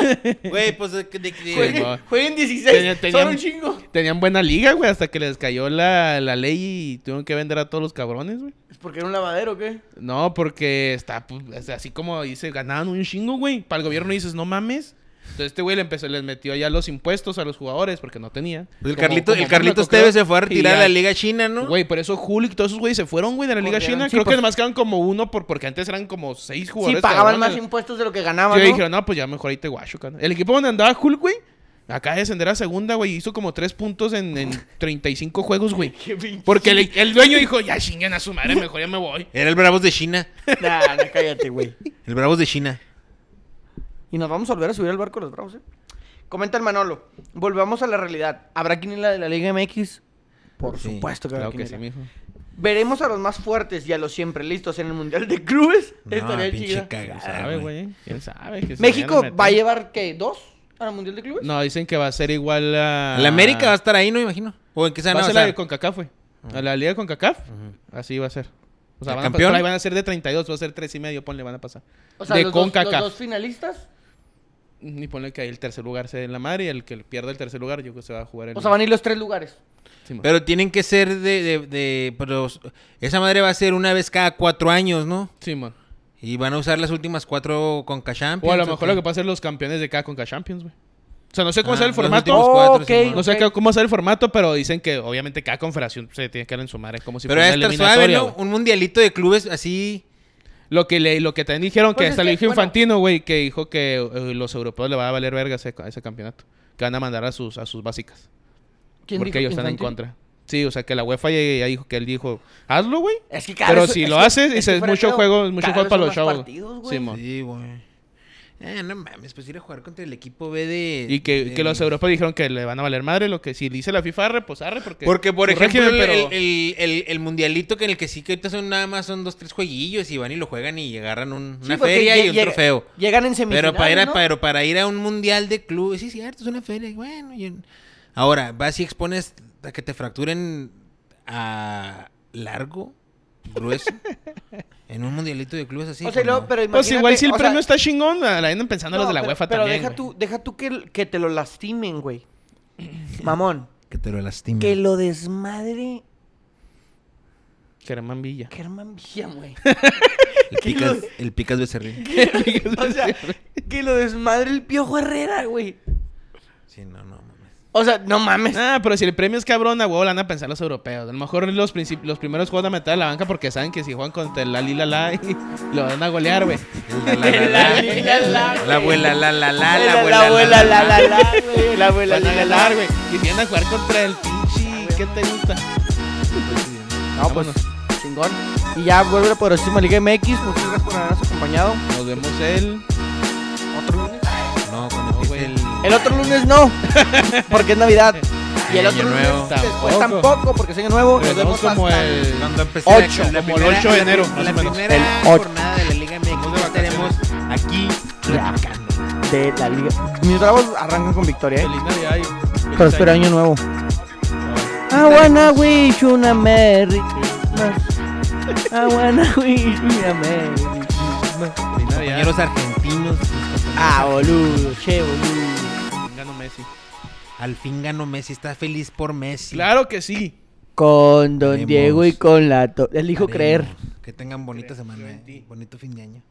S2: Güey, pues de, de- de-
S1: Jueguen,
S3: no.
S1: jueguen 16,
S3: Tenía- tenía-
S1: son un chingo.
S3: Tenían buena liga, güey, hasta que les cayó la, la ley y tuvieron que vender a todos los cabrones, güey.
S1: ¿Es porque era un lavadero o qué?
S3: No, porque está, pues, o sea, así como dice, ganaban un chingo, güey. Para el gobierno dices, no mames. Entonces este güey le empezó, les metió ya los impuestos a los jugadores porque no tenía.
S2: Pues el
S3: Como-
S2: Carlito,
S3: como
S2: el Carlitos
S3: Mónaco, creo.
S2: Tevez se fue a retirar a
S3: Y ya-
S2: la Liga China, ¿no?
S3: Güey, por eso Hulik, todos esos güeyes se fueron, güey, de la Liga
S1: Corrieron.
S3: China.
S1: Sí,
S3: Creo
S1: pues-
S3: que nomás quedan como uno, por, porque antes eran como seis
S1: Sí,
S3: jugadores.
S1: pagaban
S3: cabrones.
S1: más impuestos de lo que ganaban,
S3: Yo
S1: ¿no?
S3: dijeron, no, pues ya mejor ahí te guacho, El equipo donde andaba Hulk, güey, acaba de descender a segunda, güey. Hizo como tres puntos en, en 35 juegos, güey.
S1: Qué pinche-
S3: Porque el, el dueño dijo, ya chinguen a su madre, mejor ya me voy.
S2: Era el Bravos de China.
S1: Nah, nah, cállate, güey.
S2: El Bravos de China.
S1: Y nos vamos a volver a subir al barco los bravos, ¿eh? Comenta el Manolo. Volvamos a la realidad. ¿Habrá quiniela de la Liga MX? Por
S2: Sí,
S1: supuesto que habrá
S3: Claro que sí,
S1: quiniela.
S3: mijo.
S1: Veremos a los más fuertes y a los siempre listos en el Mundial de Clubes. Estaría chida.
S2: cagada,
S3: ¿Sabe,
S2: güey.
S3: güey? ¿Quién sabe? que se
S1: ¿México
S3: vayan a meter.
S1: va a llevar qué? ¿Dos al Mundial de Clubes?
S3: No, dicen que va a ser igual a...
S2: La América va a estar ahí, ¿no? Imagino. O en qué se van
S3: Ah. Va
S2: a
S3: a ser la de
S2: basar.
S3: CONCACAF, güey. A la liga de CONCACAF. Así va a ser. O sea,
S2: ¿El
S3: van a,
S2: campeón?
S3: por ahí van a ser de 32, va a ser 3 y medio, ponle, van a pasar.
S1: O sea,
S3: de
S1: los, Dos,
S3: CONCACAF.
S1: los dos finalistas.
S3: Y ponle que ahí el tercer lugar se dé en la madre y el que pierda el tercer lugar, yo creo que se va a jugar el...
S1: O sea, van a ir los tres lugares.
S3: Sí, mo-
S2: Pero tienen que ser de, de, de- Pero esa madre va a ser una vez cada cuatro años, ¿no?
S3: Sí, mo.
S2: Y van a usar las últimas cuatro Conca Champions.
S3: O a lo mejor
S2: qué?
S3: lo que pasa es los campeones de cada Conca Champions, güey. O sea, no sé cómo
S2: Ah,
S3: será el
S2: los
S3: formato.
S2: últimos cuatro,
S1: Ok.
S2: Simón.
S3: No sé
S1: Ok.
S3: qué- cómo será el formato, pero dicen que obviamente cada confederación se tiene que dar en su madre. Como si
S2: Pero va
S3: fuera
S2: a
S3: una
S2: estar suave,
S3: eliminatoria,
S2: ¿no?
S3: güey.
S2: Un mundialito de clubes así.
S3: Lo que, le, lo que también dijeron,
S1: Pues
S3: que
S1: es
S3: hasta
S1: que,
S3: lo dijo
S1: bueno.
S3: Infantino, güey, que dijo que eh, los europeos le va a valer verga ese, ese campeonato. Que van a mandar a sus, a sus básicas.
S1: ¿Quién
S3: porque
S1: dijo?
S3: ellos están en
S1: Infantino.
S3: contra. Sí, o sea, que la UEFA ya, ya dijo que él dijo, hazlo, güey.
S1: Es que cada
S3: Pero
S1: vez-
S3: si
S1: es
S3: lo
S1: que-
S3: haces,
S1: es
S3: dices,
S1: que
S3: es
S1: fuera de
S3: mucho
S1: pedo,
S3: juego, mucho
S1: cada
S3: juego
S1: vez
S3: para
S1: son
S3: los
S1: más
S3: chavos.
S1: partidos, güey.
S3: Sí, mo.
S2: Sí, güey. Eh, no mames, pues ir a jugar contra el equipo B de.
S3: Y que,
S2: de-
S3: que los europeos dijeron que le van a valer madre, lo que si dice la FIFA, arre, pues arre, porque...
S2: Porque, por
S3: su
S2: ejemplo,
S3: régimen,
S2: el,
S3: pero-
S2: el- el- el mundialito que en el que sí que ahorita son nada más son dos, tres jueguillos y van y lo juegan y agarran un-
S1: Sí,
S2: una
S1: porque
S2: feria
S1: lle-
S2: y un
S1: llega-
S2: trofeo.
S1: Llegan en semifinales,
S2: Pero para, ir a,
S1: ¿no?
S2: pero para ir a un mundial de clubes, sí, cierto, es una feria. y Bueno, y un- ahora, vas y expones a que te fracturen a largo, grueso, en un mundialito de clubes así.
S1: O sea, y luego,
S2: no.
S1: pero
S3: Pues igual si
S1: imagínate, o
S3: el
S1: sea,
S3: premio está chingón, la la andan pensando los de la
S1: pero-
S3: UEFA
S1: pero
S3: también,
S1: deja
S3: güey.
S1: tú, deja tú que, que te lo lastimen, güey. Mamón.
S2: Que te lo lastimen.
S1: Que lo desmadre
S3: Germán Villa.
S1: Germán Villa, güey.
S2: El picas, el picas becerril.
S1: o sea, que lo desmadre el Piojo Herrera, güey.
S2: Sí, no, no, mames.
S1: O sea, no mames.
S3: Ah, pero si el premio es cabrón, a huevo la van a pensar los europeos. A lo mejor los, princip- los primeros juegos van a meter a la banca porque saben que si juegan contra el Lali Lala y lo van a golear, güey.
S2: La, la, la, la, la, la abuela, la, la, la, la abuela.
S1: la abuela, la, la, la, güey. La abuela,
S3: Van a
S1: la, la,
S3: ganar,
S1: la.
S3: güey. Y si van a jugar contra el pinche, ¿qué te gusta?
S1: No, pues, chingón. Y ya vuelve por encima Liga MX. Muchas gracias por habernos acompañado.
S3: Nos vemos el...
S1: Otro lunes.
S2: No, cuando empiece el...
S1: El otro lunes no, porque es Navidad. Y el
S2: Y
S1: otro
S2: año
S1: lunes
S2: nuevo.
S1: después
S3: Tampoco.
S1: tampoco, porque es año nuevo.
S3: Nos vemos como
S1: hasta-
S3: el...
S2: Cuando empiece la-
S1: Ocho,
S2: la
S3: como el
S2: primera-
S3: 8 de enero,
S2: la-
S3: más
S2: La
S3: o menos.
S2: primera
S1: El ocho.
S2: jornada de la Liga MX estaremos aquí platicando.
S1: de la liga. Mis bravos arrancan con victoria, ¿eh?
S3: Feliz Navidad y feliz
S1: Prospero
S3: año.
S1: año nuevo. I wanna wish you a Merry Christmas. I wanna wish you a Merry Christmas.
S3: Feliz Navidad.
S2: Compañeros argentinos. mis compañeros.
S1: Ah, boludo, che, boludo.
S3: Ganó Messi.
S2: Al fin ganó Messi, está feliz por Messi.
S3: Claro que sí.
S1: Con Don
S2: Haremos.
S1: Diego y con la... to- Elijo creer.
S2: Que tengan bonita semana,
S3: en
S2: eh.
S3: ti.
S2: bonito fin de año.